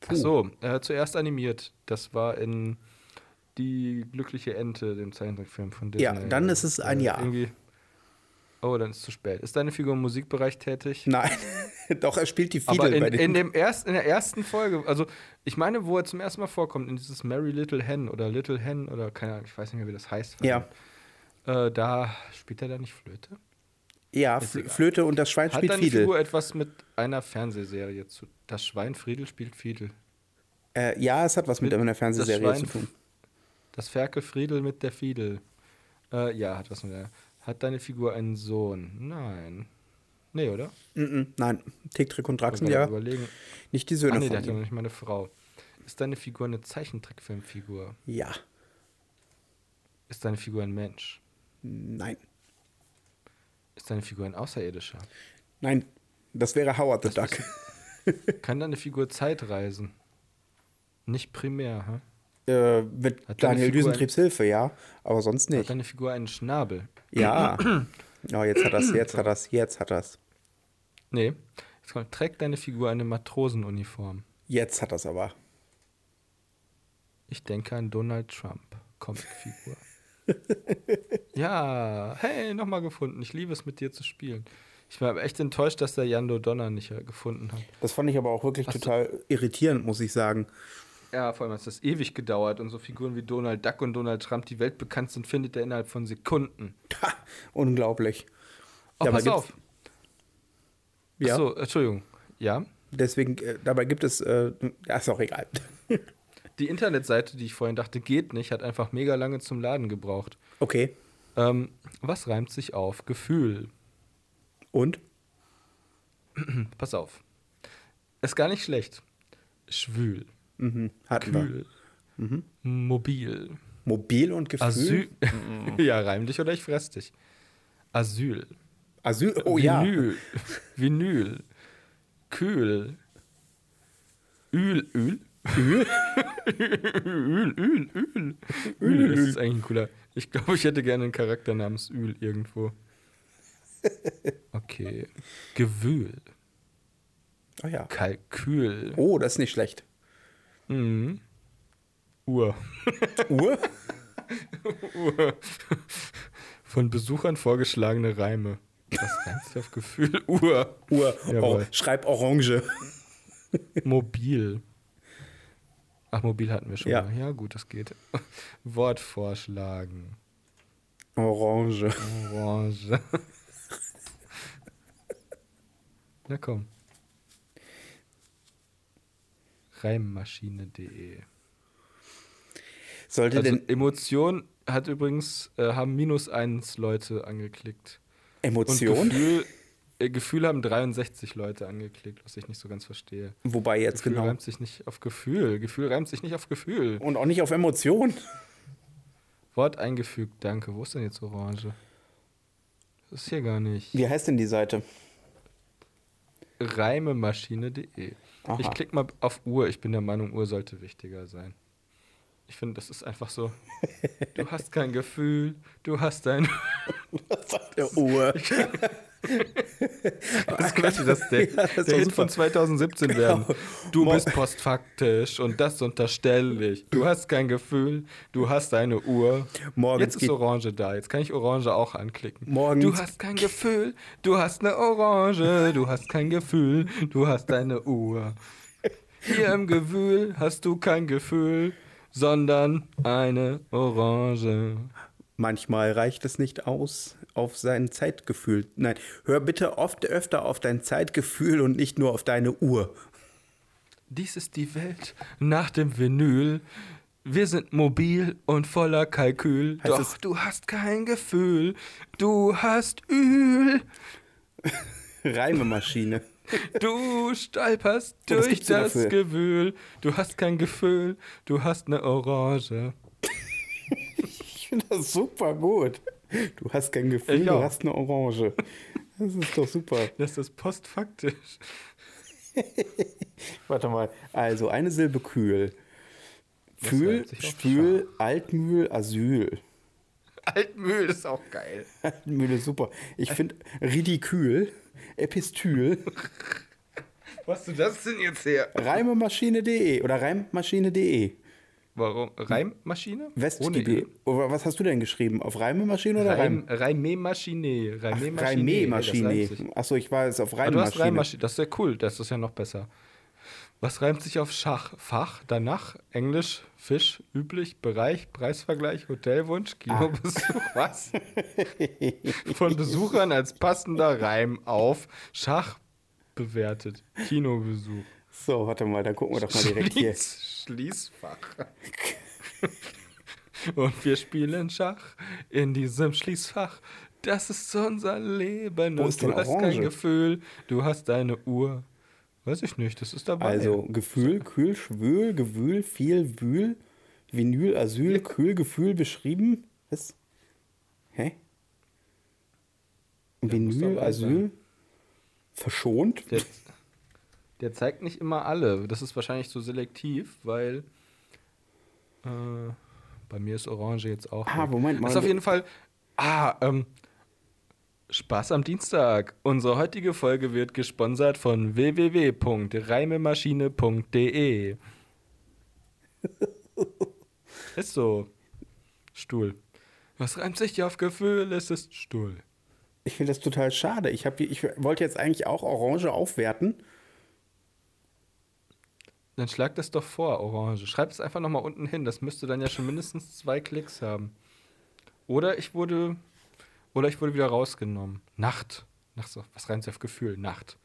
S2: Ach so, äh, zuerst animiert. Das war in Die glückliche Ente, dem Zeichentrickfilm von Disney.
S1: Ja, dann ist es ein Ja.
S2: irgendwie- Oh, dann ist es zu spät. Ist deine Figur im Musikbereich tätig?
S1: Nein, [laughs] doch, er spielt die Fiedel
S2: Aber in,
S1: bei den
S2: in, dem erst, in der ersten Folge, also ich meine, wo er zum ersten Mal vorkommt, in dieses Merry Little Hen oder Little Hen oder keine Ahnung, ich weiß nicht mehr, wie das heißt.
S1: Ja.
S2: Äh, da spielt er da nicht Flöte.
S1: Ja, Fl- Flöte und das Schwein
S2: Hat
S1: spielt
S2: deine
S1: Fiedel.
S2: Figur etwas mit einer Fernsehserie zu? Das Schwein Friedel spielt Fiedel.
S1: Äh, ja, es hat was mit einer Fernsehserie zu tun.
S2: Das Ferkel Friedel mit der Fiedel. Äh, ja, hat was mit der. Hat deine Figur einen Sohn? Nein. Nee, oder?
S1: Mhm, nein, Tick, Trick und Draxen,
S2: Wobei,
S1: ja.
S2: Überlegen.
S1: Nicht die
S2: Ah,
S1: Söhne
S2: nee, der
S1: von
S2: hat ja noch
S1: ihm.
S2: nicht mal eine Frau. Ist deine Figur eine Zeichentrickfilmfigur?
S1: Ja,
S2: Ist deine Figur ein Mensch?
S1: nein.
S2: Ist deine Figur ein Außerirdischer?
S1: Nein, das wäre Howard the Duck.
S2: Kann deine Figur Zeit reisen? Nicht primär, hä?
S1: Äh, mit
S2: Hat deine
S1: Daniel
S2: Figur
S1: Düsentriebs Hilfe, ja. Aber sonst
S2: Hat
S1: nicht.
S2: deine Figur einen Schnabel?
S1: Ja. Ja, jetzt hat das, jetzt hat das, jetzt hat das.
S2: Nee. Jetzt kommt, trägt deine Figur eine Matrosenuniform?
S1: Jetzt hat das aber.
S2: Ich denke an Donald Trump, [laughs] Comicfigur. ja, hey, nochmal gefunden. Ich liebe es, mit dir zu spielen. Ich war echt enttäuscht, dass der Jando Donner nicht äh, gefunden hat.
S1: Das fand ich aber auch wirklich total irritierend, muss ich sagen.
S2: Ja, vor allem hat das ewig gedauert und so Figuren wie Donald Duck und Donald Trump, die weltbekannt sind, findet er innerhalb von Sekunden.
S1: Ha, unglaublich.
S2: Oh,
S1: Ja, aber
S2: pass
S1: gibt's-
S2: auf.
S1: Ja,
S2: Achso, Entschuldigung. Ja.
S1: deswegen, äh, dabei gibt es, äh, ja, ist auch egal.
S2: Die Internetseite, die ich vorhin dachte, geht nicht, hat einfach mega lange zum Laden gebraucht.
S1: Okay,
S2: Ähm, was reimt sich auf Gefühl?
S1: und?
S2: Pass auf. Ist gar nicht schlecht. Schwül.
S1: Mhm. Hatten wir.
S2: Kühl. Mhm. Mobil.
S1: Mobil und Gefühl?
S2: Asyl. ja, reim dich oder ich fress dich. Asyl.
S1: Asyl? Oh ja.
S2: Vinyl. Vinyl. Kühl. Öl, Öl. Öl, Öl, Öl. Öl, das ist eigentlich ein cooler. Ich glaube, ich hätte gerne einen Charakter namens Öl
S1: [laughs]
S2: irgendwo. Okay. Gewühl.
S1: Oh ja.
S2: Kalkül.
S1: Oh, das ist nicht schlecht.
S2: Mhm. Uhr.
S1: [laughs] Uhr?
S2: [laughs] Von Besuchern vorgeschlagene Reime. Was reimt sich auf Gefühl? [laughs] Uhr.
S1: Uhr. Oh,
S2: Jawohl.
S1: schreib Orange.
S2: Mobil. Ach, mobil hatten wir schon.
S1: Ja.
S2: Ja, ja gut, das geht. [laughs] Wort vorschlagen.
S1: Orange.
S2: Orange. [laughs] Na komm. Reimmaschine.de
S1: Sollte
S2: Also
S1: denn
S2: Emotion hat übrigens, äh, haben minus eins Leute angeklickt. Und
S1: Emotion?
S2: Gefühl, äh, Gefühl haben 63 Leute angeklickt, was ich nicht so ganz verstehe.
S1: Wobei jetzt
S2: Gefühl
S1: genau.
S2: reimt sich nicht auf Gefühl. Gefühl reimt sich nicht auf Gefühl.
S1: Und auch nicht auf Emotion.
S2: Wort eingefügt, danke. Wo ist denn jetzt Orange? Das ist hier gar nicht.
S1: Wie heißt denn die Seite?
S2: Reimemaschine.de.
S1: Aha.
S2: Ich klicke mal auf Uhr. Ich bin der Meinung, Uhr sollte wichtiger sein. Ich finde, das ist einfach so. Du hast kein Gefühl, du hast dein.
S1: [laughs] Der Uhr.
S2: Das könnte das der,
S1: [laughs] Ja, das ist
S2: der
S1: doch
S2: Hit
S1: super.
S2: von 2017 werden.
S1: Genau.
S2: Du
S1: Mo-
S2: bist postfaktisch und das unterstelle ich. Du hast kein Gefühl, du hast eine Uhr.
S1: Morgens
S2: jetzt ist
S1: geht-
S2: Orange da, jetzt kann ich Orange auch anklicken.
S1: Morgens-
S2: Du hast kein Gefühl, du hast eine Orange, du hast kein Gefühl, du hast eine Uhr. Hier im Gewühl hast du kein Gefühl, sondern eine Orange.
S1: Manchmal reicht es nicht aus auf sein Zeitgefühl. Nein, hör bitte oft öfter auf dein Zeitgefühl und nicht nur auf deine Uhr.
S2: Dies ist die Welt nach dem Vinyl. Wir sind mobil und voller Kalkül.
S1: Heißt
S2: Doch
S1: es-
S2: du hast kein Gefühl. Du hast Öl.
S1: Reimemaschine.
S2: Du stolperst
S1: Oh, was
S2: durch
S1: gibt's denn
S2: das
S1: dafür?
S2: Gewühl. Du hast kein Gefühl. Du hast eine Orange.
S1: [laughs] Ich finde das super gut. Du hast kein Gefühl,
S2: Ich
S1: du
S2: auch.
S1: hast eine Orange. Das ist doch super.
S2: Das ist postfaktisch.
S1: Warte mal. Also eine Silbe kühl.
S2: Das
S1: Kühl,
S2: reimt sich auf
S1: Spül, Altmühl, Asyl. [laughs]
S2: Altmühl ist auch geil.
S1: Altmühle super. Ich finde Ridikül, Epistül,
S2: [laughs] Wo hast du das denn jetzt her?
S1: Reimemaschine.de oder Reimmaschine.de.
S2: Warum? Reimmaschine? Ohne
S1: West-GB.
S2: E.
S1: Oder was hast du denn geschrieben? Auf Reimemaschine oder
S2: Reim,
S1: Reim?
S2: Reimemaschine. Reimemaschine. Ey, das reimt sich.
S1: Reimemaschine. Achso, ich war jetzt auf
S2: Ah, du hast
S1: Reimemaschine.
S2: Reimmaschine. Das ist ja cool, das ist ja noch besser. Was reimt sich auf Schach? Fach, danach, Englisch, Fisch, üblich, Bereich, Preisvergleich, Hotelwunsch, Kinobesuch, was? Von Besuchern als passender Reim auf Schach bewertet. Kinobesuch.
S1: so, warte mal, dann gucken wir doch mal direkt hier.
S2: Schließfach. [laughs] Und wir spielen Schach in diesem Schließfach. Das ist unser Leben.
S1: Wo
S2: Und
S1: ist
S2: du
S1: denn
S2: hast
S1: Orange?
S2: kein Gefühl. Du hast deine Uhr. Weiß ich nicht, das ist dabei.
S1: Also Gefühl, Kühl, Schwül, Gewühl, viel, Wühl, Vinyl, Asyl, Kühl, Gefühl beschrieben. Was? Hä?
S2: muss
S1: Vinyl,
S2: dabei sein.
S1: Asyl, verschont?
S2: Der, der zeigt nicht immer alle. Das ist wahrscheinlich so selektiv, weil äh, bei mir ist Orange jetzt auch.
S1: Ah,
S2: nicht.
S1: Moment mal.
S2: Ist auf jeden Fall. Ah, ähm. Spaß am Dienstag. Unsere heutige Folge wird gesponsert von
S1: [laughs]
S2: www.reimemaschine.de. ist so. Stuhl. Was reimt sich dir auf Gefühl? Es ist Stuhl.
S1: Ich finde das total schade. Ich, hab, die- ich wollte jetzt eigentlich auch Orange aufwerten.
S2: Dann schlag das doch vor, Orange. Schreib es einfach nochmal unten hin. Das müsste dann ja schon mindestens zwei Klicks haben. Oder ich wurde. Oder ich wurde wieder rausgenommen. Nacht. Nacht so. Was reimt sich auf Gefühl? Nacht.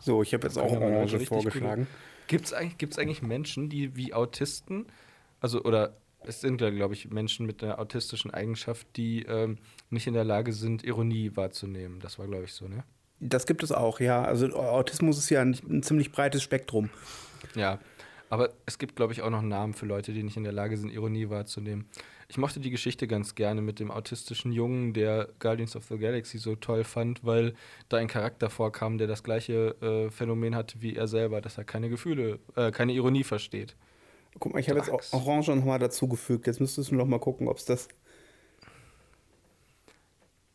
S1: So, ich habe jetzt auch
S2: Können wir mal
S1: Orange
S2: richtig googeln.
S1: vorgeschlagen.
S2: Gibt's eigentlich, gibt's eigentlich Menschen, die wie Autisten, also oder es sind ja, glaube ich, Menschen mit einer autistischen Eigenschaft, die ähm, nicht in der Lage sind, Ironie wahrzunehmen. Das war, glaube ich, so, ne?
S1: Das gibt es auch, ja. Also Autismus ist ja ein, ein ziemlich breites Spektrum.
S2: Ja. Aber es gibt, glaube ich, auch noch Namen für Leute, die nicht in der Lage sind, Ironie wahrzunehmen. Ich mochte die Geschichte ganz gerne mit dem autistischen Jungen, der Guardians of the Galaxy so toll fand, weil da ein Charakter vorkam, der das gleiche äh, Phänomen hatte wie er selber, dass er keine Gefühle, äh, keine Ironie versteht.
S1: Guck mal, ich habe jetzt
S2: Drax.
S1: O- Orange nochmal dazugefügt. Jetzt müsstest du nochmal gucken, ob es das.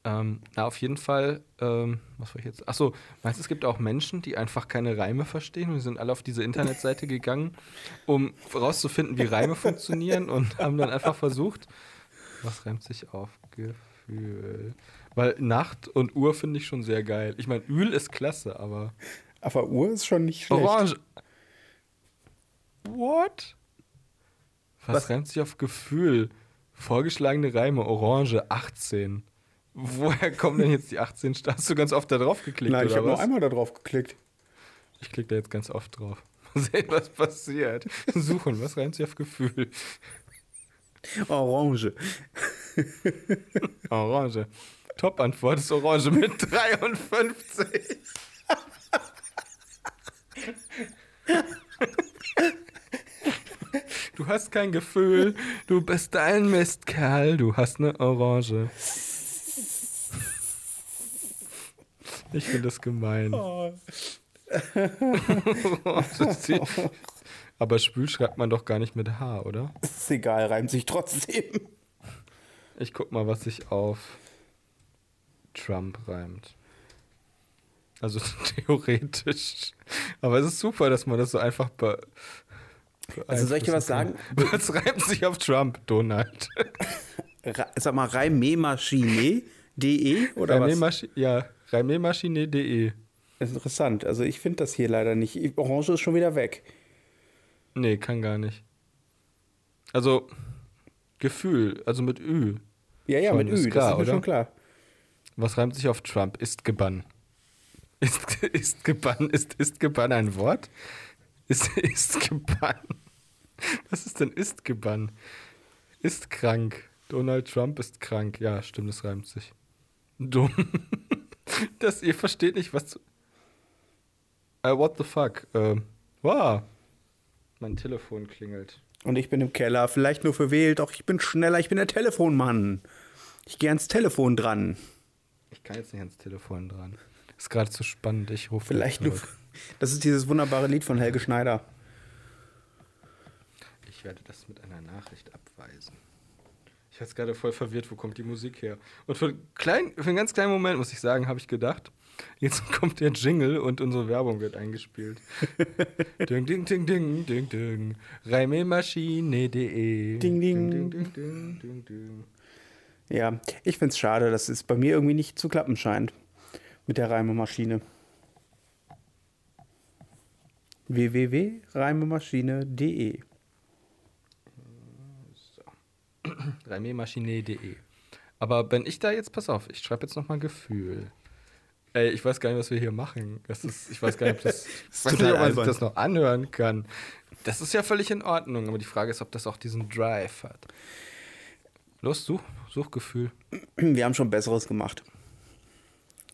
S2: Ähm, na, auf jeden Fall, ähm, was war ich jetzt? Achso, meinst du, es gibt auch Menschen, die einfach keine Reime verstehen und die sind alle auf diese Internetseite gegangen, um rauszufinden, wie Reime funktionieren und haben dann einfach versucht, was reimt sich auf Gefühl? Weil Nacht und Uhr finde ich schon sehr geil. Ich meine, Öl ist klasse, aber
S1: Aber Uhr ist schon nicht schlecht.
S2: Orange. What? Was,
S1: Was?
S2: reimt sich auf Gefühl? Vorgeschlagene Reime, Orange 18. Woher kommen denn jetzt die 18? St- Hast du ganz oft da drauf geklickt?
S1: Nein, ich
S2: oder
S1: habe nur
S2: was?
S1: einmal da drauf geklickt.
S2: Ich klicke da jetzt ganz oft drauf. [laughs] Mal sehen, was passiert. Suchen, was reimt sich auf Gefühl?
S1: Orange.
S2: Orange. Top-Antwort ist Orange mit 53. Du hast kein Gefühl, du bist ein Mistkerl, du hast eine Orange. Ich finde das gemein. [laughs] Orange ist die- Aber Spül schreibt man doch gar nicht mit H, oder?
S1: Ist egal, reimt sich trotzdem.
S2: Ich guck mal, was sich auf Trump reimt. Also [laughs] theoretisch. Aber es ist super, dass man das so einfach be
S1: Also soll ich dir was
S2: beeinflussen kann. [laughs] Was reimt sich auf Trump, Donald?
S1: Ra sag mal,
S2: E
S1: reimemaschine.de oder was?
S2: Reimemaschine- ja, reimemaschine.de.
S1: Ist interessant. Also ich finde das hier leider nicht. Ich- Orange ist schon wieder weg.
S2: Nee, kann gar nicht. Also, Gefühl, also mit Ü.
S1: Ja, ja,
S2: Schon,
S1: mit
S2: ist
S1: Ü, das
S2: klar,
S1: ist mir
S2: oder?
S1: schon klar.
S2: Was reimt sich auf Trump? Ist gebannt. Ist, ist gebannt, ist, ist gebannt ein Wort? Ist, ist gebannt. Was ist denn ist gebannt? Ist krank. Donald Trump ist krank. Ja, stimmt, das reimt sich. Dumm. [laughs] Das, ihr versteht nicht, was. zu- Äh, what the fuck? Ähm, wow. Mein Telefon klingelt.
S1: Und ich bin im Keller, vielleicht nur verwählt, doch ich bin schneller, ich bin der Telefonmann. Ich gehe ans Telefon dran.
S2: Ich kann jetzt nicht ans Telefon dran. Ist gerade zu spannend. Ich rufe
S1: Vielleicht
S2: gleich
S1: nur. [laughs] Das ist dieses wunderbare Lied von Helge Schneider.
S2: Ich werde das mit einer Nachricht abweisen. Ich war jetzt gerade voll verwirrt, wo kommt die Musik her? Und für, einen kleinen- für einen ganz kleinen Moment, muss ich sagen, habe ich gedacht, jetzt [laughs] kommt der Jingle und unsere Werbung wird
S1: [laughs]
S2: eingespielt. ding, ding, ding, ding, ding, ding. Reimemaschine.de.
S1: Ding, ding.
S2: ding, ding, ding, ding, ding.
S1: Ja, ich finde es schade, dass es bei mir irgendwie nicht zu klappen scheint mit der Reimemaschine. www.reimemaschine.de
S2: Reimemaschine.de. E. Aber wenn ich da jetzt, pass auf, ich schreibe jetzt nochmal Gefühl. Ey, ich weiß gar nicht, was wir hier machen. Das ist, ich weiß gar nicht, ob das, ich
S1: Total
S2: weiß nicht, ob man sich
S1: albern.
S2: das noch anhören kann. Das ist ja völlig in Ordnung, aber die Frage ist, ob das auch diesen Drive hat. Los, such, Suchgefühl.
S1: Wir haben schon Besseres gemacht.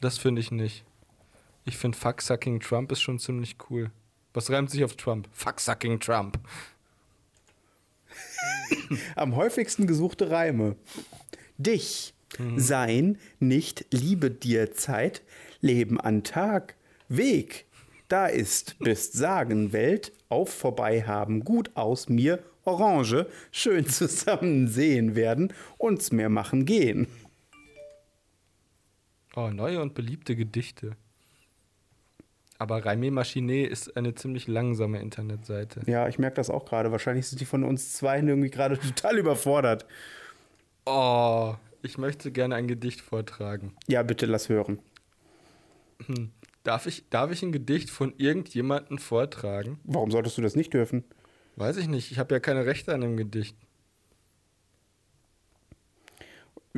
S2: Das finde ich nicht. Ich finde Fucksucking Trump ist schon ziemlich cool. Was reimt sich auf Trump? Fucksucking Trump.
S1: Am häufigsten gesuchte Reime. Dich, sein, nicht, liebe dir Zeit, Leben an Tag, Weg, da ist, bist sagen Welt, auf vorbei haben, gut aus mir, Orange, schön [laughs] zusammen sehen werden, uns mehr machen gehen.
S2: Oh, neue und beliebte Gedichte. Aber Raime Machiné ist eine ziemlich langsame Internetseite.
S1: Ja, ich merke das auch gerade. Wahrscheinlich sind die von uns Zweien irgendwie gerade [laughs] total überfordert.
S2: Oh, ich möchte gerne ein Gedicht vortragen.
S1: Ja, bitte lass hören.
S2: Darf ich, darf ich ein Gedicht von irgendjemandem vortragen?
S1: Warum solltest du das nicht dürfen?
S2: Weiß ich nicht. Ich habe ja keine Rechte an dem Gedicht.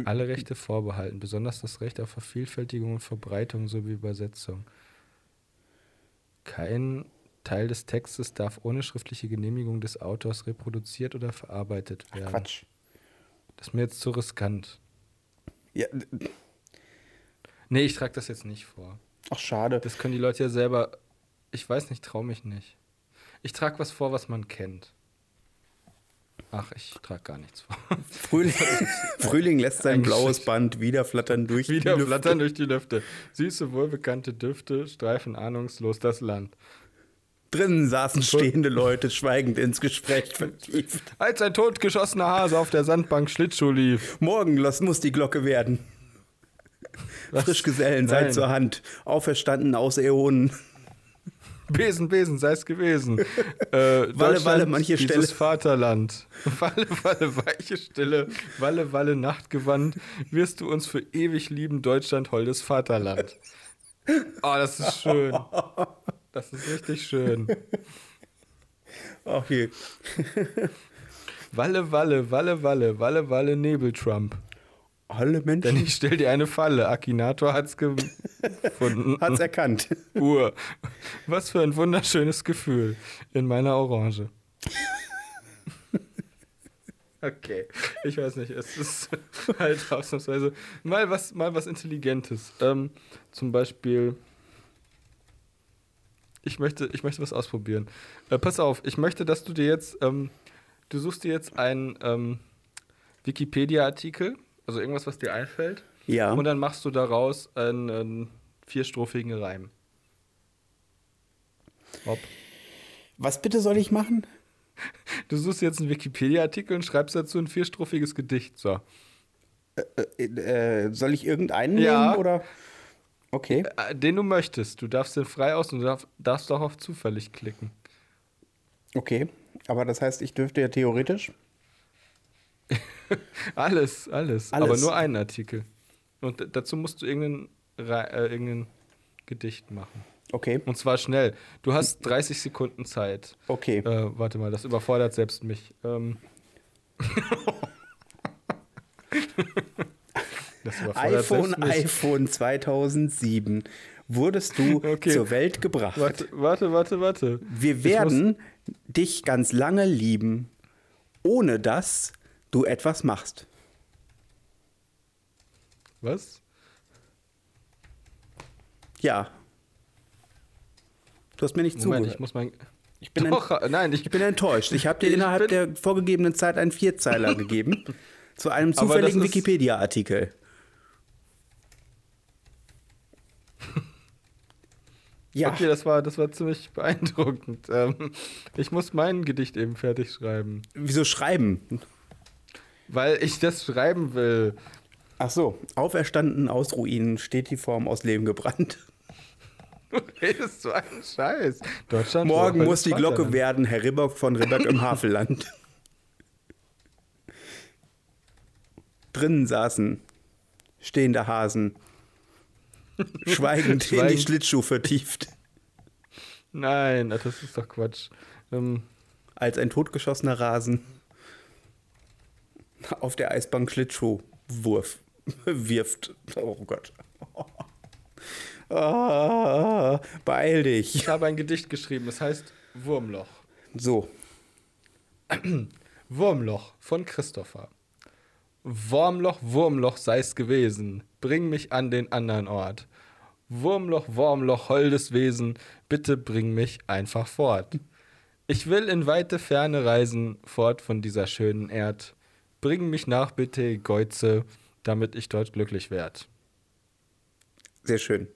S2: Alle Rechte vorbehalten, besonders das Recht auf Vervielfältigung und Verbreitung sowie Übersetzung. Kein Teil des Textes darf ohne schriftliche Genehmigung des Autors reproduziert oder verarbeitet werden.
S1: Quatsch.
S2: Das ist mir jetzt zu riskant.
S1: Ja,
S2: Nee, ich trage das jetzt nicht vor.
S1: ach, schade.
S2: Das können die Leute ja selber. Ich weiß nicht, traue mich nicht. Ich trage was vor, was man kennt. Ach, ich trage gar nichts vor.
S1: [laughs] Frühling, Frühling lässt sein
S2: Eingeschickt.
S1: blaues Band wieder flattern durch
S2: Wieder
S1: die Lüfte.
S2: flattern durch die Lüfte. Süße, wohlbekannte Düfte streifen ahnungslos das Land.
S1: Drinnen saßen stehende Leute schweigend ins Gespräch vertieft.
S2: Als ein totgeschossener Hase auf der Sandbank Schlittschuh lief.
S1: Morgen los muss die Glocke werden. Frischgesellen, seid
S2: Nein.
S1: zur Hand. Auferstanden aus Äonen.
S2: Besen, Besen, sei's
S1: [laughs]
S2: gewesen. Äh, Deutschland,
S1: walle, manche
S2: dieses
S1: Stelle.
S2: Vaterland. [laughs] Walle, walle, weiche Stille. Walle, walle, Nachtgewand. Wirst du uns für ewig lieben, Deutschland, holdes Vaterland. Oh, das ist schön. Das ist richtig schön.
S1: Ach je.
S2: Walle, walle, walle, walle, walle, walle, Nebeltrump.
S1: Alle
S2: Denn
S1: Menschen
S2: ich stell dir eine Falle. Akinator hat's
S1: [laughs]
S2: gefunden.
S1: hat's erkannt.
S2: Uhr. Was für ein wunderschönes Gefühl in meiner Orange. Okay, ich weiß nicht, es ist [laughs] halt ausnahmsweise mal was, mal was Intelligentes. Ähm, zum Beispiel, ich möchte, ich möchte was ausprobieren. Äh, pass auf, ich möchte, dass du dir jetzt, ähm, du suchst dir jetzt einen ähm, Wikipedia-Artikel, also irgendwas, was dir einfällt,
S1: Ja.
S2: und dann machst du daraus einen, einen vierstrophigen Reim. Hopp.
S1: Was bitte soll ich machen?
S2: Du suchst jetzt einen Wikipedia-Artikel und schreibst dazu ein vierstrophiges Gedicht. So.
S1: Äh, äh, soll ich irgendeinen
S2: Ja.
S1: nehmen oder? Okay.
S2: Äh, Den du möchtest. Du darfst den frei aus und du darf, darfst auch auf zufällig klicken.
S1: Okay. Aber das heißt, ich dürfte ja theoretisch.
S2: Alles, alles.
S1: Alles.
S2: Aber nur einen Artikel. Und d- dazu musst du irgendein, Re- äh, irgendein Gedicht machen.
S1: Okay.
S2: Und zwar schnell. Du hast 30 Sekunden Zeit.
S1: Okay.
S2: Äh, warte mal, das überfordert selbst mich.
S1: [laughs]
S2: Ähm. das überfordert
S1: iPhone,
S2: selbst mich.
S1: iPhone 2007 wurdest du
S2: [laughs] Okay.
S1: zur Welt gebracht.
S2: Warte, warte, warte, warte.
S1: Wir
S2: Ich
S1: werden dich ganz lange lieben, ohne dass du etwas machst.
S2: Muss, was?
S1: Ja. Du hast mir nicht
S2: Moment, ich
S1: zugehört.
S2: muss mein.
S1: Ich bin
S2: Doch,
S1: ent-
S2: nein, ich
S1: Ich bin enttäuscht. Ich habe dir
S2: Ich
S1: innerhalb
S2: bin-
S1: der vorgegebenen Zeit einen
S2: [laughs]
S1: Vierzeiler gegeben zu einem
S2: Aber das
S1: zufälligen
S2: ist- [laughs]
S1: Wikipedia-Artikel. Ja,
S2: Okay, das war, das war ziemlich [laughs] beeindruckend. Ähm, ich muss mein Gedicht eben fertig schreiben,
S1: wieso schreiben?
S2: weil ich das schreiben will.
S1: Ach so, auferstanden aus Ruinen steht die Form aus Leben [laughs] gebrannt.
S2: Du redest so einen Scheiß. Deutschland.
S1: Morgen
S2: Europa,
S1: muss die
S2: das
S1: Glocke
S2: Vaterland.
S1: werden, Herr Ribbock von Ribbock im [laughs] Havelland. Drinnen saßen stehende [laughs] Hasen, schweigend in die
S2: Schweigend.
S1: Schlittschuh vertieft,
S2: Nein, ach, das ist doch Quatsch. Ähm,
S1: als ein totgeschossener Rasen auf der Eisbank Schlittschuhwurf [laughs] wirft. Oh Gott. [laughs] Ah, beeil dich. Ah,
S2: Ich habe ein Gedicht geschrieben, es heißt Wurmloch.
S1: So,
S2: Wurmloch von Christopher. Wurmloch, Wurmloch sei's gewesen, bring mich an den anderen Ort. Wurmloch, Wurmloch, holdes Wesen, bitte bring mich einfach fort. Ich will in weite Ferne reisen, fort von dieser schönen Erd. Bring mich nach bitte, Geuze, damit ich dort glücklich werd. [laughs]
S1: sehr schön.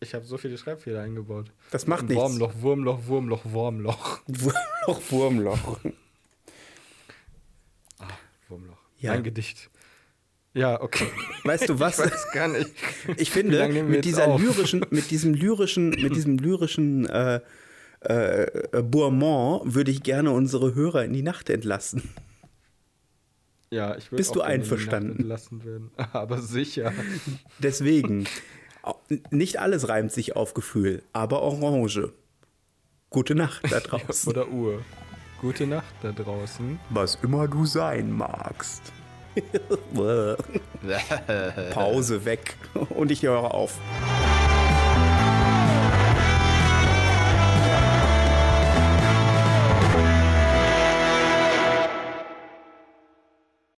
S2: Ich habe so viele Schreibfehler eingebaut.
S1: Das macht nichts.
S2: Wurmloch, Wurmloch, Wurmloch, Wurmloch.
S1: Wurmloch, Wurmloch.
S2: Ah, Wurmloch.
S1: Ja.
S2: Ein Gedicht. Ja, okay.
S1: Weißt du was?
S2: Ich weiß gar nicht.
S1: [laughs] Ich
S2: Wie
S1: finde,
S2: lange nehmen wir
S1: mit
S2: jetzt
S1: dieser
S2: auf?
S1: lyrischen, mit diesem lyrischen, mit diesem lyrischen äh, äh, Bourmont würde ich gerne unsere Hörer in die Nacht entlassen.
S2: Ja, ich würde
S1: Bist
S2: auch
S1: du
S2: gerne in die Nacht
S1: einverstanden?
S2: entlassen werden. [laughs] Aber sicher.
S1: Deswegen, au- nicht alles reimt sich auf Gefühl, aber Orange. Gute Nacht da draußen.
S2: Oder Uhr. Gute Nacht da draußen.
S1: Was immer du sein [laughs] magst. Pause weg und ich höre auf.